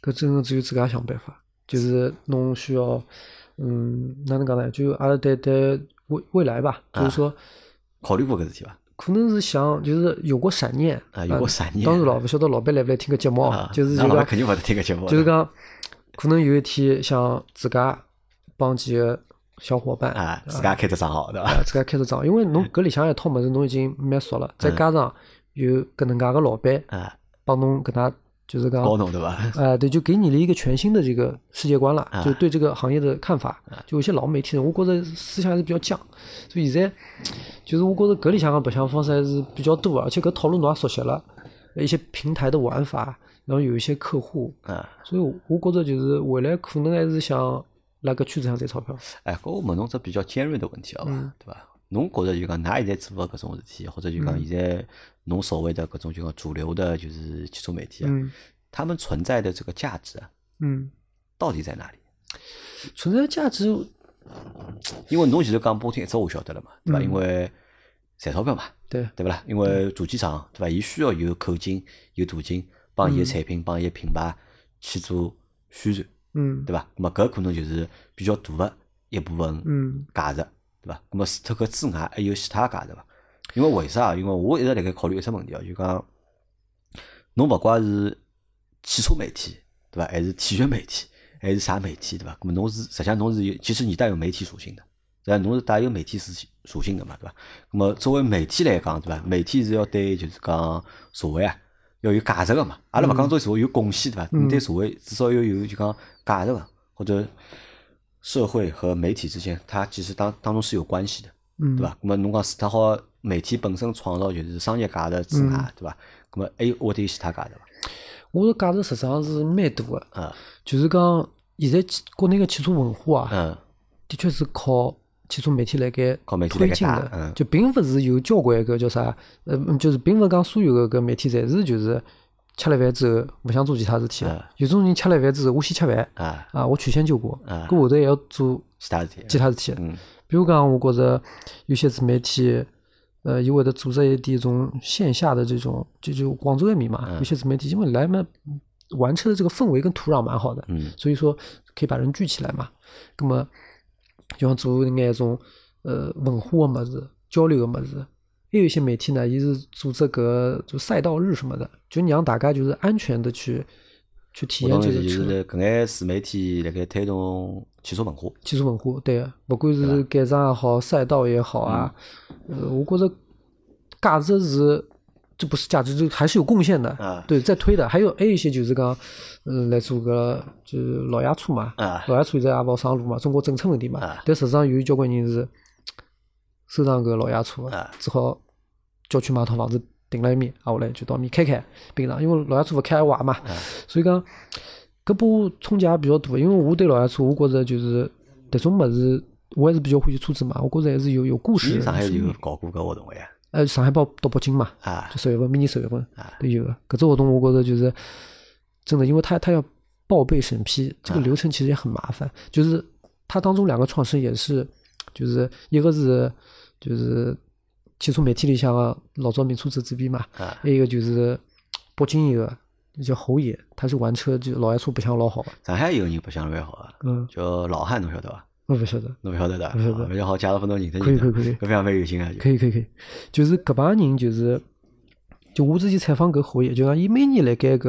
[SPEAKER 2] 搿真个只有自家想办法，就是侬需要，嗯，哪能讲呢？就阿拉对对未未来吧，
[SPEAKER 1] 啊
[SPEAKER 2] 就是说。
[SPEAKER 1] 考虑过搿事体伐？
[SPEAKER 2] 可能是想，就是有过闪念
[SPEAKER 1] 啊有过闪念
[SPEAKER 2] 当然了，勿晓得老板来勿来听个节目啊，就是
[SPEAKER 1] 那老
[SPEAKER 2] 就讲
[SPEAKER 1] 板，肯定勿得听搿节目的，
[SPEAKER 2] 就是讲，可能有一天想自家帮几个小伙伴
[SPEAKER 1] 啊，嗯自家开只账号，对伐？
[SPEAKER 2] 啊自家开始账，因为侬搿里向一
[SPEAKER 1] 嗯
[SPEAKER 2] 套物事侬已经蛮熟了，再加上有搿能介个老板
[SPEAKER 1] 啊，
[SPEAKER 2] 帮侬搿能就是讲
[SPEAKER 1] 高侬对 伐？
[SPEAKER 2] 呃，对，就给你了一个全新的这个世界观了，
[SPEAKER 1] 啊
[SPEAKER 2] 就对这个行业的看法。就有些老媒体人，我觉着思想还是比较犟，所以现在就是我觉着搿里向个白相方式还是比较多的，啊而且搿套路侬也熟悉了，呃一些平台的玩法，然后有一些客户，
[SPEAKER 1] 啊，
[SPEAKER 2] 所以我我觉着就是未来可能还是想辣搿圈子上赚钞票。
[SPEAKER 1] 哎，搿我问侬只比较尖锐的问题好伐？
[SPEAKER 2] 嗯
[SPEAKER 1] 对伐？侬觉着就讲，㑚现在做的搿种事体，或者就
[SPEAKER 2] 嗯
[SPEAKER 1] 讲现在侬所谓的搿种就讲主流的，就是汽车媒体啊，
[SPEAKER 2] 嗯
[SPEAKER 1] 他们存在的这个价值啊，
[SPEAKER 2] 嗯，
[SPEAKER 1] 到底在哪里？
[SPEAKER 2] 存在价值，
[SPEAKER 1] 因为侬前头讲波听一直我晓得了嘛，对伐？
[SPEAKER 2] 嗯
[SPEAKER 1] 因为赚钞票嘛，
[SPEAKER 2] 对
[SPEAKER 1] 对勿啦？因为主机厂对伐？伊需要有口径、有途径，帮伊个
[SPEAKER 2] 嗯
[SPEAKER 1] 产品、帮伊个品牌去做宣传，
[SPEAKER 2] 嗯
[SPEAKER 1] 对伐？那么搿可能就是比较大的一部分
[SPEAKER 2] 嗯
[SPEAKER 1] 价值，对伐？那么除脱搿之外，还有其他价值伐？因为为啥？因为我一直辣盖考虑一只问题哦，就讲侬勿怪是汽车媒体，对伐？还是体育媒体，还是啥媒体，对伐？那么侬是实际上侬是有，其实你带有媒体属性的，对伐？侬是带有媒体属性属性的嘛，对伐？那么作为媒体来讲，对伐？媒体是要对就是讲社会啊要有价值个嘛。阿拉勿讲对社会有贡献，对伐？
[SPEAKER 2] 嗯
[SPEAKER 1] 你对社会至少要有就讲价值个，或者社会和媒体之间，它其实当当中是有关系的。
[SPEAKER 2] 嗯，
[SPEAKER 1] 对伐？？咁么侬讲除脱好媒体本身创造就是商业价值之外，对伐？咁么还有会得有其他价值伐？
[SPEAKER 2] 我的价值实际上是蛮大的，
[SPEAKER 1] 啊，
[SPEAKER 2] 就是讲现在汽国内个汽车文化啊，
[SPEAKER 1] 嗯，
[SPEAKER 2] 的确是靠汽车媒体来给
[SPEAKER 1] 靠媒体来
[SPEAKER 2] 推
[SPEAKER 1] 给
[SPEAKER 2] 进
[SPEAKER 1] 打
[SPEAKER 2] 的，
[SPEAKER 1] 嗯
[SPEAKER 2] 就并勿是有交关个叫啥，呃，嗯就是并勿讲所有个搿媒体侪是就是吃了饭之后勿想做其他事
[SPEAKER 1] 嗯
[SPEAKER 2] 体的，有种人吃了饭之后我先吃饭
[SPEAKER 1] 啊，
[SPEAKER 2] 啊，我曲线救国，
[SPEAKER 1] 嗯
[SPEAKER 2] 搿后头还要做
[SPEAKER 1] 其他事体，
[SPEAKER 2] 其他事体。
[SPEAKER 1] 嗯
[SPEAKER 2] 比如讲，我觉着有些自媒体，呃，伊会得组织一点这种线下的这种，就就广州埃面
[SPEAKER 1] 嗯
[SPEAKER 2] 嘛，有些自媒体因为来嘛，玩车的这个氛围跟土壤蛮好的，
[SPEAKER 1] 嗯
[SPEAKER 2] 所以说可以把人聚起来嘛。那么就像做一眼种呃文化的么子，交流的么子。还有一些媒体呢，伊是组织搿就赛道日什么的，就让大家就是安全的去去体
[SPEAKER 1] 我
[SPEAKER 2] 验
[SPEAKER 1] 懂
[SPEAKER 2] 这
[SPEAKER 1] 意思就
[SPEAKER 2] 个车。
[SPEAKER 1] 是搿眼自媒体辣盖推动汽车文化，
[SPEAKER 2] 技术文化，对个，勿管是改装也好，赛道也好啊，
[SPEAKER 1] 嗯
[SPEAKER 2] 呃，我觉着价值是，这不是价值，就还是有贡献的，
[SPEAKER 1] 啊
[SPEAKER 2] 对，在推的。还有还有一些就是讲，呃，来做个就是老爷车嘛，
[SPEAKER 1] 啊
[SPEAKER 2] 老爷车现在也勿好上路嘛，中国政策问题嘛，
[SPEAKER 1] 啊
[SPEAKER 2] 但实际上有交关人是收藏搿老爷车的
[SPEAKER 1] 啊，
[SPEAKER 2] 只好郊区买套房子停了埃面，啊，下来就到埃面开开平常，因为老爷车勿开还坏嘛，
[SPEAKER 1] 啊
[SPEAKER 2] 所以讲搿拨我冲击也比较大，因为我对老爷车，我觉着就是迭种物事，我还是比较欢喜车子嘛，我觉着还是有有故事
[SPEAKER 1] 伊
[SPEAKER 2] 的。
[SPEAKER 1] 上海有搞过搿活动个呀，
[SPEAKER 2] 呃，上海包到北京嘛，
[SPEAKER 1] 啊
[SPEAKER 2] 就十月份，明年十月份都有的。搿只活动我觉着就是真的，因为他他要报备审批，这个流程其实也很麻烦。就是他当中两个创始人也是，就是一个是就是汽车媒体里向个老早名车子之一嘛，
[SPEAKER 1] 啊
[SPEAKER 2] 还有一个就是北京一个叫侯爷，他是玩车就老爱车白相老好的，
[SPEAKER 1] 上海有个人白相蛮好啊，
[SPEAKER 2] 嗯，
[SPEAKER 1] 叫老汉，侬晓得伐？
[SPEAKER 2] 我不晓得，
[SPEAKER 1] 侬勿晓得的，
[SPEAKER 2] 晓得
[SPEAKER 1] 啊蛮好，介绍拨侬认得
[SPEAKER 2] 可以
[SPEAKER 1] 认
[SPEAKER 2] 可
[SPEAKER 1] 得，
[SPEAKER 2] 以可以
[SPEAKER 1] 搿非常蛮有劲啊，就
[SPEAKER 2] 可以可以可以，就是搿帮人就是，就我之前采访搿侯爷，就讲伊每年辣盖搿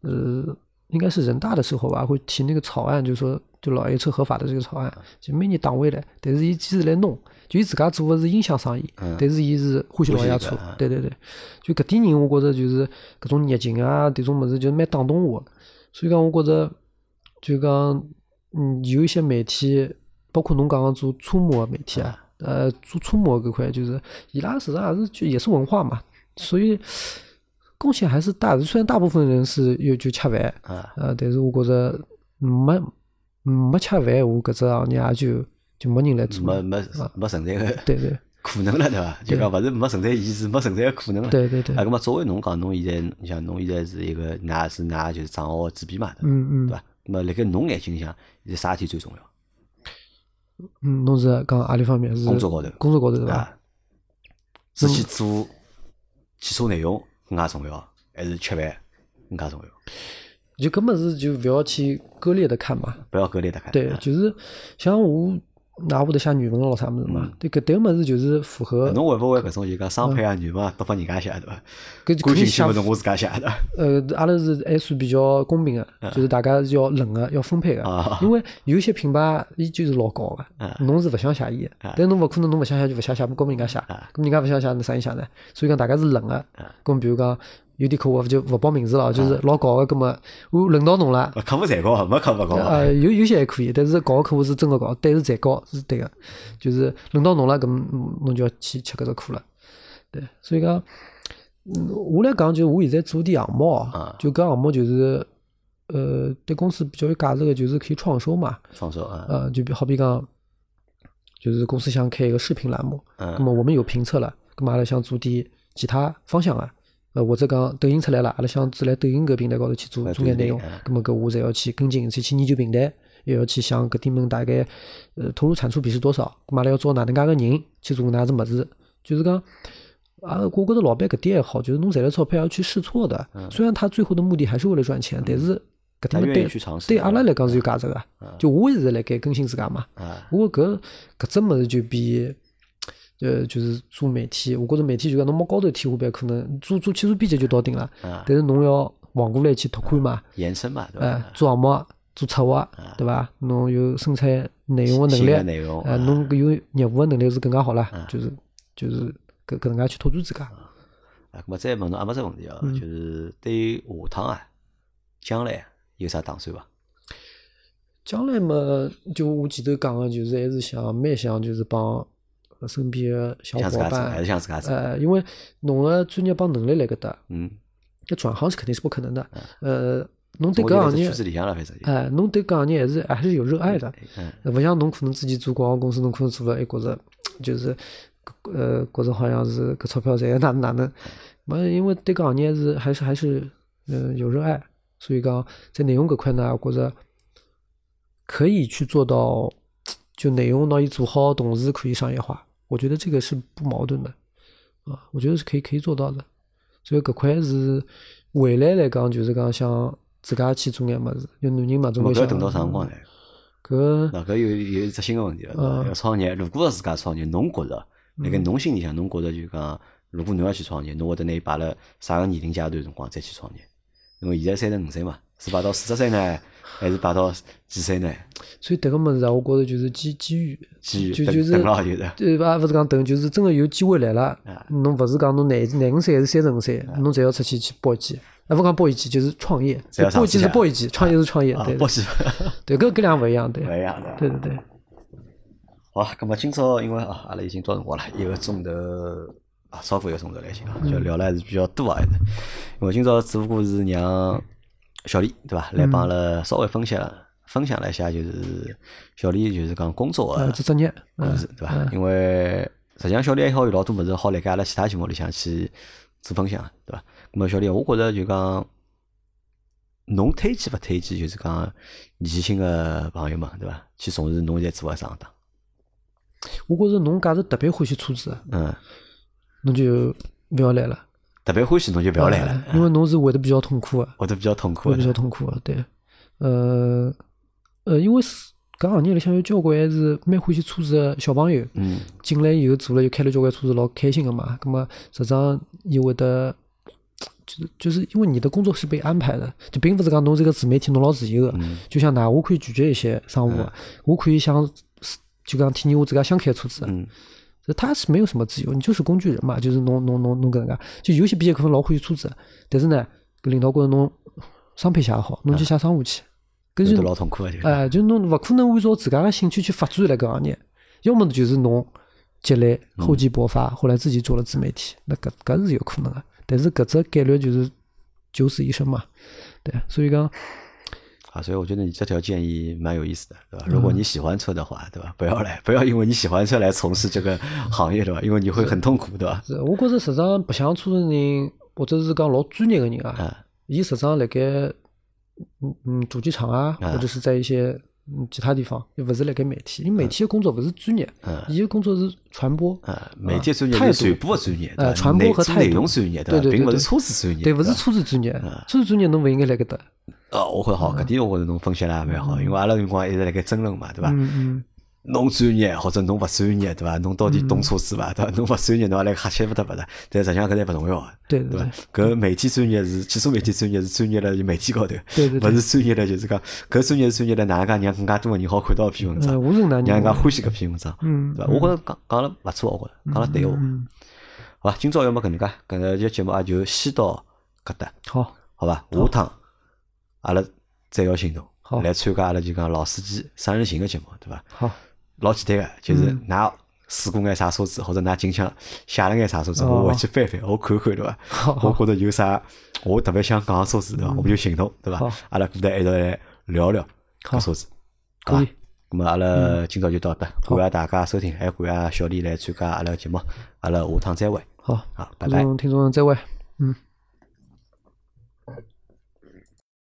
[SPEAKER 2] 呃，应该是人大的时候吧，会提那个草案，就说就老爷车合法的这个草案，就每年党委来，但是伊坚持来弄，就伊自家做的是音响生意，但是伊是欢喜老爷车
[SPEAKER 1] 欢喜搿啊，
[SPEAKER 2] 对对对，就搿点人我觉着就是搿种热情啊，迭种物事就是蛮打动我的，所以讲我觉着就讲嗯，有一些媒体，包括侬讲个做车模个媒体啊，呃，做车模搿块就是伊拉实际上也是就也是文化
[SPEAKER 1] 嗯
[SPEAKER 2] 嘛，所以贡献还是大的。虽然大部分人是又就吃饭，
[SPEAKER 1] 啊
[SPEAKER 2] 呃，但是我觉着没没吃饭闲话，搿只行业也就就没人来做
[SPEAKER 1] 没
[SPEAKER 2] 了。
[SPEAKER 1] 没没存在个
[SPEAKER 2] 对对
[SPEAKER 1] 可能嗯了，对伐？就讲勿是没存在意义，是没存在个可能了。
[SPEAKER 2] 对对 对
[SPEAKER 1] 啊，，咁么作为侬讲，侬现在你像侬现在是一个，㑚是㑚就是账号的主编嘛，对伐？
[SPEAKER 2] 嗯
[SPEAKER 1] 对
[SPEAKER 2] 嗯
[SPEAKER 1] 伐？咁么辣盖侬眼睛里向，现在啥事体最重要？
[SPEAKER 2] 嗯，侬是讲何里方面？是
[SPEAKER 1] 工作高头
[SPEAKER 2] 工作高头对伐？
[SPEAKER 1] 啊，是去做汽车内容更加重要，还是吃饭更加重要？
[SPEAKER 2] 就搿物事就勿要去割裂的看嘛，
[SPEAKER 1] 不要割裂的看。
[SPEAKER 2] 对，
[SPEAKER 1] 啊
[SPEAKER 2] 就是像我，哪会得写语文咯啥物事嘛？对，搿迭个物事就是符
[SPEAKER 1] 嗯
[SPEAKER 2] 合，
[SPEAKER 1] 啊侬会勿会搿种就讲商配啊、女嘛，都拨人家写对伐？
[SPEAKER 2] 搿就
[SPEAKER 1] 感
[SPEAKER 2] 肯定
[SPEAKER 1] 兴
[SPEAKER 2] 写
[SPEAKER 1] 趣。物事我自家写的
[SPEAKER 2] 呃，阿拉是还算比较公平个，就是大家是要冷个，要分配个。
[SPEAKER 1] 啊
[SPEAKER 2] 因为有一些品牌伊就是老高
[SPEAKER 1] 啊
[SPEAKER 2] 个，侬是勿想写伊个，但侬勿可能侬勿
[SPEAKER 1] 啊
[SPEAKER 2] 想写就勿想写，没跟人家写，咁人家勿想写，那啥人写呢？所以讲大家是冷个。咁比如讲有点可恶，就勿报名字
[SPEAKER 1] 啊
[SPEAKER 2] 了，就是老搞个，葛么我轮到侬了。
[SPEAKER 1] 客户才高，啊没客户高。
[SPEAKER 2] 呃，有有些还可以，但是搞个客户是真个搞，但是才高是对个，就是轮到侬了，搿侬就要去吃搿只苦了。对，所以讲，嗯，我来讲就我现在做点项目哦，就搿项目就是，呃，对公司比较有价值个，就是可以创收嘛。
[SPEAKER 1] 创收啊，
[SPEAKER 2] 呃，就比好比讲，就是公司想开一个视频栏目，那
[SPEAKER 1] 嗯
[SPEAKER 2] 么我们有评测了，那么阿拉想做点其他方向啊。呃，或者讲抖音出来了，阿拉想只来抖音搿平台高头去做
[SPEAKER 1] 来啊
[SPEAKER 2] 做
[SPEAKER 1] 抖
[SPEAKER 2] 眼
[SPEAKER 1] 音
[SPEAKER 2] 内容
[SPEAKER 1] 平台，
[SPEAKER 2] 葛么搿我侪要去跟进，去去研究平台，也要去想搿点门大概呃投入产出比是多少，葛么阿拉要招哪能介个人去做哪只物事，就是讲。啊，我觉得老板搿点还好，就是侬赚了钞票要去试错的。
[SPEAKER 1] 嗯
[SPEAKER 2] 虽然他最后的目的还是为了赚钱，但是搿
[SPEAKER 1] 他
[SPEAKER 2] 点么
[SPEAKER 1] 愿意
[SPEAKER 2] 对
[SPEAKER 1] 去尝试
[SPEAKER 2] 对阿拉来讲是有价值个。就我现在辣盖更新自家嘛，
[SPEAKER 1] 啊，
[SPEAKER 2] 我搿搿只物事就比，呃，就是做媒体，我觉着媒体就讲侬往高头天花板可能做做技术编辑就到顶了，
[SPEAKER 1] 啊
[SPEAKER 2] 但是侬要往过来去拓宽嘛，
[SPEAKER 1] 延伸嘛，对
[SPEAKER 2] 呃
[SPEAKER 1] 吧？，啊
[SPEAKER 2] 做项目、做策划，对伐？侬有生产内容个
[SPEAKER 1] 新的
[SPEAKER 2] 能力，
[SPEAKER 1] 内容
[SPEAKER 2] 呃，
[SPEAKER 1] 啊
[SPEAKER 2] 侬搿有业务个能力是更加好啦，就是就是搿搿能介去拓展自家。
[SPEAKER 1] 啊，咁么再问侬阿么只问题哦，
[SPEAKER 2] 嗯
[SPEAKER 1] 就是对于下趟啊，将来啊有啥打算伐？
[SPEAKER 2] 将来嘛，就我前头讲个，就是还是想蛮想就是帮身边个小
[SPEAKER 1] 想自
[SPEAKER 2] 伙
[SPEAKER 1] 家做，还
[SPEAKER 2] 伴
[SPEAKER 1] 是，想自家做？
[SPEAKER 2] 呃，因为侬个专业帮能力辣搿搭。
[SPEAKER 1] 嗯，
[SPEAKER 2] 要转行是肯定是不可能的。呃，侬对
[SPEAKER 1] 我
[SPEAKER 2] 搿
[SPEAKER 1] 觉得
[SPEAKER 2] 行
[SPEAKER 1] 这
[SPEAKER 2] 业
[SPEAKER 1] 圈，子里向了，反正就。
[SPEAKER 2] 哎，侬对搿行业还是还是有热爱的。
[SPEAKER 1] 嗯，
[SPEAKER 2] 呃勿像侬可能自己做广告公司，侬可能做了还觉着就是呃觉着好像是搿钞票赚哪能哪能。没，因为对搿行业是还是还是嗯、呃有热爱，所以讲在内容搿块呢，我觉着可以去做到，就内容拿伊做好，同时可以商业化。我觉得这个是不矛盾的啊，我觉得是可以可以做到的。所以搿块是未来来讲，就是讲想自家去做眼物事，就男人嘛，总
[SPEAKER 1] 咁么
[SPEAKER 2] 归
[SPEAKER 1] 搿
[SPEAKER 2] 想嗯
[SPEAKER 1] 等到啥辰光呢？
[SPEAKER 2] 搿
[SPEAKER 1] 那搿有有一只新个问题
[SPEAKER 2] 嗯
[SPEAKER 1] 了，对伐要创业。如果是自家创业，侬觉着辣盖侬心里向，侬觉着就讲，如果侬要去创业，侬会得拿伊摆辣啥个年龄阶段辰光再去创业？因为现在三十五岁嘛，是摆到四十岁呢，还是摆到几岁呢？
[SPEAKER 2] 所以迭个物事啊，我觉着就是机机遇，
[SPEAKER 1] 机遇
[SPEAKER 2] 就
[SPEAKER 1] 等
[SPEAKER 2] 就是
[SPEAKER 1] 等了就是
[SPEAKER 2] 对伐？勿是讲等，就是真个有机会来了
[SPEAKER 1] 啊，
[SPEAKER 2] 侬勿是讲侬廿廿五岁还是三十五岁，侬侪要出去去搏一记。啊，勿讲搏一记，就是创业
[SPEAKER 1] 侪要，上
[SPEAKER 2] 搏一记
[SPEAKER 1] 去
[SPEAKER 2] 是
[SPEAKER 1] 啊
[SPEAKER 2] 搏一记，创业是创业，
[SPEAKER 1] 啊
[SPEAKER 2] 对，
[SPEAKER 1] 报喜
[SPEAKER 2] 对，搿搿两勿一样，对
[SPEAKER 1] 勿，一样的。啊
[SPEAKER 2] 对对对，
[SPEAKER 1] 好，咁么今朝因为啊，阿拉已经到辰光了，一个钟头啊，超过一个钟头来行啊，
[SPEAKER 2] 嗯
[SPEAKER 1] 就聊了还是比较多啊，还是。因为今朝只不过是让小李对伐，来帮阿拉稍微分享分享了一下，就是小李就是讲工作
[SPEAKER 2] 呃，
[SPEAKER 1] 个
[SPEAKER 2] 这职业，
[SPEAKER 1] 故
[SPEAKER 2] 嗯
[SPEAKER 1] 事对伐？因为实际上小李还好有老多物事好辣盖阿拉其他节目里向去做分享，对伐？咁么小李，我觉着就讲。侬推荐勿推荐？就是讲年轻个朋友们，对伐？去从事侬现在做个行当，
[SPEAKER 2] 我觉着侬假使特别欢喜车子，
[SPEAKER 1] 嗯，
[SPEAKER 2] 侬就勿要来了，
[SPEAKER 1] 特别欢喜侬就不要来
[SPEAKER 2] 呃
[SPEAKER 1] 了，哦
[SPEAKER 2] 因为侬是会得比较痛苦个。
[SPEAKER 1] 会得比较痛苦啊
[SPEAKER 2] 会比较
[SPEAKER 1] 的。
[SPEAKER 2] 痛苦的，对。呃呃，因为是搿行业里向有交关还是蛮欢喜车子的小朋友，
[SPEAKER 1] 嗯，
[SPEAKER 2] 进来以后做了又开了交关车子，老开心的嘛。葛么实际上伊会得。就是就是因为你的工作是被安排的，就并不是讲侬这个自媒体侬老自由的。
[SPEAKER 1] 嗯
[SPEAKER 2] 就像㑚，我可以拒绝一些商务的，我可以想就讲体验我自家想开的车子。
[SPEAKER 1] 嗯，
[SPEAKER 2] 就他是没有什么自由，你就是工具人嘛，就是侬侬侬侬搿能介。就有些毕业可能老欢喜车子，但是呢，搿领导觉着侬商配写得好，侬去写商务去，搿
[SPEAKER 1] 有
[SPEAKER 2] 就
[SPEAKER 1] 嗯得老痛苦的，就是。
[SPEAKER 2] 哎、就侬勿可能按照自家个兴趣去发展辣搿行业，要么就是侬积累
[SPEAKER 1] 嗯
[SPEAKER 2] 厚积薄发，后来自己做了自媒体，那搿搿是有可能个，但是搿只概率就是九死一生嘛，对，所以讲
[SPEAKER 1] 啊，所以我觉得你这条建议蛮有意思的，对吧？
[SPEAKER 2] 嗯
[SPEAKER 1] 如果你喜欢车的话，对吧？不要来，不 要因为你喜欢车来从事这个行业，对吧？因为你会很痛苦，对吧？
[SPEAKER 2] 是呃我觉着实际上白相车个人，或者是讲老专业个人啊，
[SPEAKER 1] 啊，
[SPEAKER 2] 伊实际上辣盖嗯嗯主机厂啊，
[SPEAKER 1] 啊
[SPEAKER 2] 或者是在一些嗯其他地方，又勿是辣盖媒体，因为
[SPEAKER 1] 嗯
[SPEAKER 2] 媒体个工作勿是专业，伊个工作是传播，
[SPEAKER 1] 啊，媒体专业
[SPEAKER 2] 呃态
[SPEAKER 1] 是
[SPEAKER 2] 度
[SPEAKER 1] 传播专业，对吧？
[SPEAKER 2] 呃传播
[SPEAKER 1] 内
[SPEAKER 2] 和
[SPEAKER 1] 做
[SPEAKER 2] 态
[SPEAKER 1] 内
[SPEAKER 2] 度
[SPEAKER 1] 容专业，
[SPEAKER 2] 对
[SPEAKER 1] 吧？
[SPEAKER 2] 对对
[SPEAKER 1] 并不是
[SPEAKER 2] 对
[SPEAKER 1] 车子专业，
[SPEAKER 2] 对，勿是
[SPEAKER 1] 吧
[SPEAKER 2] 车子专业，
[SPEAKER 1] 嗯
[SPEAKER 2] 车子专业侬勿应该辣搿搭，
[SPEAKER 1] 啊，我觉得
[SPEAKER 2] 嗯
[SPEAKER 1] 好，搿点我觉得侬分析了也蛮好，因为阿拉辰光一直辣盖争论嘛，对吧？
[SPEAKER 2] 嗯嗯，
[SPEAKER 1] 侬专业或者侬勿专业，对伐？侬到底懂车子伐？对伐？侬勿专业，侬也来瞎七勿搭勿搭，但实际上搿侪勿重要啊的，
[SPEAKER 2] 对
[SPEAKER 1] 对
[SPEAKER 2] 对
[SPEAKER 1] 伐？搿媒体专业是汽车媒体专业是专业辣媒体高头，
[SPEAKER 2] 对对对
[SPEAKER 1] 勿是专业辣就是讲搿专业是专业辣哪能介让更加多个人好看到一篇文章
[SPEAKER 2] 呃，，我是搿能介
[SPEAKER 1] 让人
[SPEAKER 2] 人
[SPEAKER 1] 家
[SPEAKER 2] 嘛，
[SPEAKER 1] 欢喜搿篇文章，
[SPEAKER 2] 嗯
[SPEAKER 1] 对伐？我觉着讲讲了勿哦错，我觉着讲了对个，我觉得好吧，今朝要么搿能介，搿个节目也就先到搿搭，
[SPEAKER 2] 好，
[SPEAKER 1] 好伐？下趟阿拉再要行动
[SPEAKER 2] 好，
[SPEAKER 1] 来参加阿拉就讲老司机三人行个节目，对伐？
[SPEAKER 2] 好，
[SPEAKER 1] 老简单个，就是
[SPEAKER 2] 嗯
[SPEAKER 1] 㑚试过眼啥车子，或者㑚近腔写了眼啥车子，
[SPEAKER 2] 哦
[SPEAKER 1] 我回去翻翻，我看看，对伐？我
[SPEAKER 2] 好，嗯
[SPEAKER 1] 觉着有啥我特别想讲个车子，对伐？我们就行动，对伐
[SPEAKER 2] 好？
[SPEAKER 1] 阿拉过来一道来聊聊搿车子，好
[SPEAKER 2] 可
[SPEAKER 1] 伐
[SPEAKER 2] 以？，嗯
[SPEAKER 1] 咁么阿拉今朝就到这，感谢大家收听，还有感谢小李来参加阿拉个节目，阿拉下趟再会，
[SPEAKER 2] 好，
[SPEAKER 1] 好，拜
[SPEAKER 2] 观
[SPEAKER 1] 拜。
[SPEAKER 2] 众听众再会，嗯。